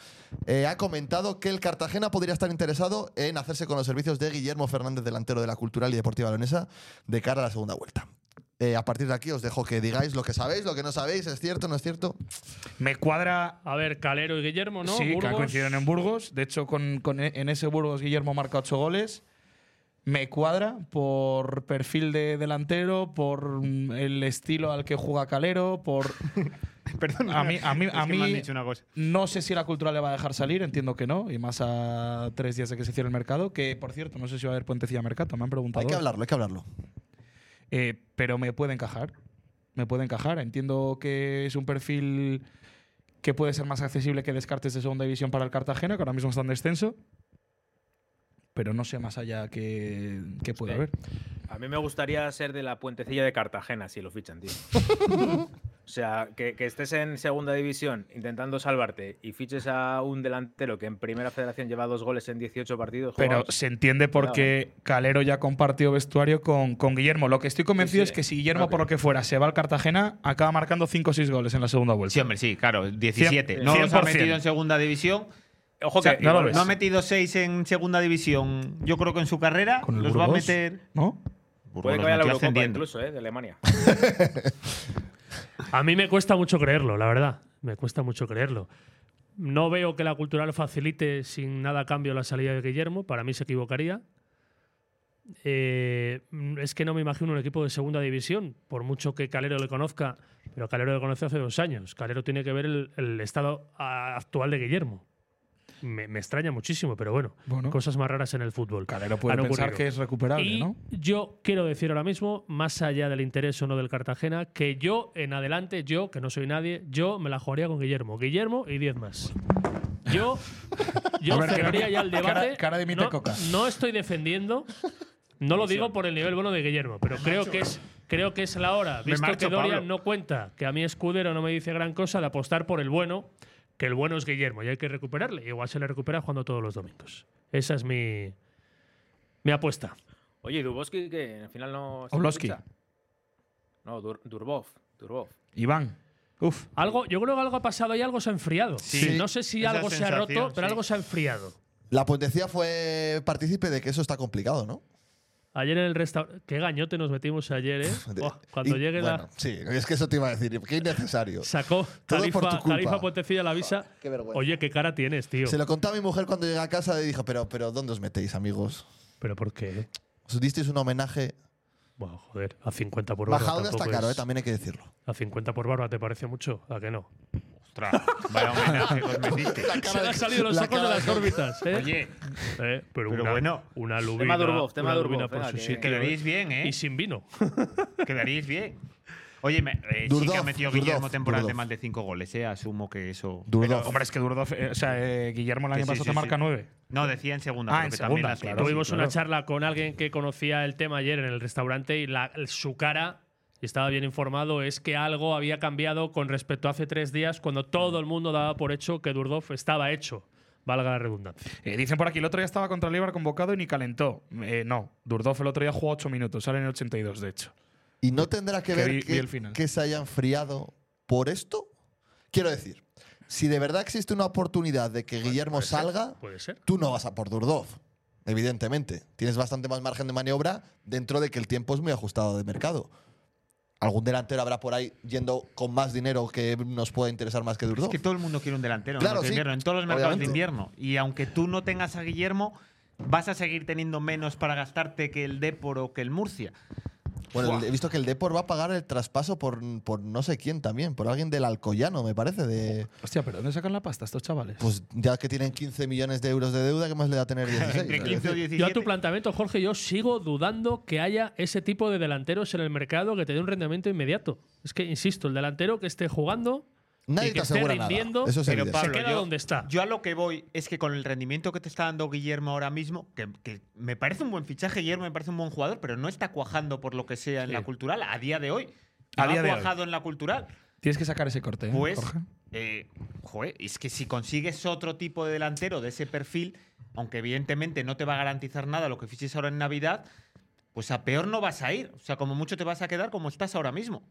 Speaker 1: eh, ha comentado que el Cartagena podría estar interesado en hacerse con los servicios de Guillermo Fernández, delantero de la Cultural y Deportiva Leonesa, de cara a la segunda vuelta. Eh, a partir de aquí os dejo que digáis lo que sabéis, lo que no sabéis, es cierto, no es cierto.
Speaker 3: Me cuadra
Speaker 2: A ver, Calero y Guillermo, ¿no?
Speaker 3: Sí, que
Speaker 2: Burgos.
Speaker 3: coincidieron en Burgos. De hecho, con, con- en ese Burgos Guillermo marca ocho goles. Me cuadra por perfil de delantero, por mm, el estilo al que juega Calero, por...
Speaker 4: Perdón.
Speaker 3: A mí, a mí, a
Speaker 4: Es que me han
Speaker 3: mí
Speaker 4: dicho una cosa.
Speaker 3: no sé si la cultura le va a dejar salir, entiendo que no, y más a tres días de que se cierre el mercado, que por cierto, no sé si va a haber puentecilla mercado, me han preguntado.
Speaker 1: Hay que hablarlo, hay que hablarlo.
Speaker 3: Eh, pero me puede encajar. Me puede encajar. Entiendo que es un perfil que puede ser más accesible que descartes de segunda división para el Cartagena, que ahora mismo está en descenso. Pero no sé más allá que, que puede haber.
Speaker 5: ¿no? A mí me gustaría ser de la puentecilla de Cartagena si lo fichan, tío. o sea, que, que estés en segunda división intentando salvarte y fiches a un delantero que en primera federación lleva dos goles en 18 partidos.
Speaker 3: Pero
Speaker 5: jugados.
Speaker 3: se entiende por qué
Speaker 4: eh.
Speaker 3: Calero ya compartido vestuario con, con Guillermo. Lo que estoy convencido
Speaker 5: Sí, sí.
Speaker 3: es que si Guillermo,
Speaker 5: Claro que
Speaker 3: por lo que fuera, se va al Cartagena, acaba marcando 5 o 6 goles en la segunda vuelta.
Speaker 4: Sí, hombre, sí, claro, 17. no los ha
Speaker 3: 100%.
Speaker 4: metido en segunda división.
Speaker 5: Ojo
Speaker 4: O sea,
Speaker 5: que
Speaker 3: no lo
Speaker 5: igual-
Speaker 3: ves.
Speaker 4: no ha metido 6 en segunda división. Yo creo que en su carrera
Speaker 3: Con el
Speaker 4: los va a
Speaker 3: Burgos.
Speaker 4: meter.
Speaker 3: ¿No?
Speaker 5: puede
Speaker 4: Burgos
Speaker 5: que vaya a la
Speaker 4: metió
Speaker 5: Eurocopa
Speaker 4: ascendiendo.
Speaker 5: incluso, ¿eh? De Alemania.
Speaker 2: A mí me cuesta mucho creerlo, la verdad. Me cuesta mucho creerlo. No veo que la cultural facilite sin nada a cambio la salida de Guillermo. Para mí se equivocaría. Eh, mm, es que no me imagino un equipo de segunda división, por mucho que Calero le conozca, pero Calero le conoce hace dos años. Calero tiene que ver el, el estado a- actual de Guillermo. Me, me extraña muchísimo, pero bueno,
Speaker 3: Bueno.
Speaker 2: cosas más raras en el fútbol.
Speaker 3: Calero puede
Speaker 2: Han
Speaker 3: pensar
Speaker 2: ocurrido.
Speaker 3: que es recuperable,
Speaker 2: Y
Speaker 3: ¿no?
Speaker 2: yo quiero decir ahora mismo, más allá del interés o no del Cartagena, que yo en adelante, yo que no soy nadie, yo me la jugaría con Guillermo. Guillermo y 10 más. Yo, yo
Speaker 3: A ver,
Speaker 2: cerraría
Speaker 3: cara-
Speaker 2: ya el debate.
Speaker 3: cara- cara de mi
Speaker 2: no,
Speaker 3: tecoca.
Speaker 2: no estoy defendiendo, no lo digo por el nivel bueno de Guillermo, pero creo que es. Creo que es la hora, visto
Speaker 5: marcho,
Speaker 2: que Dorian
Speaker 5: Pablo.
Speaker 2: no cuenta, que a mí Escudero no me dice gran cosa, de apostar por el bueno, que el bueno es Guillermo y hay que recuperarle. Igual se le recupera jugando todos los domingos. Esa es mi, mi apuesta.
Speaker 5: Oye, Duboski, que al final no. se
Speaker 3: Obloski.
Speaker 5: ficha? Pues No, Dur- Durbov. Durbov.
Speaker 3: Iván. Uf.
Speaker 2: Algo, yo creo que algo ha pasado y algo se ha enfriado.
Speaker 1: Sí.
Speaker 2: No sé si
Speaker 4: Esa
Speaker 2: algo se ha
Speaker 4: sensación,
Speaker 2: roto, pero
Speaker 4: sí.
Speaker 2: algo se ha enfriado.
Speaker 1: La puentecilla fue partícipe de que eso está complicado, ¿no?
Speaker 2: Ayer en el restaurante. Qué gañote nos metimos ayer, ¿eh?
Speaker 1: De-
Speaker 2: Buah, cuando
Speaker 1: y-
Speaker 2: llegue
Speaker 1: bueno,
Speaker 2: la.
Speaker 1: Sí, es que eso te iba a decir. Qué innecesario. Todo
Speaker 2: Sacó
Speaker 1: por tu
Speaker 2: Tarifa,
Speaker 1: culpa.
Speaker 2: Tarifa Pontecilla la visa.
Speaker 1: Ah, qué vergüenza.
Speaker 2: Oye, qué cara tienes, tío.
Speaker 1: Se lo conté a mi mujer cuando llegué a casa y dijo, pero, pero ¿dónde os metéis, amigos?
Speaker 2: Pero ¿por qué?
Speaker 1: Os disteis un homenaje.
Speaker 2: Buah, joder, a 50 por barba.
Speaker 1: Majadahonda está
Speaker 2: tampoco
Speaker 1: caro, ¿eh?
Speaker 2: es-
Speaker 1: también hay que decirlo.
Speaker 2: A 50 por barba, ¿te parece mucho? ¿A que no?
Speaker 4: Ostras, vaya homenaje que os metiste.
Speaker 2: Se le han salido los
Speaker 1: la
Speaker 2: sacos de
Speaker 1: cara
Speaker 2: las
Speaker 1: de-
Speaker 2: órbitas, ¿eh?
Speaker 4: Oye,
Speaker 2: Eh, pero,
Speaker 4: pero
Speaker 2: una,
Speaker 4: bueno.
Speaker 2: Una
Speaker 5: Tema
Speaker 2: lubina,
Speaker 5: Durbov, tema
Speaker 2: una
Speaker 5: Durbov,
Speaker 2: lubina por
Speaker 5: venga,
Speaker 2: su
Speaker 5: que-
Speaker 2: sitio,
Speaker 4: quedaréis
Speaker 2: ¿eh?
Speaker 4: bien, ¿eh?
Speaker 2: Y sin vino.
Speaker 4: Quedaríais bien. Oye, me, eh, sí que ha
Speaker 1: Durdov,
Speaker 4: metido
Speaker 1: Durdov,
Speaker 4: Guillermo temporadas de
Speaker 1: Durdov.
Speaker 4: más de 5 goles, ¿eh? Asumo que eso.
Speaker 1: Durdov.
Speaker 4: Pero-
Speaker 3: Hombre, es que Durdov, eh, o sea, eh, Guillermo el
Speaker 4: Que
Speaker 3: año
Speaker 4: sí,
Speaker 3: pasado
Speaker 4: sí,
Speaker 3: te
Speaker 4: sí.
Speaker 3: marca 9.
Speaker 4: No, decía en segunda,
Speaker 3: Ah,
Speaker 4: pero
Speaker 3: en
Speaker 4: que también
Speaker 3: segunda,
Speaker 4: las
Speaker 3: claro.
Speaker 4: vimos.
Speaker 2: Tuvimos
Speaker 3: claro.
Speaker 2: una charla con alguien que conocía el tema ayer en el restaurante y la- su cara, y estaba bien informado, es que algo había cambiado con respecto a hace tres días cuando todo el mundo daba por hecho que Durdov estaba hecho, valga la redundancia.
Speaker 3: Eh, dicen por aquí, el otro día estaba contra el Eibar convocado y ni calentó. Eh, no, Durdov el otro día jugó 8 minutos, sale en el 82, de hecho.
Speaker 1: Y no tendrá que
Speaker 3: Que
Speaker 1: ver
Speaker 3: vi-
Speaker 1: que,
Speaker 3: vi el final.
Speaker 1: que se haya enfriado por esto. Quiero decir, si de verdad existe una oportunidad de que Guillermo salga,
Speaker 2: Puede ser.
Speaker 1: tú no vas a por Durdov, evidentemente. Tienes bastante más margen de maniobra dentro de que el tiempo es muy ajustado de mercado. Algún delantero habrá por ahí yendo con más dinero que nos pueda interesar más que
Speaker 4: Es
Speaker 1: Durdov.
Speaker 4: que todo el mundo quiere un delantero
Speaker 1: Claro,
Speaker 4: en, los de
Speaker 1: sí,
Speaker 4: invierno, en todos los mercados
Speaker 1: obviamente.
Speaker 4: de invierno. Y aunque tú no tengas a Guillermo, vas a seguir teniendo menos para gastarte que el Depor o que el Murcia.
Speaker 1: Bueno,
Speaker 4: Buah.
Speaker 1: el- he visto que el Depor va a pagar el traspaso por, por no sé quién también, por alguien del Alcoyano, me parece. De,
Speaker 3: Hostia, pero ¿dónde sacan la pasta estos chavales?
Speaker 1: pues ya que tienen 15 millones de euros de deuda, ¿qué más le da tener 16?
Speaker 4: Entre
Speaker 1: Es
Speaker 4: 15 o
Speaker 1: decir,
Speaker 4: 17.
Speaker 2: Yo a tu planteamiento, Jorge, yo sigo dudando que haya ese tipo de delanteros en el mercado que te dé un rendimiento inmediato. Es que, insisto, el delantero que esté jugando
Speaker 1: Nadie
Speaker 2: y
Speaker 1: te
Speaker 2: que esté
Speaker 1: asegura nada.
Speaker 2: rindiendo,
Speaker 1: Eso es
Speaker 4: Pero
Speaker 1: evidente.
Speaker 4: Pablo,
Speaker 2: se queda
Speaker 4: yo-
Speaker 2: donde está.
Speaker 4: Yo a lo que voy es que con el rendimiento que te está dando Guillermo ahora mismo, que, que me parece un buen fichaje, Guillermo me parece un buen jugador, pero no está cuajando por lo que sea en
Speaker 2: Sí.
Speaker 4: la cultural a día de hoy.
Speaker 3: A
Speaker 4: no
Speaker 3: día
Speaker 4: ha
Speaker 3: de hoy.
Speaker 4: cuajado en la cultural.
Speaker 3: Tienes que sacar ese corte, ¿eh,
Speaker 4: Pues,
Speaker 3: Jorge?
Speaker 4: eh, joe, es que si consigues otro tipo de delantero de ese perfil, aunque evidentemente no te va a garantizar nada lo que fiches ahora en Navidad, pues a peor no vas a ir. O sea, como mucho te vas a quedar como estás ahora mismo.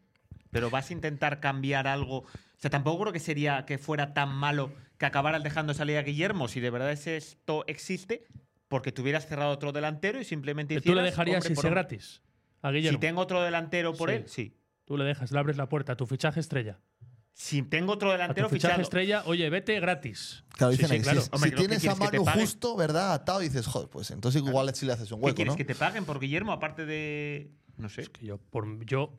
Speaker 4: Pero vas a intentar cambiar algo. O sea, tampoco creo que sería que fuera tan malo que acabaras dejando salir a Guillermo si de verdad es- esto existe, porque tuvieras cerrado otro delantero y simplemente
Speaker 2: Que tú
Speaker 4: hicieras.
Speaker 2: le dejarías
Speaker 4: hombre
Speaker 2: sin
Speaker 4: por
Speaker 2: ser
Speaker 4: hombre.
Speaker 2: gratis a
Speaker 4: Si
Speaker 2: Guillermo.
Speaker 4: tengo otro delantero por
Speaker 2: Sí.
Speaker 4: él, sí.
Speaker 2: Tú le dejas, le abres la puerta, tu fichaje estrella.
Speaker 4: Si tengo otro
Speaker 2: A tu
Speaker 4: delantero
Speaker 2: fichaje
Speaker 4: fichado.
Speaker 2: estrella, oye, vete gratis.
Speaker 1: Claro,
Speaker 2: Sí,
Speaker 1: dicen
Speaker 2: sí,
Speaker 1: ahí, si-
Speaker 2: claro.
Speaker 1: si,
Speaker 4: Hombre, ¿qué
Speaker 1: tienes a
Speaker 4: quieres que te
Speaker 1: Manu
Speaker 4: paguen?
Speaker 1: justo, ¿verdad? Atado, dices, joder, pues entonces igual si le haces un
Speaker 4: ¿Qué
Speaker 1: hueco,
Speaker 4: quieres
Speaker 1: ¿no?
Speaker 4: que te paguen por Guillermo? Aparte de. No sé.
Speaker 2: Que yo, por- yo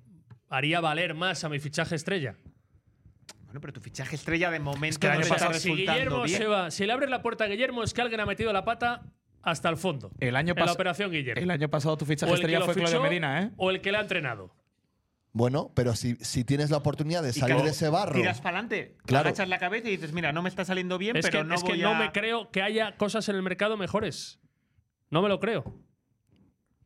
Speaker 2: haría valer más a mi fichaje estrella.
Speaker 4: Bueno, pero tu fichaje estrella de momento.
Speaker 3: que el
Speaker 4: no
Speaker 3: año
Speaker 4: te está
Speaker 3: pasado-
Speaker 2: si
Speaker 4: resultando
Speaker 2: Guillermo
Speaker 4: bien.
Speaker 2: se va, si le abres la puerta a Guillermo es que alguien ha metido la pata hasta el fondo.
Speaker 3: El año
Speaker 2: en la
Speaker 3: pas-
Speaker 2: operación Guillermo.
Speaker 3: El año pasado tu fichaje
Speaker 2: O el que
Speaker 3: estrella
Speaker 2: lo
Speaker 3: fue Claudio
Speaker 2: fichó,
Speaker 3: Medina, ¿eh?
Speaker 2: O el que le ha entrenado.
Speaker 1: Bueno, pero si, si tienes la oportunidad de
Speaker 4: Y
Speaker 1: salir
Speaker 4: claro,
Speaker 1: de ese barro,
Speaker 4: Tiras para adelante,
Speaker 1: Claro.
Speaker 4: agachas la cabeza y dices, mira, no me está saliendo bien,
Speaker 2: es
Speaker 4: pero
Speaker 2: que,
Speaker 4: no
Speaker 2: es que
Speaker 4: voy
Speaker 2: no
Speaker 4: a-
Speaker 2: me creo que haya cosas en el mercado mejores. No me lo creo.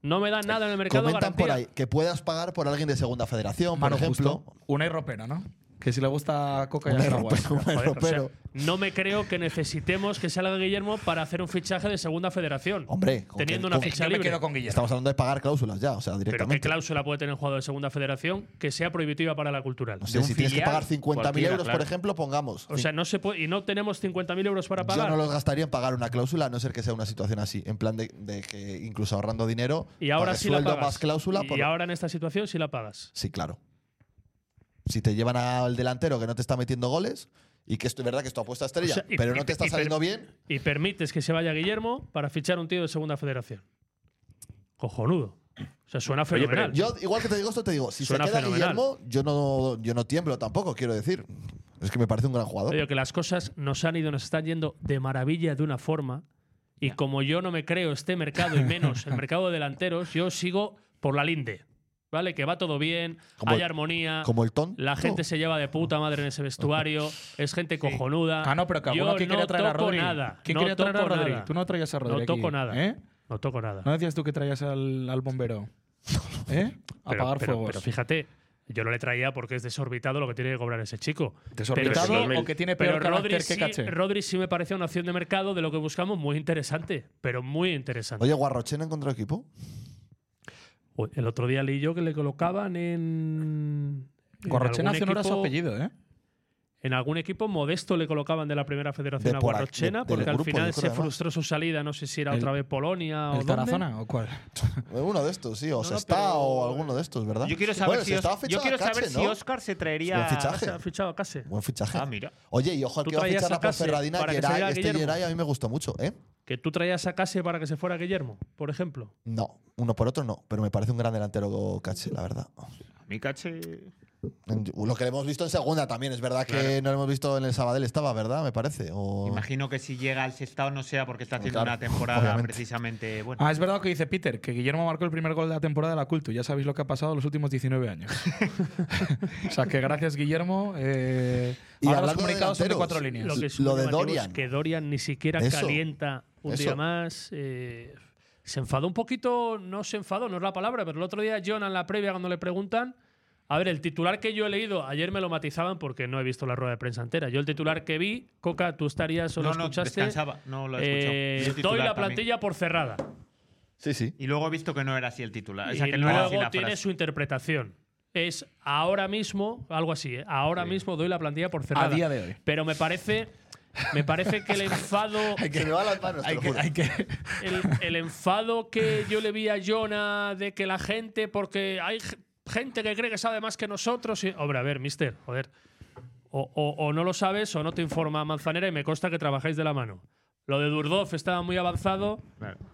Speaker 2: No me dan nada en el mercado
Speaker 1: Comentan
Speaker 2: garantía.
Speaker 1: por ahí que puedas pagar por alguien de segunda federación, por
Speaker 3: Mano
Speaker 1: ejemplo.
Speaker 3: justo. Una y ropera, ¿no? Que si le gusta coca
Speaker 1: Una
Speaker 3: ya
Speaker 1: y
Speaker 3: está
Speaker 1: ropero,
Speaker 3: guay.
Speaker 1: una y
Speaker 2: Joder, o sea,
Speaker 1: ropero.
Speaker 2: no me creo que necesitemos que salga Guillermo para hacer un fichaje de segunda federación.
Speaker 1: Hombre, con que-
Speaker 2: teniendo una
Speaker 1: con-
Speaker 2: ficha
Speaker 3: Yo me
Speaker 2: libre.
Speaker 3: quedo con Guillermo.
Speaker 1: Estamos hablando de pagar cláusulas ya, o sea,
Speaker 2: Pero ¿qué
Speaker 1: directamente.
Speaker 2: cláusula puede tener un jugador de segunda federación que sea prohibitiva para la cultural?
Speaker 1: No
Speaker 4: de
Speaker 1: sé,
Speaker 4: un
Speaker 1: si tienes que
Speaker 4: filial,
Speaker 1: pagar 50.000
Speaker 4: cualquiera,
Speaker 1: euros, por
Speaker 4: claro.
Speaker 1: ejemplo, pongamos.
Speaker 2: O sea, no se puede. Y no tenemos 50.000 euros para
Speaker 1: Yo
Speaker 2: pagar.
Speaker 1: no los gastaría en pagar una cláusula, a no ser que sea una situación así, en plan de, de que incluso ahorrando dinero,
Speaker 2: y ahora
Speaker 1: pagues
Speaker 2: sí la
Speaker 1: sueldo
Speaker 2: pagas.
Speaker 1: más cláusula.
Speaker 2: y
Speaker 1: por-
Speaker 2: ahora en esta situación sí la pagas.
Speaker 1: Sí, claro. Si te llevan al delantero que no te está metiendo goles y que es verdad que es tu apuesta estrella,
Speaker 2: O sea, y-
Speaker 1: pero
Speaker 2: y-
Speaker 1: no te está
Speaker 2: y-
Speaker 1: saliendo
Speaker 2: pero-
Speaker 1: bien,
Speaker 2: Y permites que se vaya Guillermo para fichar un tío de segunda federación. Cojonudo. O sea, suena
Speaker 5: pero-
Speaker 2: fenomenal.
Speaker 1: Yo, igual que te digo esto, te digo, si
Speaker 2: Suena
Speaker 1: se queda
Speaker 2: fenomenal.
Speaker 1: Guillermo, yo no, yo no tiemblo tampoco, quiero decir. Es que me parece un gran jugador.
Speaker 2: Oye, que las cosas nos han ido, nos están yendo de maravilla de una forma. Y como yo no me creo este mercado, y menos el mercado de delanteros, yo sigo por la linde. ¿Vale? Que va todo bien,
Speaker 1: Como-
Speaker 2: hay armonía.
Speaker 1: Como el ton.
Speaker 2: La gente se lleva de puta madre en ese vestuario, es gente cojonuda.
Speaker 3: Ah, no, pero que
Speaker 2: yo
Speaker 3: alguno aquí
Speaker 2: no
Speaker 3: quería traer a
Speaker 2: toco
Speaker 3: Rodri.
Speaker 2: nada.
Speaker 3: ¿Quién
Speaker 2: no
Speaker 3: quería traer a
Speaker 2: toco
Speaker 3: Rodri?
Speaker 2: nada.
Speaker 3: Tú no traías a Rodri.
Speaker 2: No
Speaker 3: aquí,
Speaker 2: toco nada.
Speaker 3: ¿eh?
Speaker 2: No toco nada.
Speaker 3: ¿No decías tú que traías al, al bombero? ¿Eh? A
Speaker 2: Pero-
Speaker 3: apagar
Speaker 2: pero-
Speaker 3: fuegos.
Speaker 2: Pero fíjate, yo no le traía porque es desorbitado lo que tiene que cobrar ese chico.
Speaker 3: ¿Desorbitado
Speaker 2: Pero-
Speaker 5: sí,
Speaker 3: o que tiene
Speaker 2: Pero
Speaker 3: peor
Speaker 2: Rodri
Speaker 3: carácter que
Speaker 2: sí,
Speaker 3: caché?
Speaker 2: Rodri sí me parece una opción de mercado de lo que buscamos muy interesante, pero muy interesante.
Speaker 1: Oye, Guarrochena encontró equipo.
Speaker 2: Uy, El otro día leí yo que le colocaban en. en
Speaker 3: Corrochena hace
Speaker 2: algún
Speaker 3: honor a su
Speaker 2: equipo-
Speaker 3: apellido, ¿eh?
Speaker 2: En algún equipo modesto le colocaban de la primera federación
Speaker 1: De
Speaker 2: a
Speaker 1: por aquí- de-
Speaker 2: Guarrochena,
Speaker 1: del
Speaker 2: porque al
Speaker 1: grupo,
Speaker 2: final
Speaker 1: yo creo,
Speaker 2: se
Speaker 1: además.
Speaker 2: frustró su salida, no sé si era
Speaker 3: El-
Speaker 2: otra vez Polonia o.
Speaker 3: ¿El
Speaker 2: dónde.
Speaker 3: Tarazona o cuál?
Speaker 1: Uno de estos, sí, o
Speaker 2: No,
Speaker 1: se
Speaker 2: no,
Speaker 1: está
Speaker 2: pero-
Speaker 1: o alguno de estos, ¿verdad?
Speaker 4: Yo quiero saber,
Speaker 1: Bueno,
Speaker 4: si,
Speaker 1: se
Speaker 4: Os-
Speaker 1: estaba
Speaker 4: yo
Speaker 1: fichado
Speaker 4: quiero
Speaker 1: Cache,
Speaker 4: saber si
Speaker 1: ¿no?
Speaker 4: Oscar se traería.
Speaker 1: Buen fichaje.
Speaker 2: Se ha fichado a Case.
Speaker 1: Buen fichaje.
Speaker 4: Ah, mira.
Speaker 1: Oye, y ojo al
Speaker 2: Tú
Speaker 1: que va a
Speaker 2: traías
Speaker 1: fichar
Speaker 2: a
Speaker 1: a
Speaker 2: Case
Speaker 1: Ferradina,
Speaker 2: para que se vea
Speaker 1: este
Speaker 2: Guillermo.
Speaker 1: Geray a mí me gusta mucho, ¿eh?
Speaker 2: Que tú traías a Case para que se fuera Guillermo, por ejemplo.
Speaker 1: No, uno por otro no, pero me parece un gran delantero Cache, la verdad.
Speaker 4: Mi caché.
Speaker 1: Lo que le hemos visto en segunda también, es verdad que
Speaker 4: Claro.
Speaker 1: no lo hemos visto en el Sabadell, estaba, ¿verdad? Me parece. O...
Speaker 4: Imagino que si llega al Sestao no sea porque está haciendo
Speaker 1: Claro,
Speaker 4: una temporada
Speaker 1: obviamente.
Speaker 4: precisamente buena.
Speaker 3: Ah, es verdad lo que dice Peter, que Guillermo marcó el primer gol de la temporada de la Cultu. Ya sabéis lo que ha pasado los últimos 19 años. o sea, que gracias, Guillermo. Eh,
Speaker 1: Y
Speaker 3: ahora los
Speaker 1: hablando de
Speaker 3: comunicados son de
Speaker 1: delanteros,
Speaker 3: cuatro líneas.
Speaker 2: Lo, que es
Speaker 1: Lo de
Speaker 2: llamativo es
Speaker 1: Dorian.
Speaker 2: que Dorian ni siquiera
Speaker 1: Eso.
Speaker 2: calienta un
Speaker 1: Eso.
Speaker 2: día más. eh, se enfadó un poquito, no se enfadó, no es la palabra, pero el otro día John en la previa cuando le preguntan, a ver, el titular que yo he leído, ayer me lo matizaban porque no he visto la rueda de prensa entera. Yo el titular que vi, Coca, tú estarías o
Speaker 4: no,
Speaker 2: lo
Speaker 4: no,
Speaker 2: escuchaste.
Speaker 4: descansaba. No lo he escuchado.
Speaker 2: eh,
Speaker 4: Vi el
Speaker 2: doy
Speaker 4: titular
Speaker 2: la
Speaker 4: también.
Speaker 2: plantilla por cerrada.
Speaker 1: Sí, sí.
Speaker 4: Y luego he visto que no era así el titular. O sea,
Speaker 2: y
Speaker 4: que no era así
Speaker 2: luego
Speaker 4: la
Speaker 2: tiene
Speaker 4: frase.
Speaker 2: su interpretación. Es ahora mismo, algo así, ¿eh? ahora mismo doy la plantilla por cerrada.
Speaker 3: día de hoy.
Speaker 2: Pero me parece, me parece que el enfado.
Speaker 1: Se me van las manos, te
Speaker 3: Hay
Speaker 1: lo
Speaker 3: que,
Speaker 1: juro.
Speaker 3: hay que-
Speaker 2: el, el enfado que yo le vi a Jonah de que la gente, porque hay g- gente que cree que sabe más que nosotros. Y, hombre, a ver, mister, joder. O, o- o no lo sabes o no te informa Manzanera y me consta que trabajáis de la mano. Lo de Durdov estaba muy avanzado,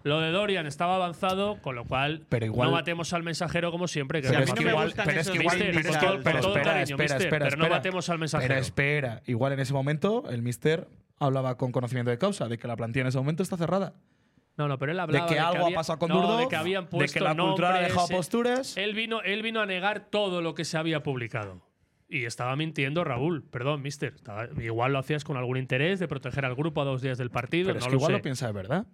Speaker 2: lo de Dorian estaba avanzado, con lo cual
Speaker 3: Pero igual-
Speaker 2: no matemos al mensajero como siempre. Que
Speaker 3: Pero
Speaker 2: a
Speaker 3: es
Speaker 2: mí
Speaker 3: que
Speaker 2: no me
Speaker 3: igual.
Speaker 2: gusta
Speaker 4: gustan
Speaker 3: Pero es
Speaker 4: esos
Speaker 3: que igual.
Speaker 2: mister,
Speaker 3: pero es
Speaker 2: con
Speaker 3: que-
Speaker 2: todo-
Speaker 3: pero
Speaker 2: con todo
Speaker 3: espera,
Speaker 2: cariño,
Speaker 3: espera,
Speaker 2: mister,
Speaker 3: espera,
Speaker 2: pero no
Speaker 3: espera.
Speaker 2: matemos al mensajero.
Speaker 3: Pero espera. Igual en ese momento, el mister hablaba con conocimiento de causa, de que la plantilla en ese momento está cerrada.
Speaker 2: No, no, pero él hablaba
Speaker 3: de que algo
Speaker 2: había-
Speaker 3: ha pasado con
Speaker 2: no,
Speaker 3: Durdo,
Speaker 2: de que habían puesto
Speaker 3: la cultura ha
Speaker 2: nombres,
Speaker 3: dejado
Speaker 2: eh,
Speaker 3: posturas.
Speaker 2: Él vino, él vino a negar todo lo que se había publicado. Y estaba mintiendo Raúl, perdón, mister. Estaba- igual lo hacías con algún interés de proteger al grupo a dos días del partido. no
Speaker 3: Pero es que
Speaker 2: lo
Speaker 3: igual
Speaker 2: sé.
Speaker 3: lo piensa de verdad.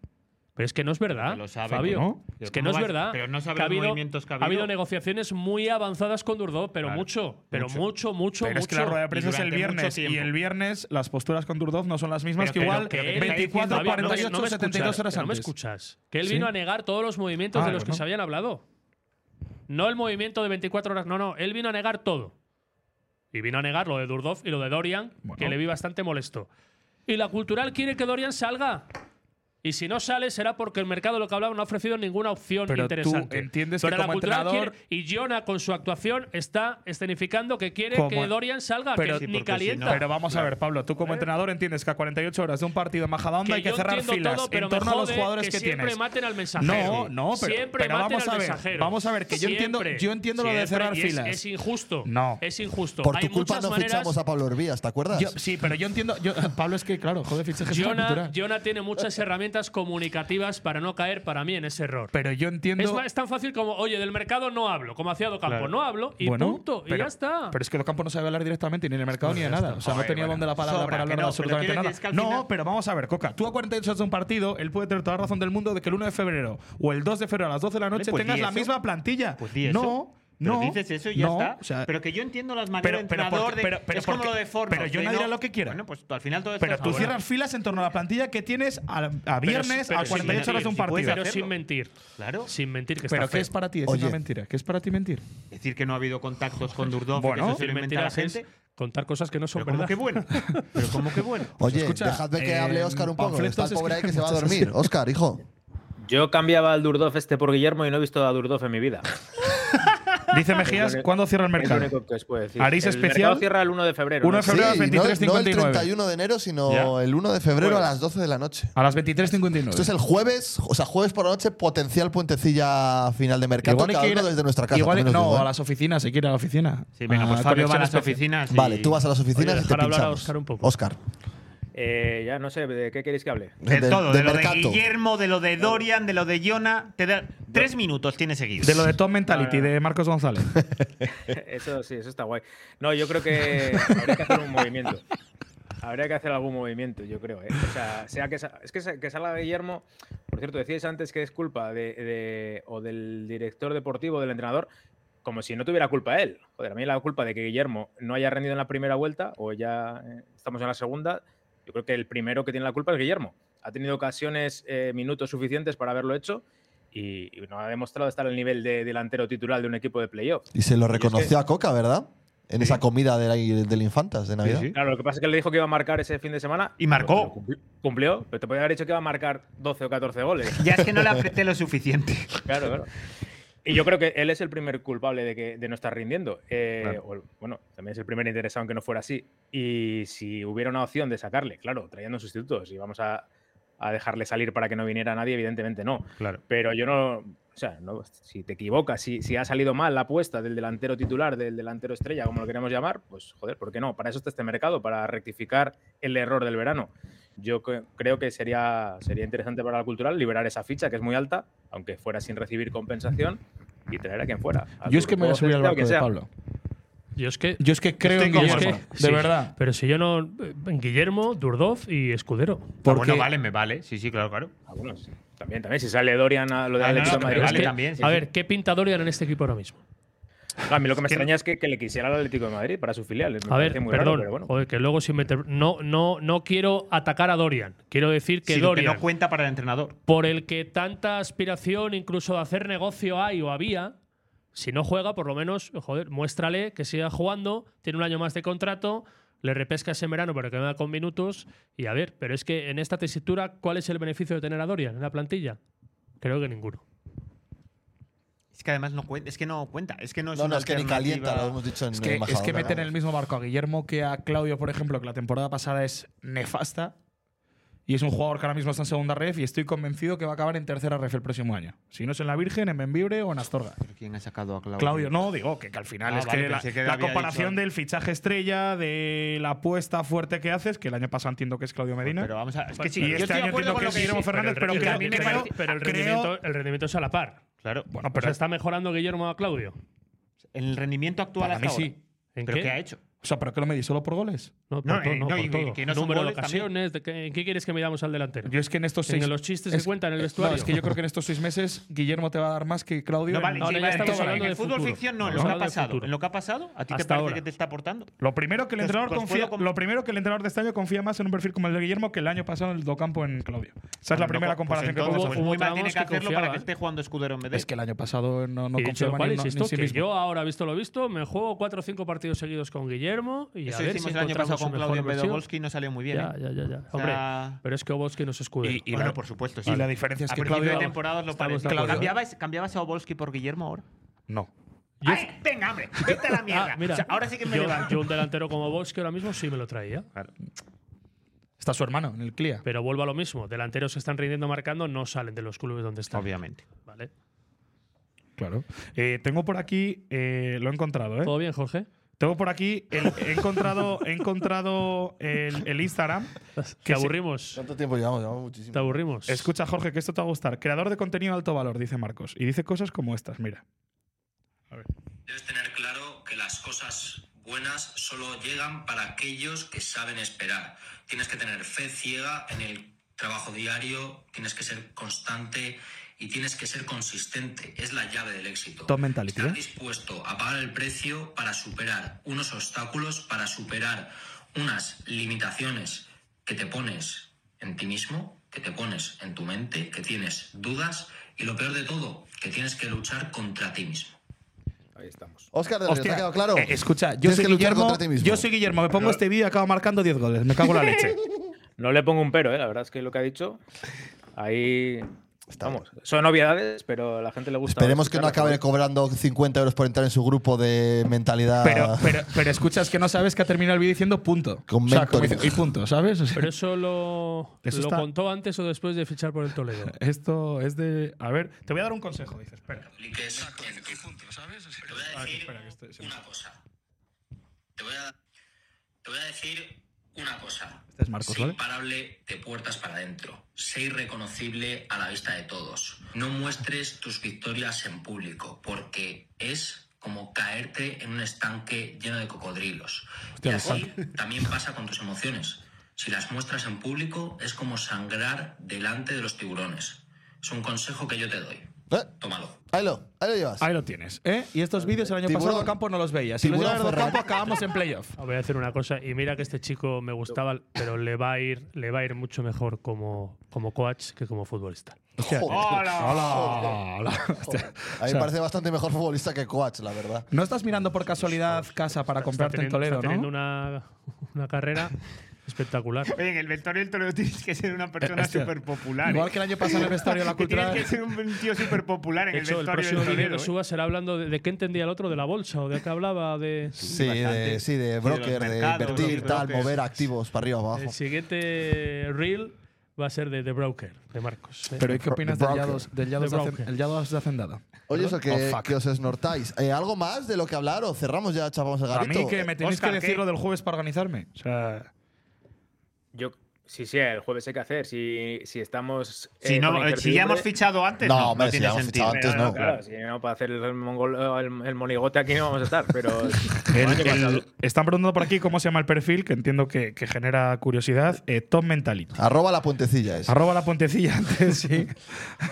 Speaker 2: Pero es que no es verdad.
Speaker 4: Lo sabe,
Speaker 2: Fabio.
Speaker 3: ¿no?
Speaker 2: Es
Speaker 4: Pero
Speaker 2: que
Speaker 4: ¿cómo
Speaker 2: no es
Speaker 4: vas-
Speaker 2: verdad.
Speaker 4: pero no sabe
Speaker 2: Que ha
Speaker 4: los
Speaker 2: habido,
Speaker 4: movimientos que ha habido.
Speaker 2: negociaciones muy avanzadas con Durdo, pero
Speaker 4: Claro.
Speaker 2: mucho, pero mucho, mucho, mucho.
Speaker 3: Pero es que la rueda de prensa es el
Speaker 4: durante mucho
Speaker 3: viernes y
Speaker 4: tiempo.
Speaker 3: el viernes las posturas con Durdov no son las mismas
Speaker 2: Pero
Speaker 3: que
Speaker 2: que
Speaker 3: igual
Speaker 2: no, que él-
Speaker 3: 24,
Speaker 2: Fabio, no me-
Speaker 3: 48,
Speaker 2: no me escuchas,
Speaker 3: 72 horas
Speaker 2: que No
Speaker 3: antes.
Speaker 2: me escuchas. Que él
Speaker 3: Sí.
Speaker 2: vino a negar todos los movimientos
Speaker 3: Ah,
Speaker 2: de los que
Speaker 3: bueno.
Speaker 2: se habían hablado. No el movimiento de 24 horas, no, no. Él vino a negar todo. Y vino a negar lo de Durdov y lo de Dorian,
Speaker 3: Bueno.
Speaker 2: que le vi bastante molesto. Y la cultural quiere que Dorian salga. Y si no sale será porque el mercado lo que hablaba no ha ofrecido ninguna opción
Speaker 3: Pero tú
Speaker 2: interesante.
Speaker 3: entiendes que
Speaker 2: la
Speaker 3: como
Speaker 2: cultural
Speaker 3: entrenador-
Speaker 2: quiere- y Jonah con su actuación está escenificando que quiere
Speaker 3: Como-
Speaker 2: que Dorian salga, que
Speaker 3: Pero- Sí,
Speaker 2: ni
Speaker 4: porque si
Speaker 2: calienta.
Speaker 4: no-
Speaker 3: Pero vamos a ver, Pablo, tú como entrenador entiendes que a 48 horas de un partido en Majadahonda
Speaker 2: Que
Speaker 3: hay que
Speaker 2: yo
Speaker 3: cerrar
Speaker 2: entiendo
Speaker 3: filas
Speaker 2: todo, pero
Speaker 3: en torno
Speaker 2: me
Speaker 3: a los
Speaker 2: jode
Speaker 3: jugadores que,
Speaker 2: que siempre
Speaker 3: tienes.
Speaker 2: maten al mensajero.
Speaker 3: No, no, pero,
Speaker 2: Siempre
Speaker 3: pero
Speaker 2: maten
Speaker 3: vamos
Speaker 2: al
Speaker 3: a ver,
Speaker 2: mensajero.
Speaker 3: vamos a ver que yo entiendo,
Speaker 2: Siempre,
Speaker 3: yo entiendo lo de
Speaker 2: siempre,
Speaker 3: cerrar
Speaker 2: y es-
Speaker 3: filas.
Speaker 2: Es, injusto.
Speaker 3: No.
Speaker 2: Es injusto.
Speaker 1: Por tu
Speaker 2: Hay
Speaker 1: culpa
Speaker 2: muchas
Speaker 1: no
Speaker 2: maneras.
Speaker 1: fichamos a Pablo Herbías, ¿te acuerdas?
Speaker 3: Yo- sí, pero yo entiendo, yo- Pablo es que claro, joder, fichajes es una
Speaker 2: Jonah,
Speaker 3: cultura.
Speaker 2: Jonah tiene muchas herramientas comunicativas para no caer para mí en ese error.
Speaker 3: Pero yo entiendo.
Speaker 2: Es, ma- es tan fácil como, oye, del mercado no hablo, como hacía Docampo,
Speaker 3: Claro.
Speaker 2: no hablo y
Speaker 3: Bueno,
Speaker 2: punto,
Speaker 3: pero-
Speaker 2: y ya está.
Speaker 3: Pero es que Docampo no sabe hablar directamente ni en el mercado ni de nada. O sea, no
Speaker 4: Joder,
Speaker 3: tenía
Speaker 4: bueno.
Speaker 3: donde la palabra
Speaker 4: Sobra,
Speaker 3: para
Speaker 4: que
Speaker 3: hablar
Speaker 4: no, pero
Speaker 3: absolutamente
Speaker 4: quiero
Speaker 3: nada.
Speaker 4: decir, es que al
Speaker 3: no,
Speaker 4: final-
Speaker 3: pero vamos a ver, Coca. Tú a 48 horas de un partido, él puede tener toda la razón del mundo de que el 1 de febrero o el 2 de febrero a las 12 de la noche
Speaker 4: Vale, pues
Speaker 3: tengas
Speaker 4: di
Speaker 3: la
Speaker 4: eso.
Speaker 3: misma plantilla.
Speaker 4: Pues di
Speaker 3: No,
Speaker 4: eso.
Speaker 3: no.
Speaker 4: Pero dices eso y ya
Speaker 3: no,
Speaker 4: está.
Speaker 3: o sea,
Speaker 4: pero que yo entiendo las maneras
Speaker 3: pero-
Speaker 4: de
Speaker 3: pero
Speaker 4: entrenador.
Speaker 3: porque-
Speaker 4: de-
Speaker 3: pero- pero
Speaker 4: es como
Speaker 3: porque-
Speaker 4: lo de forma.
Speaker 3: pero Jonas dirá lo que quiera.
Speaker 4: Bueno, pues al final todo esto
Speaker 3: pero
Speaker 4: es
Speaker 3: tú
Speaker 4: ahora.
Speaker 3: cierras filas en torno a la plantilla que tienes a, a
Speaker 2: Pero
Speaker 3: viernes,
Speaker 2: si- pero
Speaker 3: a
Speaker 2: sin
Speaker 3: 48 horas de un
Speaker 2: mentir,
Speaker 3: partido.
Speaker 2: Pero sin mentir.
Speaker 4: Claro.
Speaker 2: Sin mentir, que
Speaker 3: Pero
Speaker 2: está
Speaker 3: ¿qué
Speaker 2: feo.
Speaker 3: es para ti? Es
Speaker 1: Oye.
Speaker 3: una mentira. ¿Qué es para ti mentir?
Speaker 4: Decir que no ha habido contactos con Durdov,
Speaker 3: Bueno.
Speaker 4: bueno, que eso se
Speaker 2: Decir
Speaker 4: lo inventa la
Speaker 2: mentiras
Speaker 4: gente.
Speaker 2: es contar cosas que no son
Speaker 4: Pero como
Speaker 2: verdad.
Speaker 4: que bueno. Pero como que bueno.
Speaker 1: Oye,
Speaker 3: escucha,
Speaker 1: dejadme que hable
Speaker 3: eh,
Speaker 1: Óscar un poco. Está el
Speaker 3: panfletos
Speaker 1: pobre ahí que se va a
Speaker 3: escriben
Speaker 1: dormir. Óscar, hijo.
Speaker 5: Yo cambiaba al Durdov este por Guillermo y no he visto a Durdov en mi vida.
Speaker 3: Dice Mejías,
Speaker 5: único-
Speaker 3: ¿cuándo cierra el
Speaker 5: Es lo
Speaker 3: mercado?
Speaker 5: único que os puedo decir.
Speaker 3: Haréis
Speaker 5: el
Speaker 3: especial.
Speaker 5: mercado cierra el 1 de febrero.
Speaker 3: 1 de
Speaker 5: ¿no?
Speaker 3: febrero a
Speaker 1: Sí,
Speaker 3: las
Speaker 1: no,
Speaker 3: 23.59.
Speaker 1: no el 31 de enero, sino
Speaker 3: Ya.
Speaker 1: el 1 de febrero
Speaker 5: Jueves.
Speaker 1: a las 12 de la noche.
Speaker 3: A las 23.59.
Speaker 1: Esto es el jueves, o sea, jueves por la noche, potencial puentecilla final de mercado.
Speaker 3: Igual hay
Speaker 1: cada
Speaker 3: que ir
Speaker 1: uno desde nuestra casa.
Speaker 3: Igual hay-
Speaker 1: también os
Speaker 3: no,
Speaker 1: digo, ¿eh?
Speaker 3: a las oficinas, si quiere a la oficina.
Speaker 4: Sí, venga,
Speaker 3: Ah,
Speaker 4: pues Fabio va a
Speaker 3: conexión
Speaker 4: las
Speaker 3: especial.
Speaker 4: oficinas. y-
Speaker 1: Vale, tú vas a las oficinas
Speaker 2: Oye,
Speaker 1: y te
Speaker 2: dejar hablar a
Speaker 1: pinchamos.
Speaker 2: Óscar un poco.
Speaker 1: Óscar,
Speaker 5: Eh, ya no sé, ¿de qué queréis que hable?
Speaker 4: De, todo, de, lo
Speaker 1: mercado.
Speaker 4: de Guillermo, de lo de Dorian, de lo de Jonah. Te da tres minutos tienes seguidos.
Speaker 3: De lo de Top Mentality, de Marcos González.
Speaker 5: Eso sí, eso está guay. No, yo creo que habría que hacer un movimiento. Habría que hacer algún movimiento, yo creo. ¿eh? O sea, sea que sa- es que, sa- que salga Guillermo. Por cierto, decíais antes que es culpa de, de- o del director deportivo, del entrenador, como si no tuviera culpa él. Joder, a mí la culpa de que Guillermo no haya rendido en la primera vuelta o ya eh, estamos en la segunda, yo creo que el primero que tiene la culpa es Guillermo. Ha tenido ocasiones, eh, minutos suficientes para haberlo hecho y, y no ha demostrado estar al nivel de delantero titular de un equipo de playoff.
Speaker 1: Y se lo
Speaker 5: es que-
Speaker 1: reconoció a Coca, ¿verdad? En esa comida de la- del Infantas de Navidad.
Speaker 5: Claro, lo que pasa es que le dijo que iba a marcar ese fin de semana.
Speaker 4: Y marcó.
Speaker 5: Pero cumpli- Cumplió, pero te podía haber dicho que iba a marcar 12 o 14 goles.
Speaker 4: Ya es que no le apreté lo suficiente.
Speaker 5: Claro, claro. Y yo creo que él es el primer culpable de, que, de no estar rindiendo. Eh, o el- bueno, también es el primer interesado en que no fuera así. Y si hubiera una opción de sacarle, claro, trayendo un sustituto, si vamos a, a dejarle salir para que no viniera nadie, evidentemente no.
Speaker 4: Claro.
Speaker 5: Pero yo no. O sea, no, si te equivocas, si, si ha salido mal la apuesta del delantero titular, del delantero estrella, como lo queremos llamar, pues joder, ¿por qué no? Para eso está este mercado, para rectificar el error del verano. Yo cre- creo que sería, sería interesante para la cultural liberar esa ficha, que es muy alta, aunque fuera sin recibir compensación, y traer a quien fuera. a
Speaker 3: Yo es que me voy a
Speaker 5: Turco,
Speaker 3: subir al
Speaker 5: Cesta, o quien
Speaker 3: barco de
Speaker 5: sea.
Speaker 3: Pablo.
Speaker 2: Yo es que.
Speaker 3: Yo es que creo en
Speaker 2: Yo es
Speaker 3: Guillermo,
Speaker 2: que-
Speaker 3: de
Speaker 2: sí,
Speaker 3: verdad.
Speaker 2: Pero si yo no. eh, Guillermo, Durdov y Escudero.
Speaker 4: Ah,
Speaker 3: Porque-
Speaker 4: bueno, vale, me vale. Sí, sí, claro, claro.
Speaker 5: Algunos. Ah, También, también, si sale Dorian a lo de
Speaker 4: Ah, no,
Speaker 5: Atlético de
Speaker 4: no, que me
Speaker 5: Madrid.
Speaker 2: Pero es
Speaker 4: vale
Speaker 2: que,
Speaker 4: también, sí,
Speaker 2: a
Speaker 4: sí.
Speaker 2: ver, ¿qué pinta Dorian en este equipo ahora mismo?
Speaker 5: No, Ah, a mí lo que me extraña es que, que le quisiera al Atlético de Madrid para su filial. me
Speaker 2: A ver,
Speaker 5: parece muy
Speaker 2: perdón,
Speaker 5: raro, pero bueno.
Speaker 2: joder, que luego sin meter. No, no, no quiero atacar a Dorian. Quiero decir que
Speaker 4: Sino que
Speaker 2: Dorian,
Speaker 4: no cuenta para el entrenador.
Speaker 2: por el que tanta aspiración incluso de hacer negocio hay o había, si no juega, por lo menos, joder, muéstrale que siga jugando, tiene un año más de contrato, le repescas en verano para que venga con minutos. Y a ver, pero es que en esta tesitura, ¿cuál es el beneficio de tener a Dorian en la plantilla? Creo que ninguno.
Speaker 4: Es que además no cuenta. Es que no cuenta. Es que no es
Speaker 1: No,
Speaker 4: una
Speaker 1: no, es que ni
Speaker 4: alternativa.
Speaker 1: calienta, lo hemos dicho en
Speaker 3: Es que,
Speaker 1: el
Speaker 3: es que
Speaker 1: embajador,
Speaker 3: meten en
Speaker 1: vamos.
Speaker 3: el mismo barco a Guillermo que a Claudio, por ejemplo, que la temporada pasada es nefasta. Y es un jugador que ahora mismo está en segunda ref y estoy convencido que va a acabar en tercera ref el próximo año. Si no es en la Virgen, en Benvibre o en Astorga.
Speaker 4: ¿Pero ¿Quién ha sacado a Claudio?
Speaker 3: Claudio, no, digo que, que al final
Speaker 4: Ah,
Speaker 3: es
Speaker 4: vale,
Speaker 3: que la,
Speaker 4: pensé que
Speaker 3: la
Speaker 4: había
Speaker 3: comparación
Speaker 4: dicho-
Speaker 3: del fichaje estrella, de la apuesta fuerte que haces, que el año pasado entiendo que es Claudio Medina.
Speaker 4: Pero vamos a. Es que
Speaker 2: Pues,
Speaker 4: sí,
Speaker 3: y
Speaker 4: yo
Speaker 3: este
Speaker 4: estoy de
Speaker 3: año
Speaker 4: acuerdo
Speaker 3: entiendo
Speaker 4: con
Speaker 3: que
Speaker 4: lo
Speaker 3: es Guillermo Fernández, pero, que
Speaker 2: el
Speaker 3: a mí me
Speaker 2: rendimiento-
Speaker 3: parece-
Speaker 2: pero el
Speaker 3: creo-
Speaker 2: rendimiento, el rendimiento es a la par.
Speaker 4: Claro.
Speaker 3: Bueno,
Speaker 2: O
Speaker 3: pero
Speaker 2: sea, está mejorando Guillermo a Claudio.
Speaker 4: En el rendimiento actual
Speaker 3: Para
Speaker 4: hasta
Speaker 3: mí
Speaker 4: ahora.
Speaker 3: sí.
Speaker 2: ¿En
Speaker 4: ¿Pero
Speaker 2: qué?
Speaker 4: qué ha hecho?
Speaker 3: O sea, ¿pero qué lo medís solo por goles?
Speaker 2: No,
Speaker 4: No,
Speaker 2: por todo,
Speaker 4: eh,
Speaker 2: no,
Speaker 4: no,
Speaker 2: por
Speaker 4: y-
Speaker 2: todo.
Speaker 4: que no son
Speaker 2: Número de
Speaker 4: goles también.
Speaker 2: ocasiones. de qué- ¿En qué quieres que midamos al delantero?
Speaker 3: Yo es que en estos
Speaker 2: En
Speaker 3: seis…
Speaker 2: los chistes
Speaker 3: es-
Speaker 2: que cuentan en el
Speaker 3: eh,
Speaker 2: vestuario.
Speaker 3: No, es que yo creo que en estos seis meses Guillermo te va a dar más que Claudio.
Speaker 4: No,
Speaker 3: en-
Speaker 4: vale,
Speaker 2: no,
Speaker 4: sí,
Speaker 2: no, ya
Speaker 4: vale,
Speaker 2: estamos
Speaker 4: estamos
Speaker 2: hablando
Speaker 4: en
Speaker 2: de
Speaker 4: el fútbol
Speaker 2: futuro.
Speaker 4: ficción
Speaker 2: Estamos
Speaker 4: no, en lo que ha
Speaker 2: hablando de
Speaker 4: pasado.
Speaker 2: futuro.
Speaker 4: En lo que ha pasado, ¿a ti
Speaker 2: Hasta
Speaker 4: te parece
Speaker 2: ahora.
Speaker 4: que te está aportando?
Speaker 3: Lo primero que el
Speaker 4: Pues-
Speaker 3: entrenador
Speaker 4: pues
Speaker 3: confía,
Speaker 4: puedo com-
Speaker 3: lo primero que el entrenador de este año confía más en un perfil como el de Guillermo que el año pasado en el Docampo en Claudio. Esa es la
Speaker 4: Bueno,
Speaker 3: primera
Speaker 4: pues
Speaker 3: comparación que
Speaker 4: entonces,
Speaker 3: podemos
Speaker 2: hubo-
Speaker 3: hacer.
Speaker 4: pues muy mal
Speaker 2: Hubo
Speaker 4: tiene que
Speaker 2: tramos que
Speaker 4: hacerlo para
Speaker 2: confiaba, ¿eh?
Speaker 4: que esté jugando escudero en vez de.
Speaker 3: Es que el año pasado no, no
Speaker 2: Y dicho lo
Speaker 3: confiaba
Speaker 2: cual,
Speaker 3: ni, en-
Speaker 2: insisto,
Speaker 3: ni en sí
Speaker 2: que
Speaker 3: mismo.
Speaker 2: yo ahora, visto lo visto, me juego cuatro o cinco partidos seguidos con Guillermo y a
Speaker 4: Eso
Speaker 2: ver
Speaker 4: hicimos
Speaker 2: si
Speaker 4: el año pasado
Speaker 2: encontramos
Speaker 4: con
Speaker 2: su mejor
Speaker 4: Claudio
Speaker 2: versión.
Speaker 4: Podolski y no salió muy bien.
Speaker 2: Ya,
Speaker 4: ¿eh?
Speaker 2: ya, ya, ya.
Speaker 4: O
Speaker 2: Hombre,
Speaker 4: sea-
Speaker 2: pero es que Oboski nos escudero.
Speaker 3: Y- y
Speaker 4: bueno,
Speaker 3: la-
Speaker 4: por supuesto.
Speaker 3: y la diferencia es
Speaker 4: a
Speaker 3: que
Speaker 4: principio
Speaker 3: Claudio-
Speaker 4: de temporada os lo
Speaker 2: Estamos
Speaker 4: parece.
Speaker 2: de acuerdo.
Speaker 4: ¿Cambiabais, ¿Cambiabas a Obolski por Guillermo ahora?
Speaker 3: No.
Speaker 4: ¡Ay, venga, hombre! ¡Vete a la mierda!
Speaker 2: Ah, mira,
Speaker 4: O sea, ahora sí que me
Speaker 2: yo,
Speaker 4: levanto.
Speaker 2: yo un delantero como Oboski ahora mismo sí me lo traía.
Speaker 3: Está su hermano en el CLIA.
Speaker 2: Pero vuelvo a lo mismo. Delanteros que están rindiendo marcando no salen de los clubes donde están.
Speaker 4: Obviamente.
Speaker 2: ¿Vale?
Speaker 3: Claro. Eh, tengo por aquí, eh, lo he encontrado, ¿eh?
Speaker 2: ¿Todo bien, Jorge?
Speaker 3: Tengo por aquí, el- he encontrado, he encontrado el, el Instagram.
Speaker 2: Te
Speaker 3: que se-
Speaker 2: aburrimos.
Speaker 1: ¿Cuánto tiempo llevamos? Llevamos muchísimo.
Speaker 2: Te aburrimos.
Speaker 3: Escucha, Jorge, que esto te va a gustar. Creador de contenido de alto valor, dice Marcos. Y dice cosas como estas, mira.
Speaker 8: Debes tener claro que las cosas buenas solo llegan para aquellos que saben esperar. Tienes que tener fe ciega en el trabajo diario, tienes que ser constante y tienes que ser consistente. Es la llave del éxito.
Speaker 3: Top mentality,
Speaker 8: Estar
Speaker 3: ¿eh?
Speaker 8: dispuesto a pagar el precio para superar unos obstáculos, para superar unas limitaciones que te pones en ti mismo, que te pones en tu mente, que tienes dudas y lo peor de todo, que tienes que luchar contra ti mismo.
Speaker 5: Ahí estamos.
Speaker 1: Oscar del Río, ¿te ha quedado claro?
Speaker 3: eh, escucha, yo
Speaker 1: Tienes
Speaker 3: soy,
Speaker 1: que luchar
Speaker 3: Guillermo,
Speaker 1: contra ti mismo.
Speaker 3: yo soy Guillermo, me pongo este vídeo y acabo marcando 10 goles. Me cago en la leche.
Speaker 5: No le pongo un pero, ¿eh? la verdad es que lo que ha dicho. Ahí estamos. Son obviedades, pero a la gente le gusta.
Speaker 1: Esperemos que no
Speaker 5: escucharlas,
Speaker 1: acabe cobrando 50 euros por entrar en su grupo de mentalidad.
Speaker 3: Pero, pero, pero escucha, es que no sabes que ha terminado el vídeo diciendo punto.
Speaker 1: Con
Speaker 3: O sea, como
Speaker 1: mentoring.
Speaker 3: dice, y punto, ¿sabes? O sea,
Speaker 2: ¿Pero eso lo,
Speaker 3: Eso
Speaker 2: lo
Speaker 3: está-
Speaker 2: contó antes o después de fichar por el Toledo?
Speaker 3: esto es de. A ver, te voy a dar un consejo, dice. Espera.
Speaker 8: Apliques en tu- Te voy a
Speaker 3: Ah,
Speaker 8: decir
Speaker 3: espera, que estoy- se me-
Speaker 8: una cosa. Te voy a, te voy a decir una cosa.
Speaker 3: Este es Marcos,
Speaker 8: sé
Speaker 3: ¿vale?
Speaker 8: imparable de puertas para adentro. Sé irreconocible a la vista de todos. No muestres tus victorias en público, porque es como caerte en un estanque lleno de cocodrilos.
Speaker 3: Hostia,
Speaker 8: y
Speaker 3: me
Speaker 8: así también pasa con tus emociones. Si las muestras en público, es como sangrar delante de los tiburones. Es un consejo que yo te doy.
Speaker 1: ¿Eh?
Speaker 8: Tómalo.
Speaker 1: Ahí lo, ahí lo llevas.
Speaker 3: Ahí lo tienes. ¿eh? Y estos vídeos el año
Speaker 1: Tiburón.
Speaker 3: pasado Campo no los veía. Si los
Speaker 1: Tiburón
Speaker 3: llevas Eduardo
Speaker 1: Ferran.
Speaker 3: Campo acabamos en playoff.
Speaker 2: Ah, Voy a hacer una cosa, y mira que este chico me gustaba, pero le va a ir, le va a ir mucho mejor como, como coach que como futbolista.
Speaker 1: Joder.
Speaker 3: Hola, hola. Hostia.
Speaker 1: A mí me parece bastante mejor futbolista que coach, la verdad.
Speaker 3: No estás mirando por casualidad casa para comprarte
Speaker 2: está
Speaker 3: en Toledo,
Speaker 2: está teniendo
Speaker 3: ¿no?
Speaker 2: una, una carrera espectacular.
Speaker 4: Oye, en el vestuario del Toledo tienes que ser una persona
Speaker 3: Hostia.
Speaker 4: súper popular.
Speaker 3: Este, Igual que el año pasado en el vestuario de la cultura.
Speaker 4: Tienes que ser un tío súper popular en
Speaker 2: De
Speaker 4: el
Speaker 2: hecho, el
Speaker 4: vestuario
Speaker 2: próximo
Speaker 4: del
Speaker 2: vídeo que
Speaker 4: Toledo. ¿eh?
Speaker 2: suba será hablando de, de qué entendía el otro, de la bolsa o de qué hablaba, de...
Speaker 1: Sí, de, sí, de
Speaker 4: los
Speaker 1: broker, de,
Speaker 4: mercados,
Speaker 1: invertir,
Speaker 4: los
Speaker 1: tal,
Speaker 4: brokers.
Speaker 1: mover activos para arriba, abajo.
Speaker 2: El siguiente reel va a ser de The Broker, de Marcos. ¿eh?
Speaker 3: Pero ¿y qué opinas
Speaker 1: The
Speaker 3: del
Speaker 1: Broker.
Speaker 3: Yados, del Yados
Speaker 2: The
Speaker 3: de, Hacen-
Speaker 2: Broker.
Speaker 3: el Yados de Hacendado?
Speaker 1: Oye, eso
Speaker 3: Oh,
Speaker 1: que,
Speaker 3: fuck.
Speaker 1: que os esnortáis. Eh, ¿Algo más de lo que hablar o cerramos ya, chapamos el
Speaker 3: A
Speaker 1: garito?
Speaker 3: mí que me tenéis
Speaker 4: Oscar,
Speaker 3: que decir
Speaker 4: ¿qué?
Speaker 3: lo del jueves para organizarme. O sea,
Speaker 5: Yo, sí, sí, el jueves hay que hacer. Si, si estamos.
Speaker 4: Si,
Speaker 5: eh,
Speaker 4: no-
Speaker 5: con
Speaker 4: eh, si ya hemos
Speaker 5: incertidumbre-
Speaker 4: fichado antes,
Speaker 1: No,
Speaker 4: no,
Speaker 1: hombre,
Speaker 4: no
Speaker 1: si
Speaker 4: tiene
Speaker 1: ya hemos
Speaker 4: sentido.
Speaker 1: fichado antes,
Speaker 4: Pero,
Speaker 1: no.
Speaker 5: Claro, si no, para hacer el, mongol- el- el monigote aquí no vamos a estar, pero.
Speaker 3: el- el- están preguntando por aquí cómo se llama el perfil, que entiendo que, que genera curiosidad. Eh, Tom Mentalito.
Speaker 1: Arroba la puentecilla es.
Speaker 3: Arroba la puentecilla antes, sí.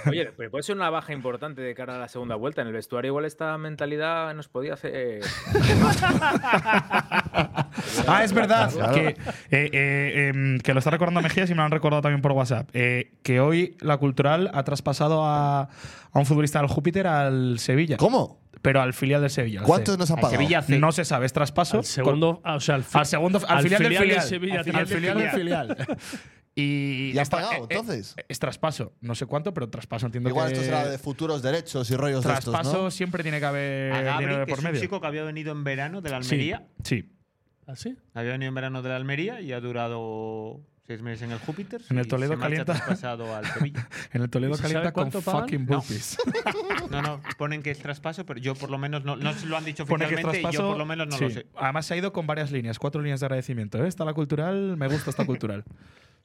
Speaker 5: Oye, pero puede ser una baja importante de cara a la segunda vuelta. En el vestuario, igual esta mentalidad nos podía hacer.
Speaker 3: Ah, es verdad.
Speaker 1: Claro.
Speaker 3: Que, eh, eh, em, que lo está recordando Mejías y me lo han recordado también por WhatsApp. Eh, que hoy la cultural ha traspasado a, a un futbolista del Júpiter al Sevilla.
Speaker 1: ¿Cómo?
Speaker 3: Pero al filial del Sevilla. al
Speaker 1: ¿Cuántos
Speaker 3: C.
Speaker 1: nos han pagado?
Speaker 4: Sevilla C.
Speaker 3: No se sabe, es traspaso.
Speaker 2: Al segundo, ah, o sea, al,
Speaker 3: Con-
Speaker 2: fi-
Speaker 3: al segundo. Al,
Speaker 2: al
Speaker 3: filial, del
Speaker 2: de
Speaker 3: filial.
Speaker 2: Sevilla,
Speaker 3: al filial, del filial. Y,
Speaker 1: ¿Y has
Speaker 3: esta-
Speaker 1: pagado,
Speaker 3: eh, eh,
Speaker 1: entonces?
Speaker 3: Es, traspaso. No sé cuánto, pero traspaso entiendo
Speaker 1: Igual
Speaker 3: que.
Speaker 1: esto será de futuros derechos y rollos de
Speaker 3: Eh, Traspaso
Speaker 1: estos, ¿no?
Speaker 3: siempre tiene que haber
Speaker 4: A Gabri,
Speaker 3: dinero de
Speaker 4: que es
Speaker 3: por
Speaker 4: un
Speaker 3: medio.
Speaker 4: chico que había venido en verano de la
Speaker 3: Sí,
Speaker 4: Almería.
Speaker 3: sí.
Speaker 2: ¿Ah, sí?
Speaker 4: Había venido en verano de la Almería y ha durado seis meses en el Júpiter.
Speaker 3: En el
Speaker 4: y
Speaker 3: Toledo
Speaker 4: se marcha
Speaker 3: calienta.
Speaker 4: traspasado al Sevilla.
Speaker 3: En el Toledo
Speaker 2: ¿Y se sabe
Speaker 3: calienta con
Speaker 2: cuánto pagan?
Speaker 3: fucking
Speaker 2: No.
Speaker 3: burpees.
Speaker 4: No, no, ponen que es traspaso, pero yo por lo menos no, no se lo han dicho
Speaker 3: Pone que
Speaker 4: oficialmente y
Speaker 3: traspaso.
Speaker 4: yo por lo menos no
Speaker 3: sí.
Speaker 4: lo sé.
Speaker 3: Además, se ha ido con varias líneas, cuatro líneas de agradecimiento. ¿eh? Está la cultural, me gusta esta cultural.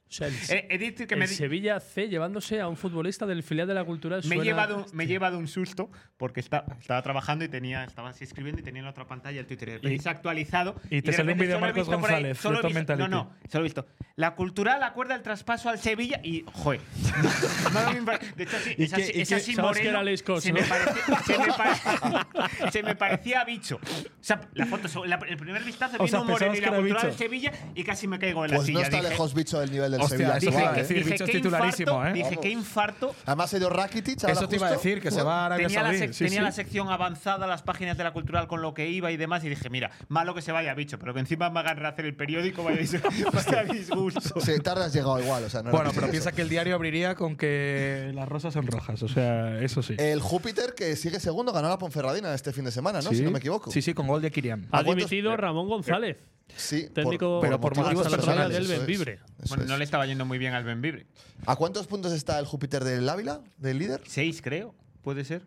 Speaker 2: O sea, el,
Speaker 4: Eh, he dicho que
Speaker 2: el
Speaker 4: me, di-
Speaker 2: Sevilla C llevándose a un futbolista del filial de la cultura.
Speaker 4: me
Speaker 2: suena-
Speaker 4: he llevado, un- me he llevado un susto porque esta- estaba trabajando y tenía, estaba así escribiendo y tenía en la otra pantalla el Twitter.
Speaker 3: Y-
Speaker 4: Y, se ha actualizado.
Speaker 3: y te
Speaker 4: de
Speaker 3: salió un
Speaker 4: repente
Speaker 3: vídeo de
Speaker 4: solo he
Speaker 3: Marcos
Speaker 4: visto por ahí-
Speaker 3: González, de
Speaker 4: solo he
Speaker 3: Tom
Speaker 4: visto-
Speaker 3: Mentality.
Speaker 4: No, no, solo he visto. La cultural acuerda el traspaso al Sevilla y. Joder. no me impar- de hecho, sí,
Speaker 2: ¿Y
Speaker 4: es
Speaker 2: qué-
Speaker 4: así-
Speaker 2: y
Speaker 4: es
Speaker 2: qué-
Speaker 4: así
Speaker 2: sabes que era
Speaker 4: moreno,
Speaker 2: Leis Cox,
Speaker 4: se
Speaker 2: no?
Speaker 4: me parecía- se me pare- Se me parecía bicho. O sea, la foto, so- la- el primer vistazo
Speaker 3: O
Speaker 4: vino
Speaker 3: sea,
Speaker 4: un moreno
Speaker 3: pensabas
Speaker 4: y
Speaker 3: que
Speaker 4: la
Speaker 3: era
Speaker 4: cultural
Speaker 3: bicho.
Speaker 4: del Sevilla y casi me caigo en la
Speaker 1: Pues
Speaker 4: silla.
Speaker 1: no está
Speaker 4: Dije-
Speaker 1: lejos bicho del nivel del
Speaker 3: Hostia,
Speaker 1: Sevilla. se
Speaker 3: dije
Speaker 1: va,
Speaker 3: que-
Speaker 1: ¿eh?
Speaker 3: decir, bicho es
Speaker 4: qué
Speaker 3: titularísimo,
Speaker 4: infarto,
Speaker 3: ¿eh?
Speaker 4: Dije,
Speaker 1: Vamos.
Speaker 4: qué infarto.
Speaker 1: Además ha ido Rakitic ahora
Speaker 3: Eso te iba a
Speaker 1: justo.
Speaker 3: decir, que se va a Arabia
Speaker 4: Tenía, la,
Speaker 3: Saudí.
Speaker 4: sec-
Speaker 3: Sí,
Speaker 4: tenía
Speaker 3: sí.
Speaker 4: la sección avanzada, las páginas de la cultural con lo que iba y demás, y dije, mira, malo que se vaya, bicho, pero que encima me hagan hacer el periódico, vaya, dis- vaya disgusto.
Speaker 1: Sí, tarde has llegado igual, o sea, no era
Speaker 3: Bueno, pero
Speaker 1: preciso.
Speaker 3: piensa que el diario abriría con que las rosas son rojas. O sea, eso sí.
Speaker 1: El Júpiter, que sigue segundo, ganó la Ponferradina este fin de semana, ¿no?
Speaker 3: Sí.
Speaker 1: Si no me equivoco.
Speaker 3: Sí, sí, con gol de Kiriam.
Speaker 2: Ha
Speaker 1: ¿A cuántos-
Speaker 2: dimitido Ramón González,
Speaker 1: Sí,
Speaker 2: técnico
Speaker 3: pero por motivos
Speaker 2: personales
Speaker 3: personales,
Speaker 2: del
Speaker 1: eso es.
Speaker 2: Benvibre.
Speaker 1: Eso
Speaker 4: Bueno,
Speaker 1: es.
Speaker 4: no le estaba yendo muy bien al Benvibre.
Speaker 1: ¿A cuántos puntos está el Júpiter del Ávila, del líder?
Speaker 4: Seis, creo, puede ser.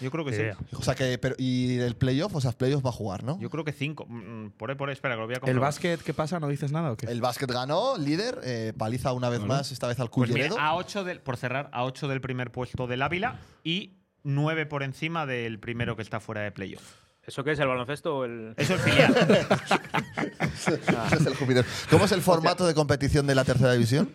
Speaker 4: Yo creo que
Speaker 1: Ni
Speaker 4: sí.
Speaker 1: idea. O sea que, pero, y el playoff, o sea, playoff va a jugar, ¿no?
Speaker 4: Yo creo que cinco. Mm, Por ahí, por ahí, espera, que lo voy a
Speaker 1: ¿El
Speaker 4: comprobar.
Speaker 1: básquet
Speaker 3: qué pasa? ¿No dices nada o qué?
Speaker 1: El básquet ganó, líder, eh, paliza una vez más, esta vez al
Speaker 4: Pues mira,
Speaker 1: Culleredo.
Speaker 4: a 8 del, por cerrar, a 8 del primer puesto del Ávila y 9 por encima del primero que está fuera de playoff.
Speaker 5: ¿Eso qué es el baloncesto o el.?
Speaker 4: Eso es filial. ah.
Speaker 1: Ese es el Júpiter. ¿Cómo es el formato de competición de la tercera división?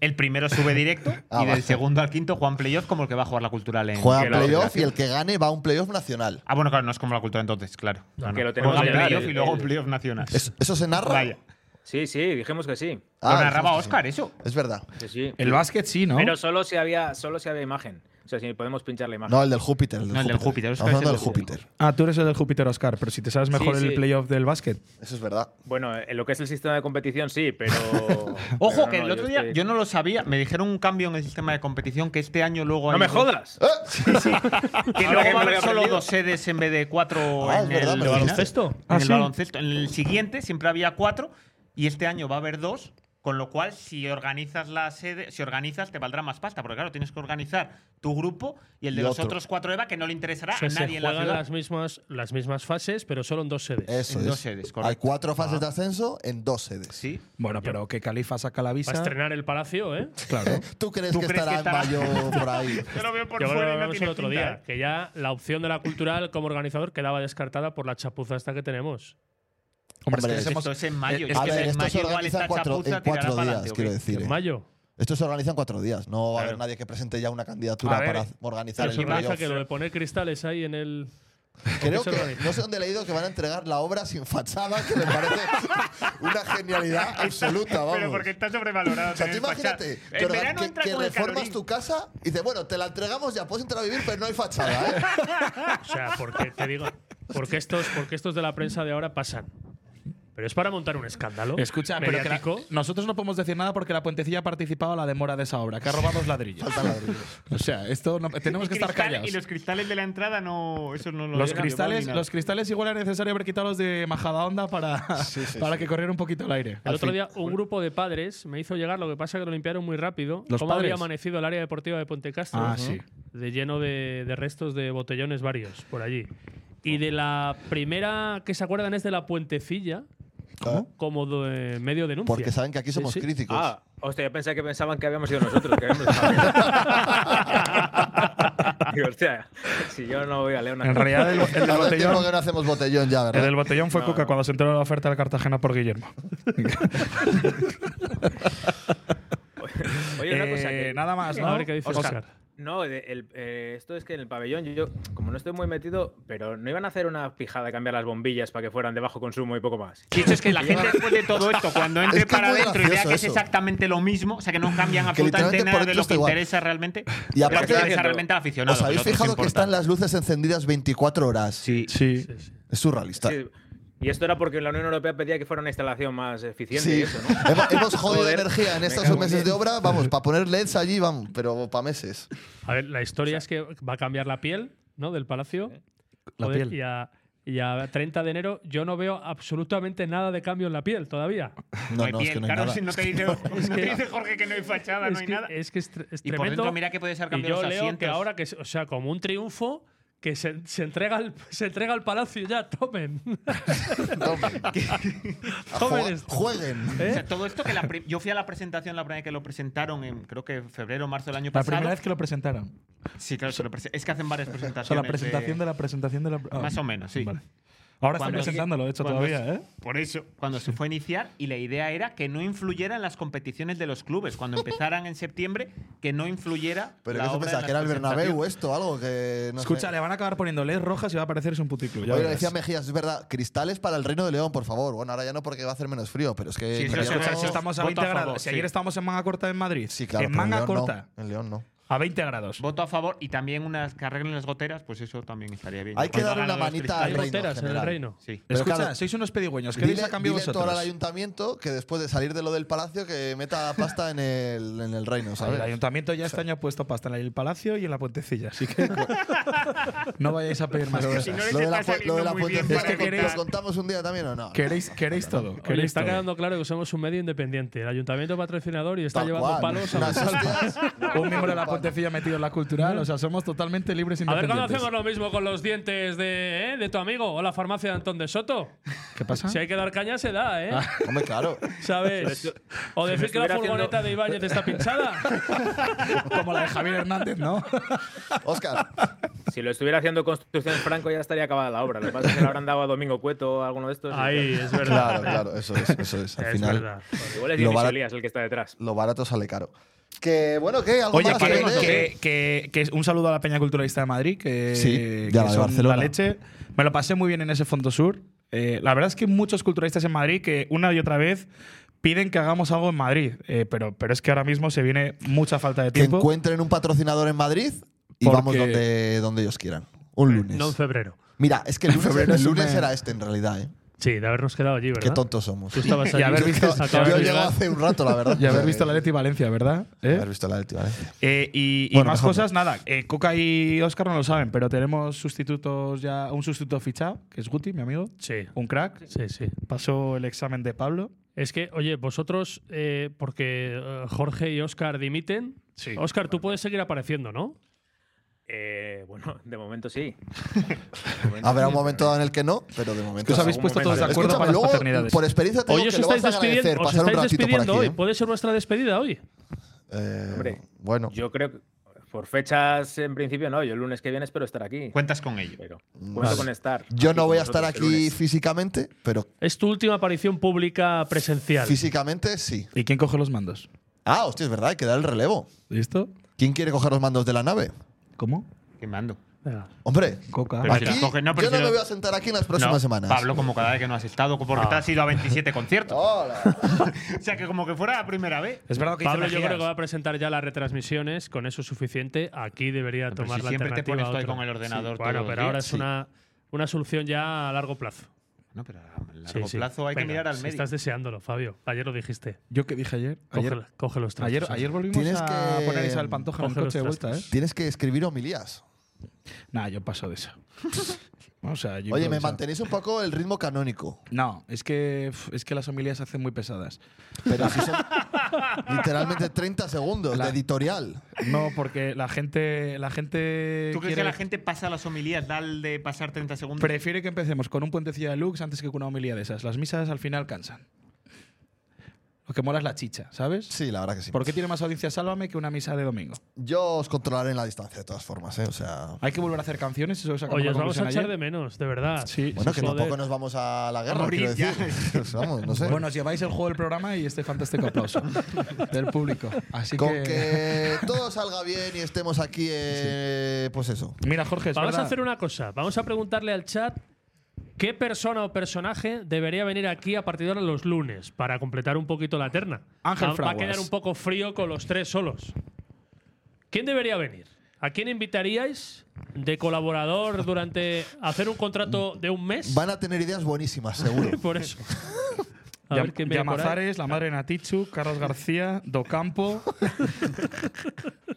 Speaker 4: El primero sube directo
Speaker 1: Ah,
Speaker 4: y del
Speaker 1: vale.
Speaker 4: segundo al quinto juegan playoff como el que va a jugar la cultural en
Speaker 1: Juega
Speaker 4: en la
Speaker 1: playoff y
Speaker 4: federación.
Speaker 1: el que gane va a un playoff nacional.
Speaker 4: Ah, bueno, claro, no es como la cultura entonces, claro. No,
Speaker 5: Que
Speaker 4: no.
Speaker 5: lo tenemos
Speaker 4: Juegan
Speaker 5: que llevar,
Speaker 4: playoff
Speaker 5: el-
Speaker 4: y luego
Speaker 5: el-
Speaker 4: playoff nacional.
Speaker 1: ¿Eso se narra?
Speaker 4: Vaya.
Speaker 5: Sí, sí, dijimos que sí.
Speaker 1: Ah,
Speaker 4: lo narraba
Speaker 1: dijimos que sí.
Speaker 4: Oscar, eso.
Speaker 1: Es verdad.
Speaker 5: Que sí.
Speaker 3: El básquet sí, ¿no?
Speaker 5: Pero solo si había, solo si había imagen. O sea, si podemos pinchar la imagen.
Speaker 1: No, el del Júpiter. El del
Speaker 4: No, el del Júpiter,
Speaker 1: Júpiter.
Speaker 4: eso
Speaker 1: Estamos
Speaker 4: es el
Speaker 1: hablando del
Speaker 4: del
Speaker 1: Júpiter.
Speaker 3: Ah, tú eres el del Júpiter Oscar, pero si te sabes mejor
Speaker 5: Sí,
Speaker 3: el
Speaker 5: sí.
Speaker 3: playoff del básquet.
Speaker 1: Eso es verdad.
Speaker 5: Bueno, eh, en lo que es el sistema de competición sí, pero.
Speaker 4: Ojo,
Speaker 5: pero
Speaker 4: que
Speaker 5: no,
Speaker 4: el
Speaker 5: yo
Speaker 4: otro día
Speaker 5: estoy-
Speaker 4: yo no lo sabía. Me dijeron un cambio en el sistema de competición que este año
Speaker 5: ¡No
Speaker 4: luego. hay
Speaker 5: me
Speaker 4: un-
Speaker 5: jodas!
Speaker 4: Que
Speaker 5: Ahora que
Speaker 4: luego va
Speaker 5: me
Speaker 4: a
Speaker 5: lo he
Speaker 4: haber solo
Speaker 5: aprendido.
Speaker 4: dos sedes en vez de cuatro
Speaker 1: Ah, es
Speaker 4: en
Speaker 1: verdad,
Speaker 4: el
Speaker 1: me lo
Speaker 4: baloncesto. En
Speaker 3: Ah,
Speaker 4: el
Speaker 3: sí.
Speaker 4: baloncesto. En el siguiente siempre había cuatro y este año va a haber dos. Con lo cual, si organizas la sede, si organizas, te valdrá más pasta. Porque claro, tienes que organizar tu grupo y el de
Speaker 1: Y
Speaker 4: los
Speaker 1: otro.
Speaker 4: otros cuatro Eva, que no le interesará
Speaker 2: O sea,
Speaker 4: a
Speaker 2: se
Speaker 4: Ah, nadie en la
Speaker 2: juegan
Speaker 4: ciudad.
Speaker 2: las mismas, las mismas fases, pero solo en dos sedes.
Speaker 1: Eso
Speaker 4: En
Speaker 1: es.
Speaker 4: dos sedes,
Speaker 1: Hay
Speaker 4: correcto.
Speaker 1: cuatro fases de ascenso en dos sedes.
Speaker 4: Sí.
Speaker 3: Bueno, pero que Califa saca
Speaker 2: Va
Speaker 3: la
Speaker 2: a
Speaker 3: visa.
Speaker 2: estrenar el palacio, ¿eh?
Speaker 3: Claro.
Speaker 1: ¿Tú crees
Speaker 4: ¿Tú
Speaker 1: que
Speaker 4: crees que
Speaker 1: estará en mayo por ahí?
Speaker 4: Yo lo veo por
Speaker 2: Yo creo que
Speaker 4: fuera
Speaker 2: lo
Speaker 4: y no
Speaker 2: hablamos el
Speaker 4: tiene
Speaker 2: otro
Speaker 4: pinta,
Speaker 2: día,
Speaker 4: ¿eh?
Speaker 2: que ya la opción de la cultural como organizador quedaba descartada por la chapuza esta que tenemos.
Speaker 1: Hombre,
Speaker 3: es que
Speaker 1: es-
Speaker 3: hemos-
Speaker 4: Esto es en mayo.
Speaker 3: es
Speaker 4: yo
Speaker 1: A
Speaker 4: creo
Speaker 1: ver,
Speaker 4: que en
Speaker 1: esto se
Speaker 4: mayo igual
Speaker 1: organiza
Speaker 4: esta
Speaker 1: en cuatro,
Speaker 4: chapuza
Speaker 1: en
Speaker 4: tirará
Speaker 1: cuatro
Speaker 4: pa'lante,
Speaker 1: días,
Speaker 4: ¿o qué?
Speaker 1: quiero decir.
Speaker 2: En
Speaker 1: eh.
Speaker 2: mayo.
Speaker 1: Esto se organiza en cuatro días. No va a haber
Speaker 4: Claro.
Speaker 1: nadie que presente ya una candidatura
Speaker 3: A ver,
Speaker 1: para organizar
Speaker 2: Que
Speaker 1: el
Speaker 2: se organiza que lo de
Speaker 1: playoff.
Speaker 2: poner cristales ahí en el.
Speaker 1: Creo
Speaker 2: ¿Por qué se
Speaker 1: que,
Speaker 2: organiza?
Speaker 1: no sé dónde he leído que van a entregar la obra sin fachada, que me parece una genialidad absoluta, vamos.
Speaker 4: Pero porque está sobrevalorado.
Speaker 1: O sea, tú
Speaker 4: tener fachada.
Speaker 1: imagínate que,
Speaker 4: En
Speaker 1: orga-
Speaker 4: verano
Speaker 1: que-
Speaker 4: entra
Speaker 1: que
Speaker 4: con el
Speaker 1: reformas
Speaker 4: calorín.
Speaker 1: tu casa y dices, bueno, te la entregamos ya, puedes entrar a vivir, pero no hay fachada, ¿eh?
Speaker 2: O sea, porque te digo, porque estos, porque estos de la prensa de ahora pasan. Pero es para montar un escándalo.
Speaker 3: Escucha, pero que la-
Speaker 2: mediático.
Speaker 3: nosotros no podemos decir nada porque la puentecilla ha participado a la demora de esa obra, que ha robado dos ladrillos.
Speaker 1: Falta ladrillo.
Speaker 3: o sea, esto no- tenemos
Speaker 4: Y
Speaker 3: que estar
Speaker 4: cristal-
Speaker 3: callados.
Speaker 4: Y los cristales de la entrada no. Eso no lo
Speaker 3: Los
Speaker 4: dieron,
Speaker 3: cristales,
Speaker 4: ni nada.
Speaker 3: los cristales igual era necesario haber quitado los de majada onda para, para que corriera un poquito el aire.
Speaker 2: El otro día un grupo de padres me hizo llegar, lo que pasa que lo limpiaron muy rápido.
Speaker 3: ¿Los
Speaker 2: cómo había
Speaker 3: padres?
Speaker 2: amanecido el área deportiva de Pontecastro.
Speaker 3: Ah, sí.
Speaker 2: De lleno de, de restos de botellones varios por allí. Y de la primera que se acuerdan es de la puentecilla, como de- medio denuncia.
Speaker 1: Porque saben que aquí somos
Speaker 2: sí.
Speaker 1: críticos.
Speaker 5: Ah, hostia, yo pensaba que pensaban que habíamos sido nosotros. Que habíamos Digo, hostia, si yo no voy a leer una.
Speaker 3: En realidad, el, el del
Speaker 1: Hace tiempo
Speaker 3: botellón,
Speaker 1: que no hacemos botellón ya,
Speaker 3: el
Speaker 1: ¿verdad?
Speaker 3: del botellón fue
Speaker 5: No,
Speaker 3: Coca
Speaker 5: no.
Speaker 3: cuando se enteró de la oferta de Cartagena por Guillermo.
Speaker 5: Oye, una cosa
Speaker 3: Eh,
Speaker 5: que.
Speaker 3: nada más, ¿no?
Speaker 2: A ver qué dice Oscar.
Speaker 5: No, de- el- eh, esto es que en el pabellón, yo, como no estoy muy metido, pero no iban a hacer una pijada de cambiar las bombillas para que fueran de bajo consumo y poco más.
Speaker 4: Dicho es que la gente después de todo esto, cuando entre
Speaker 1: Es que es
Speaker 4: para
Speaker 1: muy
Speaker 4: adentro y vea
Speaker 1: gracioso
Speaker 4: que es
Speaker 1: eso.
Speaker 4: exactamente lo mismo, o sea que no cambian
Speaker 1: Que literalmente
Speaker 4: absolutamente
Speaker 1: por
Speaker 4: nada de
Speaker 1: dentro
Speaker 4: lo
Speaker 1: está
Speaker 4: que
Speaker 1: igual.
Speaker 4: interesa realmente.
Speaker 1: Y
Speaker 4: de lo
Speaker 1: aparte-
Speaker 4: que interesa realmente al aficionado.
Speaker 1: ¿Os
Speaker 4: que
Speaker 1: habéis
Speaker 4: lo otro es
Speaker 1: fijado que están
Speaker 4: importante.
Speaker 1: las luces encendidas 24 horas?
Speaker 4: Sí.
Speaker 3: Sí.
Speaker 1: Es surrealista.
Speaker 5: Sí, Y esto era porque la Unión Europea pedía que fuera una instalación más eficiente.
Speaker 1: Sí.
Speaker 5: y eso, ¿no?
Speaker 1: hemos, hemos jodido
Speaker 5: Joder,
Speaker 1: energía en
Speaker 5: me
Speaker 1: estos
Speaker 5: cago en
Speaker 1: meses de
Speaker 5: diez.
Speaker 1: obra, vamos, para poner LEDs allí, vamos, pero para meses.
Speaker 2: A ver, la historia es que va a cambiar la piel, ¿no? Del palacio.
Speaker 3: La
Speaker 2: Joder,
Speaker 3: piel.
Speaker 2: Y a, y a 30 de enero yo no veo absolutamente nada de cambio en la piel todavía.
Speaker 1: No,
Speaker 4: hay
Speaker 1: no, es
Speaker 4: piel,
Speaker 1: que no hay
Speaker 4: claro,
Speaker 1: nada.
Speaker 4: si no te dice, no te dice Jorge que no hay fachada, no
Speaker 2: es
Speaker 4: hay
Speaker 2: que,
Speaker 4: nada.
Speaker 2: Es que es, tr- es
Speaker 4: Y por
Speaker 2: tremendo.
Speaker 4: dentro, mira que puede ser
Speaker 2: Y
Speaker 4: cambiar
Speaker 2: yo
Speaker 4: los
Speaker 2: leo que
Speaker 4: asientos.
Speaker 2: ahora, que, es- o sea, como un triunfo, que se, se entrega al, se entrega al palacio ya, tomen.
Speaker 1: Jue-
Speaker 2: tomen esto.
Speaker 1: Jueguen.
Speaker 4: O
Speaker 2: ¿Eh?
Speaker 4: sea, todo esto que la pri- yo fui a la presentación la primera vez que lo presentaron en creo que febrero o marzo del año
Speaker 3: La
Speaker 4: pasado.
Speaker 3: primera vez que lo presentaron.
Speaker 4: Sí, claro, se lo prese- es que hacen varias
Speaker 3: O
Speaker 4: presentaciones.
Speaker 3: sea, la presentación
Speaker 4: de-
Speaker 3: de la presentación de la. ah.
Speaker 4: Más o menos, sí.
Speaker 3: Vale. Ahora están
Speaker 4: Cuando-
Speaker 3: presentándolo, de hecho,
Speaker 4: cuando-
Speaker 3: todavía, ¿eh?
Speaker 4: Por eso. Cuando se fue a iniciar, y la idea era que no influyera en las competiciones de los clubes. Cuando empezaran en septiembre, que no influyera.
Speaker 1: Pero
Speaker 4: la
Speaker 1: que se
Speaker 4: obra
Speaker 1: pensaba
Speaker 4: en
Speaker 1: que era el
Speaker 4: las
Speaker 1: Bernabéu
Speaker 4: presentaciones.
Speaker 1: esto, algo que no
Speaker 3: Escucha,
Speaker 1: sé.
Speaker 3: le van a acabar poniendo leyes rojas y va a aparecerse un puticlub. ya
Speaker 1: Oye,
Speaker 3: verás.
Speaker 1: decía Mejías, es verdad, cristales para el Reino de León, por favor. Bueno, ahora ya no porque va a hacer menos frío, pero es que.
Speaker 4: Sí,
Speaker 1: en
Speaker 4: eso
Speaker 1: León
Speaker 4: se ve,
Speaker 3: O sea,
Speaker 1: no-
Speaker 3: si estamos a
Speaker 4: Voto
Speaker 3: 20
Speaker 4: a favor,
Speaker 3: grados, si
Speaker 4: sí.
Speaker 3: ayer estábamos en manga corta en Madrid,
Speaker 1: Sí, claro.
Speaker 3: en
Speaker 1: pero
Speaker 3: manga
Speaker 1: en León no,
Speaker 3: corta,
Speaker 1: en León no.
Speaker 3: a 20 grados.
Speaker 4: Voto a favor y también unas que arreglen las goteras, pues eso también estaría bien.
Speaker 1: Hay que
Speaker 4: Cuando
Speaker 1: darle
Speaker 4: hagan
Speaker 1: una
Speaker 4: los
Speaker 1: manita al
Speaker 2: Hay
Speaker 4: cristales-
Speaker 1: Ah, reino.
Speaker 2: goteras en el
Speaker 1: general.
Speaker 2: reino.
Speaker 4: Sí.
Speaker 1: Pero
Speaker 3: Escucha,
Speaker 1: claro,
Speaker 3: sois unos pedigüeños. ¿Qué
Speaker 1: Dile,
Speaker 3: dais a cambio
Speaker 1: dile todo
Speaker 3: vosotros?
Speaker 1: al ayuntamiento que después de salir de lo del palacio que meta pasta en el, en el reino,
Speaker 3: O sea, El
Speaker 1: ¿sabes?
Speaker 3: ayuntamiento ya este año ha puesto pasta en el palacio y en la puentecilla, así que no vayáis a pedir más
Speaker 1: Pero
Speaker 3: cosas.
Speaker 4: no les
Speaker 1: lo de la,
Speaker 4: está
Speaker 1: pu- lo de la
Speaker 4: saliendo muy bien
Speaker 1: puentecilla,
Speaker 3: para
Speaker 1: ¿lo cont-
Speaker 3: contar.
Speaker 1: ¿lo contamos un día también o no?
Speaker 3: ¿Queréis, queréis todo?
Speaker 2: Oye,
Speaker 3: ¿Queréis
Speaker 2: está
Speaker 3: todo?
Speaker 2: quedando claro que somos un medio independiente. El ayuntamiento patrocinador y está
Speaker 1: Tal
Speaker 2: llevando
Speaker 1: cual.
Speaker 2: palos a
Speaker 1: Unas
Speaker 2: los-
Speaker 1: hostias.
Speaker 3: Un miembro de la
Speaker 1: Para
Speaker 3: guantecillo metido en la cultural. O sea, somos totalmente libres
Speaker 2: A ver cuando
Speaker 3: independientes.
Speaker 2: hacemos lo mismo con los dientes de, ¿eh? de tu amigo o la farmacia de Antón de Soto.
Speaker 3: ¿Qué pasa?
Speaker 2: Si hay que dar caña, se da, ¿eh?
Speaker 1: Hombre, claro.
Speaker 2: ¿Sabes? O
Speaker 3: si me
Speaker 2: decir que la
Speaker 3: estuviera
Speaker 2: furgoneta
Speaker 3: haciendo-
Speaker 2: de Ibáñez está pinchada.
Speaker 3: Como la de Javier Hernández, ¿no?
Speaker 1: Oscar.
Speaker 5: Si lo estuviera haciendo Construcción Franco ya estaría acabada la obra. Lo que pasa es que le habrán dado a Domingo Cueto o alguno de estos. y-
Speaker 2: Ahí, es
Speaker 1: Claro, claro, eso es, eso es. Al
Speaker 5: Es
Speaker 1: final,
Speaker 5: verdad. Pues Igual es
Speaker 1: lo
Speaker 5: Dionisio
Speaker 1: barato-
Speaker 5: Elías el que está detrás.
Speaker 1: Lo barato sale caro. Que bueno, ¿qué? ¿Algo
Speaker 3: Oye,
Speaker 1: más?
Speaker 3: que,
Speaker 1: Alberto?
Speaker 3: que- que- que es- un saludo a la Peña Culturalista de Madrid, que,
Speaker 1: Sí,
Speaker 3: que
Speaker 1: y a la de
Speaker 3: son
Speaker 1: Barcelona.
Speaker 3: la leche. Me lo pasé muy bien en ese Fondo Sur. Eh, la verdad es que hay muchos culturalistas en Madrid que una y otra vez piden que hagamos algo en Madrid, Eh, pero, pero es que ahora mismo se viene mucha falta de
Speaker 1: que
Speaker 3: tiempo.
Speaker 1: encuentren un patrocinador en Madrid y
Speaker 3: Porque-
Speaker 1: vamos donde, donde ellos quieran. Un lunes.
Speaker 2: No en febrero.
Speaker 1: Mira, es que el lunes,
Speaker 3: febrero
Speaker 1: el
Speaker 3: es un
Speaker 1: lunes
Speaker 3: mes.
Speaker 1: era este en realidad, ¿eh?
Speaker 2: Sí, de habernos quedado allí, ¿verdad?
Speaker 1: Qué tontos somos.
Speaker 2: Tú estabas
Speaker 3: Y
Speaker 2: allí.
Speaker 3: haber visto-
Speaker 2: Acabas
Speaker 3: y haber
Speaker 1: Yo
Speaker 2: de
Speaker 1: llego
Speaker 2: llegar.
Speaker 1: hace un rato, la verdad.
Speaker 3: Y haber
Speaker 1: Eh,
Speaker 3: visto la Leti Valencia, ¿verdad? ¿Eh?
Speaker 1: Haber visto la Leti, ¿vale?
Speaker 3: Eh, y y
Speaker 1: Bueno,
Speaker 3: más
Speaker 1: mejor
Speaker 3: cosas, nada. eh, Coca y Oscar no lo saben, pero tenemos sustitutos ya, un sustituto fichado, que es Guti, mi amigo.
Speaker 2: Sí,
Speaker 3: Un crack.
Speaker 2: sí, sí.
Speaker 3: Pasó el examen de Pablo.
Speaker 2: Es que, oye, vosotros, eh, porque eh, Jorge y Oscar dimiten.
Speaker 3: Sí.
Speaker 2: Oscar, tú puedes seguir apareciendo, ¿no?
Speaker 5: Eh, bueno, de momento sí.
Speaker 1: Habrá un momento dado en el que no, pero de momento.
Speaker 3: os habéis
Speaker 1: sí.
Speaker 5: puesto
Speaker 3: puesto todos de
Speaker 5: momento.
Speaker 3: acuerdo para
Speaker 1: Escúchame,
Speaker 3: las
Speaker 1: luego,
Speaker 3: paternidades.
Speaker 1: por experiencia te
Speaker 2: Hoy
Speaker 1: digo
Speaker 2: os
Speaker 1: que lo vas
Speaker 2: estáis
Speaker 1: a agradecer
Speaker 2: despidiendo, os
Speaker 1: pasar un
Speaker 2: estáis
Speaker 1: ratito por
Speaker 2: despidiendo
Speaker 1: aquí.
Speaker 2: hoy.
Speaker 1: ¿eh?
Speaker 2: Puede ser nuestra despedida hoy.
Speaker 1: Eh,
Speaker 5: Hombre.
Speaker 1: bueno,
Speaker 5: Yo creo que por fechas en principio no. Yo el lunes que viene espero estar aquí.
Speaker 4: Cuentas con ello.
Speaker 5: Pero
Speaker 1: Vale.
Speaker 5: cuento con estar.
Speaker 1: yo
Speaker 5: aquí
Speaker 1: no
Speaker 5: con
Speaker 1: voy a estar
Speaker 5: vosotros el
Speaker 1: aquí
Speaker 5: lunes.
Speaker 1: físicamente, pero
Speaker 2: Es tu última aparición pública presencial.
Speaker 1: físicamente sí.
Speaker 3: ¿Y quién coge los mandos?
Speaker 1: Ah, hostia, es verdad, hay que dar el relevo.
Speaker 3: ¿Listo?
Speaker 1: ¿Quién quiere coger los mandos de la nave?
Speaker 3: ¿Cómo?
Speaker 4: Que mando.
Speaker 2: Venga.
Speaker 1: Hombre,
Speaker 3: Coca.
Speaker 4: Pero si
Speaker 1: aquí,
Speaker 4: las coges, no,
Speaker 1: yo
Speaker 4: pero si
Speaker 1: no me
Speaker 4: lo-
Speaker 1: voy a sentar aquí en las próximas
Speaker 4: No,
Speaker 1: semanas.
Speaker 4: Pablo, como cada vez que no has estado, porque te has ido a 27 conciertos.
Speaker 1: Ah. Hola.
Speaker 4: o sea, que como que fuera la primera vez.
Speaker 3: Es verdad que
Speaker 2: Pablo,
Speaker 3: hice
Speaker 2: yo creo que va
Speaker 3: energías.
Speaker 2: a presentar ya las retransmisiones, con eso es suficiente. Aquí debería
Speaker 4: Pero
Speaker 2: tomar
Speaker 4: si
Speaker 2: la
Speaker 4: siempre te
Speaker 2: alternativa.
Speaker 4: pones tú ahí
Speaker 2: otra.
Speaker 4: con el
Speaker 2: bueno,
Speaker 4: ordenador todos los
Speaker 2: pero ahora
Speaker 4: días,
Speaker 2: es
Speaker 1: sí.
Speaker 2: una, una solución ya a largo plazo.
Speaker 4: No, pero a
Speaker 2: Sí,
Speaker 4: largo
Speaker 2: sí.
Speaker 4: plazo hay
Speaker 2: Venga,
Speaker 4: que mirar al
Speaker 2: si
Speaker 4: médico.
Speaker 2: Estás deseándolo, Fabio. Ayer lo dijiste.
Speaker 3: Yo que dije ayer.
Speaker 2: Coge,
Speaker 3: Ayer,
Speaker 2: coge los trastos.
Speaker 3: ayer, ayer volvimos
Speaker 1: Tienes
Speaker 3: a
Speaker 1: que-
Speaker 3: poner a Isabel Pantoja en el
Speaker 2: Coge los
Speaker 3: coche de vuelta, ¿eh?
Speaker 2: trastos.
Speaker 1: Tienes que escribir homilías.
Speaker 3: Nah, yo paso de eso. o sea, yo
Speaker 1: Oye, me
Speaker 3: improviso.
Speaker 1: mantenéis un poco el ritmo canónico.
Speaker 3: No, es que, pf, es que las homilías se hacen muy pesadas.
Speaker 1: Pero si son literalmente 30 segundos
Speaker 3: La-
Speaker 1: de editorial.
Speaker 3: No, porque la gente. La gente
Speaker 4: ¿Tú crees que
Speaker 3: quiere-
Speaker 4: la gente pasa las homilías, da el de pasar 30 segundos?
Speaker 3: Prefiere que empecemos con un puentecillo de Lux antes que con una homilía de esas. Las misas al final cansan. Lo que mola es la chicha, ¿sabes?
Speaker 1: Sí, la verdad que sí.
Speaker 3: ¿Por qué tiene más audiencia Sálvame que una misa de domingo?
Speaker 1: Yo os controlaré en la distancia de todas formas, ¿eh? O sea.
Speaker 3: Hay que volver a hacer canciones, eso es
Speaker 2: Oye, os vamos a echar de menos, de verdad.
Speaker 3: Sí,
Speaker 1: Bueno, que
Speaker 2: joder.
Speaker 1: tampoco nos vamos a la guerra,
Speaker 4: A morir
Speaker 1: quiero
Speaker 4: ya.
Speaker 1: decir. Pues Vamos, no sé.
Speaker 3: Bueno, os lleváis el juego del programa y este fantástico aplauso del público. Así
Speaker 1: Con
Speaker 3: que,
Speaker 1: que todo salga bien y estemos aquí, eh, pues eso.
Speaker 3: Mira, Jorge, es
Speaker 2: Vamos
Speaker 3: verdad.
Speaker 2: a hacer una cosa. Vamos a preguntarle al chat qué persona o personaje debería venir aquí a partir de ahora los lunes para completar un poquito la terna.
Speaker 3: Ángel
Speaker 2: va, va a
Speaker 3: Fraguas.
Speaker 2: quedar un poco frío con los tres solos. ¿Quién debería venir? ¿A quién invitaríais de colaborador durante hacer un contrato de un mes?
Speaker 1: Van a tener ideas buenísimas, seguro.
Speaker 2: Por eso. A
Speaker 3: Llam-
Speaker 2: ver quién viene por ahí.
Speaker 3: Llamazares, la madre de Natichu, Carlos García, Docampo,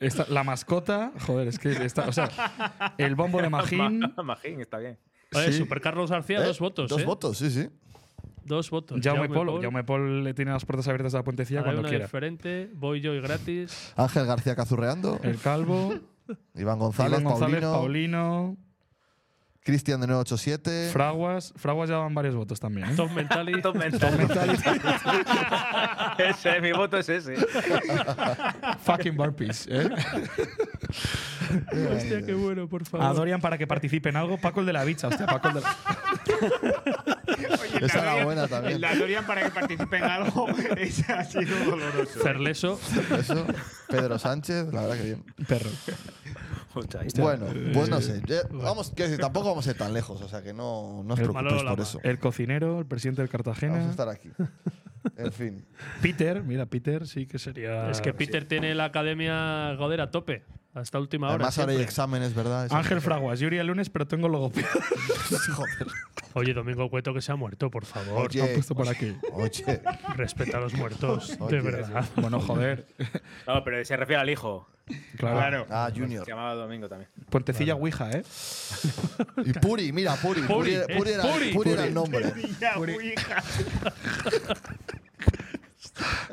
Speaker 3: esta- la mascota, joder, es que está, o sea, el bombo de Magín,
Speaker 5: Ma- Magín, está bien.
Speaker 2: Oye,
Speaker 3: sí.
Speaker 2: Super Carlos García,
Speaker 1: ¿Eh?
Speaker 2: dos votos.
Speaker 1: Dos
Speaker 2: ¿eh?
Speaker 1: votos, sí, sí.
Speaker 2: Dos votos.
Speaker 3: Jaume
Speaker 2: Jaume
Speaker 3: Polo,
Speaker 2: Paul,
Speaker 3: Jaume Paul le tiene las puertas abiertas a la puentecilla
Speaker 2: Hay
Speaker 3: cuando
Speaker 2: una
Speaker 3: quiera.
Speaker 2: diferente. Voy yo y gratis.
Speaker 1: Ángel García Cazurreando,
Speaker 3: El Calvo,
Speaker 1: Iván González,
Speaker 3: Iván González,
Speaker 1: Paulino,
Speaker 3: Paulino,
Speaker 1: Cristian de 987.
Speaker 3: Fraguas, Fraguas ya van varios votos también. ¿eh?
Speaker 2: Top Mentali.
Speaker 5: Tom Mental. ese, mi voto es ese.
Speaker 3: Fucking burpees, ¿eh?
Speaker 2: Hostia, qué bueno, por favor.
Speaker 3: A Dorian para que participe en algo. Paco el de la bicha, hostia, Paco el de la...
Speaker 4: Oye,
Speaker 1: Esa
Speaker 4: la
Speaker 1: era
Speaker 4: Dorian-
Speaker 1: buena también.
Speaker 4: La Dorian para que participe en algo, esa ha sido doloroso.
Speaker 2: Cerleso.
Speaker 1: Eso, Pedro Sánchez, la verdad que bien.
Speaker 3: Perro.
Speaker 5: Joder,
Speaker 1: Bueno, pues no sé. Ya- Vamos, quiero decir, tampoco vamos a ir tan lejos, o sea que no, no os
Speaker 3: El
Speaker 1: preocupéis
Speaker 2: Manolo
Speaker 1: por
Speaker 2: Lama.
Speaker 1: eso.
Speaker 3: El cocinero, el presidente del
Speaker 1: Vamos a
Speaker 3: Cartagena.
Speaker 1: estar aquí. En fin.
Speaker 3: Peter, mira, Peter sí que
Speaker 1: Ah,
Speaker 3: sería.
Speaker 2: Es que Peter tiene la academia Goder a tope. Hasta última hora.
Speaker 1: Además, ahora hay
Speaker 2: siempre.
Speaker 1: exámenes, ¿verdad? Eso-
Speaker 3: Ángel Fraguas, yo iría el lunes, pero tengo logopedia.
Speaker 1: Joder.
Speaker 2: Oye, Domingo Cueto, que se ha muerto, por favor.
Speaker 3: Lo han
Speaker 1: Oye,
Speaker 3: puesto por aquí.
Speaker 1: oye.
Speaker 2: Respeta a los muertos.
Speaker 1: Oye,
Speaker 2: de verdad.
Speaker 3: Bueno, joder.
Speaker 5: No, pero se refiere al hijo.
Speaker 3: Claro.
Speaker 4: Claro.
Speaker 1: Ah,
Speaker 5: Se
Speaker 1: Junior.
Speaker 5: llamaba Domingo también.
Speaker 3: Puentecilla Ouija, ¿eh?
Speaker 1: Y Puri, mira, Puri. Puri,
Speaker 2: Puri,
Speaker 1: era- Puri,
Speaker 2: es
Speaker 1: era,
Speaker 2: Puri.
Speaker 1: Puri era el nombre.
Speaker 4: Ya, uy, hija.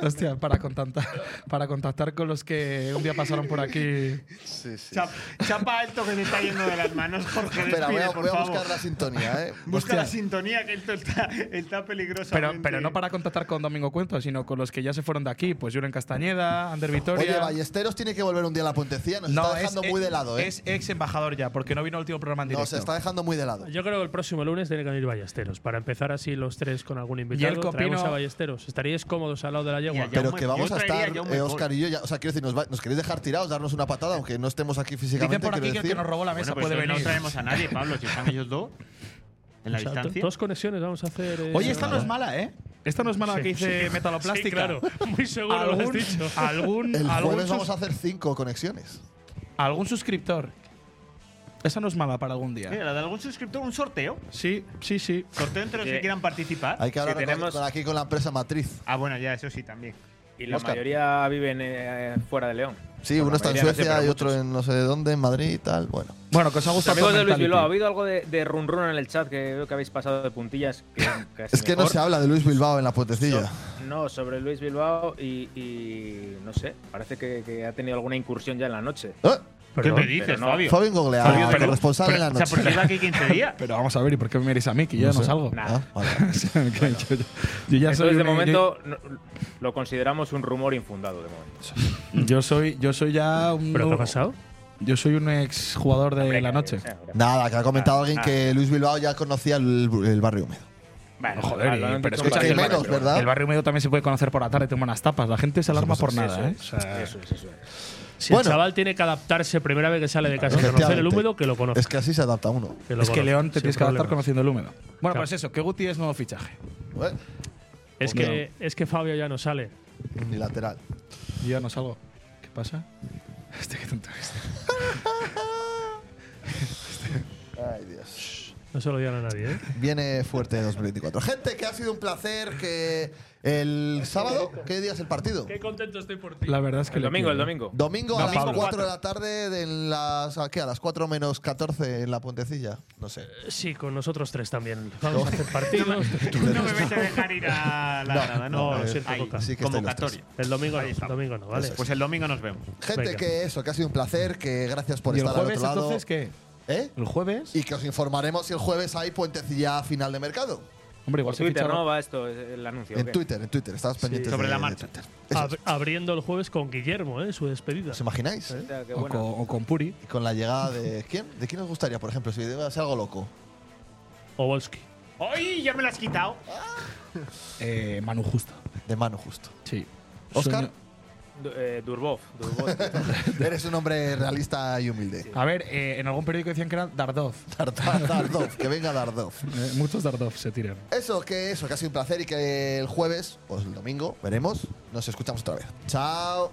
Speaker 3: Hostia, para contactar, para contactar con los que un día pasaron por aquí.
Speaker 1: Sí, sí.
Speaker 4: Chap- Chapa alto que se está yendo de las manos, Jorge.
Speaker 1: Espera,
Speaker 4: despide,
Speaker 1: voy a,
Speaker 4: por
Speaker 1: voy a
Speaker 4: favor.
Speaker 1: buscar la sintonía, ¿eh?
Speaker 4: Busca la
Speaker 1: Hostia.
Speaker 4: sintonía, que esto está, está peligroso.
Speaker 3: Pero, pero no para contactar con Domingo Cuento, sino con los que ya se fueron de aquí. Pues Julen Castañeda, Ander Vitoria.
Speaker 1: Oye, Ballesteros tiene que volver un día a la Pontecía, nos está dejando muy de lado, ¿eh?
Speaker 3: Es ex embajador ya, porque no vino al último programa en
Speaker 1: Nos
Speaker 3: directo.
Speaker 1: está dejando muy de lado.
Speaker 2: Yo creo que el próximo lunes tiene que venir Ballesteros. Para empezar así los tres con algún invitado.
Speaker 3: Y el Copino-
Speaker 2: Traemos a Ballesteros. Estaríais cómodos al lado de la yegua.
Speaker 1: Pero que vamos a estar,
Speaker 2: Oscar
Speaker 1: eh, Oscar y yo, ya, o sea, quiero decir, nos, va- nos queréis dejar tirados, darnos una patada, aunque no estemos aquí físicamente.
Speaker 3: Dicen por aquí
Speaker 1: quiero
Speaker 3: que el que
Speaker 1: decir.
Speaker 3: nos robó la mesa
Speaker 4: pues
Speaker 3: puede
Speaker 4: hoy no
Speaker 3: venir.
Speaker 4: traemos a nadie, Pablo, si están ellos dos en la
Speaker 2: O sea, do-
Speaker 4: distancia.
Speaker 2: Dos conexiones vamos a hacer. eh,
Speaker 3: Oye, esta no es mala, ¿eh? Esta no es mala
Speaker 2: Sí,
Speaker 3: que dice
Speaker 2: sí.
Speaker 3: metaloplástica.
Speaker 2: Sí, claro. Muy seguro lo has
Speaker 3: ¿Algún,
Speaker 2: dicho.
Speaker 3: Algún,
Speaker 1: El
Speaker 3: algún
Speaker 1: jueves vamos
Speaker 3: sus-
Speaker 1: a hacer cinco conexiones.
Speaker 3: algún suscriptor. Esa no es mala para algún día.
Speaker 4: Mira, la de algún suscriptor, un sorteo.
Speaker 3: Sí, sí, sí.
Speaker 4: Sorteo entre los que
Speaker 5: Sí.
Speaker 4: quieran participar.
Speaker 1: Hay que hablar con-
Speaker 5: tenemos-
Speaker 1: con aquí con la empresa matriz.
Speaker 4: Ah, bueno, ya, eso sí también.
Speaker 5: Y la
Speaker 1: Óscar.
Speaker 5: mayoría viven eh, fuera de León.
Speaker 1: Sí,
Speaker 5: Bueno,
Speaker 1: uno está en
Speaker 5: mayoría no sé,
Speaker 1: Suecia
Speaker 5: pero
Speaker 1: y otro en no sé de dónde, en Madrid y tal. Bueno,
Speaker 3: Bueno, que os ha
Speaker 5: Los
Speaker 3: gustado.
Speaker 5: amigos de Luis
Speaker 3: Mentality.
Speaker 5: Bilbao, ¿ha habido algo de, de run run en el chat que veo que habéis pasado de puntillas? Que casi
Speaker 1: es que no
Speaker 5: mejor?
Speaker 1: se habla de Luis Bilbao en la potecilla.
Speaker 5: No, sobre Luis Bilbao y, y no sé, parece que, que ha tenido alguna incursión ya en la noche.
Speaker 4: ¿Qué me dices,
Speaker 5: no.
Speaker 4: Fabio?
Speaker 1: ¿Eh? Fabio Ingoglea,
Speaker 4: Fabio, pero-
Speaker 1: corresponsal en la
Speaker 4: O sea,
Speaker 1: noche.
Speaker 4: porque lleva aquí 15 días.
Speaker 3: Pero vamos a ver, ¿y por qué me miráis a mí? Que yo ya no
Speaker 1: sé.
Speaker 3: salgo.
Speaker 5: Nah.
Speaker 1: Ah, vale.
Speaker 3: O sea, que yo, yo- yo ya soy
Speaker 5: Entonces, de
Speaker 3: un-
Speaker 5: momento, no- lo consideramos un rumor infundado, de momento.
Speaker 3: Yo, yo soy, yo soy ya un.
Speaker 2: ¿Pero qué ha pasado?
Speaker 3: Yo soy un ex jugador de
Speaker 5: Hombre,
Speaker 3: la
Speaker 5: que-
Speaker 3: noche.
Speaker 5: o sea, Eh, hombre.
Speaker 1: Nada, que ha comentado
Speaker 5: Ah,
Speaker 1: alguien
Speaker 5: ah.
Speaker 1: que Luis Bilbao ya conocía el, el barrio húmedo.
Speaker 5: Bueno,
Speaker 3: Oh, Joder,
Speaker 5: lo
Speaker 3: y-
Speaker 5: han
Speaker 3: pero es
Speaker 5: dicho
Speaker 3: que
Speaker 5: varias
Speaker 3: el
Speaker 5: veces,
Speaker 1: menos,
Speaker 5: pero
Speaker 1: ¿verdad?
Speaker 3: El barrio medio también se puede conocer por la tarde, tiene buenas tapas. La gente se alarma por
Speaker 5: bueno,
Speaker 3: nada, ¿eh?
Speaker 5: eso, es, eso es, eso es.
Speaker 2: Si
Speaker 1: Bueno.
Speaker 2: el chaval tiene que adaptarse primera vez que sale de casa, conocer el
Speaker 1: Efectivamente.
Speaker 2: húmedo, que lo conozca.
Speaker 1: Es que así se adapta uno.
Speaker 2: lo
Speaker 3: Es que
Speaker 2: conozca,
Speaker 3: León te
Speaker 2: sin
Speaker 3: tienes que adaptar
Speaker 2: problemas.
Speaker 3: conociendo el húmedo. Bueno,
Speaker 2: Claro.
Speaker 3: pues eso, que Guti es nuevo fichaje.
Speaker 1: Bueno,
Speaker 2: Es que, es que Fabio ya no sale.
Speaker 1: unilateral.
Speaker 3: Yo ya no salgo. ¿Qué pasa? Este qué tonto es.
Speaker 1: Ay, Dios.
Speaker 2: No se lo digan a nadie, ¿eh?
Speaker 1: Viene fuerte 2024. Gente, que ha sido un placer que el sábado, ¿qué día es el partido?
Speaker 2: contento estoy por ti.
Speaker 3: La verdad es que
Speaker 5: El
Speaker 3: le ¿eh?
Speaker 5: domingo, el
Speaker 3: quiero.
Speaker 5: domingo.
Speaker 1: Domingo a
Speaker 3: No,
Speaker 1: las
Speaker 3: Pablo.
Speaker 1: 4 de la tarde, de en las, ¿a qué? A las 4 menos 14 en la puentecilla. No sé.
Speaker 2: Eh, Sí, con nosotros tres también. Vamos a hacer partidos.
Speaker 4: No me vais a dejar ir a la
Speaker 1: No,
Speaker 4: grada,
Speaker 2: no,
Speaker 4: ¿no?
Speaker 2: lo siento, Coca.
Speaker 1: sí que estáis los tres.
Speaker 4: Convocatoria.
Speaker 2: El domingo no, domingo no, ¿vale?
Speaker 4: Pues el domingo nos vemos.
Speaker 1: Gente,
Speaker 2: Venga.
Speaker 1: que eso, que ha sido un placer, que gracias por
Speaker 3: ¿Y el
Speaker 1: estar al
Speaker 3: jueves
Speaker 1: otro lado.
Speaker 3: entonces qué?
Speaker 1: ¿Eh?
Speaker 3: ¿El jueves?
Speaker 1: Y que os informaremos si el jueves hay puentecilla a final de mercado.
Speaker 3: Hombre,
Speaker 5: Por
Speaker 3: igual se
Speaker 5: Twitter,
Speaker 3: ficharon-
Speaker 5: ¿no? Va esto, el anuncio. ¿o
Speaker 1: En
Speaker 5: qué?
Speaker 1: Twitter, en Twitter. Estabas pendientes
Speaker 4: sobre
Speaker 1: de-
Speaker 4: la
Speaker 1: de
Speaker 4: marcha.
Speaker 1: Twitter.
Speaker 2: Ab- abriendo el jueves con Guillermo, ¿eh? Su despedida.
Speaker 1: ¿Os imagináis?
Speaker 5: O sea, que
Speaker 3: o,
Speaker 5: bueno.
Speaker 3: con, o con Puri.
Speaker 1: Y con la llegada de. ¿Quién? ¿De quién os gustaría, por ejemplo, si debe ser algo loco?
Speaker 2: O Volsky.
Speaker 4: ¡Ay, ya me la has quitado!
Speaker 3: Eh, Manu Justo.
Speaker 1: De mano, justo.
Speaker 3: Sí.
Speaker 1: Óscar.
Speaker 3: Sueño-
Speaker 5: Du- eh, Durbov. Durbov.
Speaker 1: Eres un hombre realista y humilde.
Speaker 3: A ver, eh, en algún periódico decían que era Dardov.
Speaker 1: Dardov, Dardov, que venga Dardov.
Speaker 3: Eh, muchos Dardov se tiran.
Speaker 1: Eso, que eso, que ha sido un placer y que el jueves, o el domingo, veremos, nos escuchamos otra vez. Chao.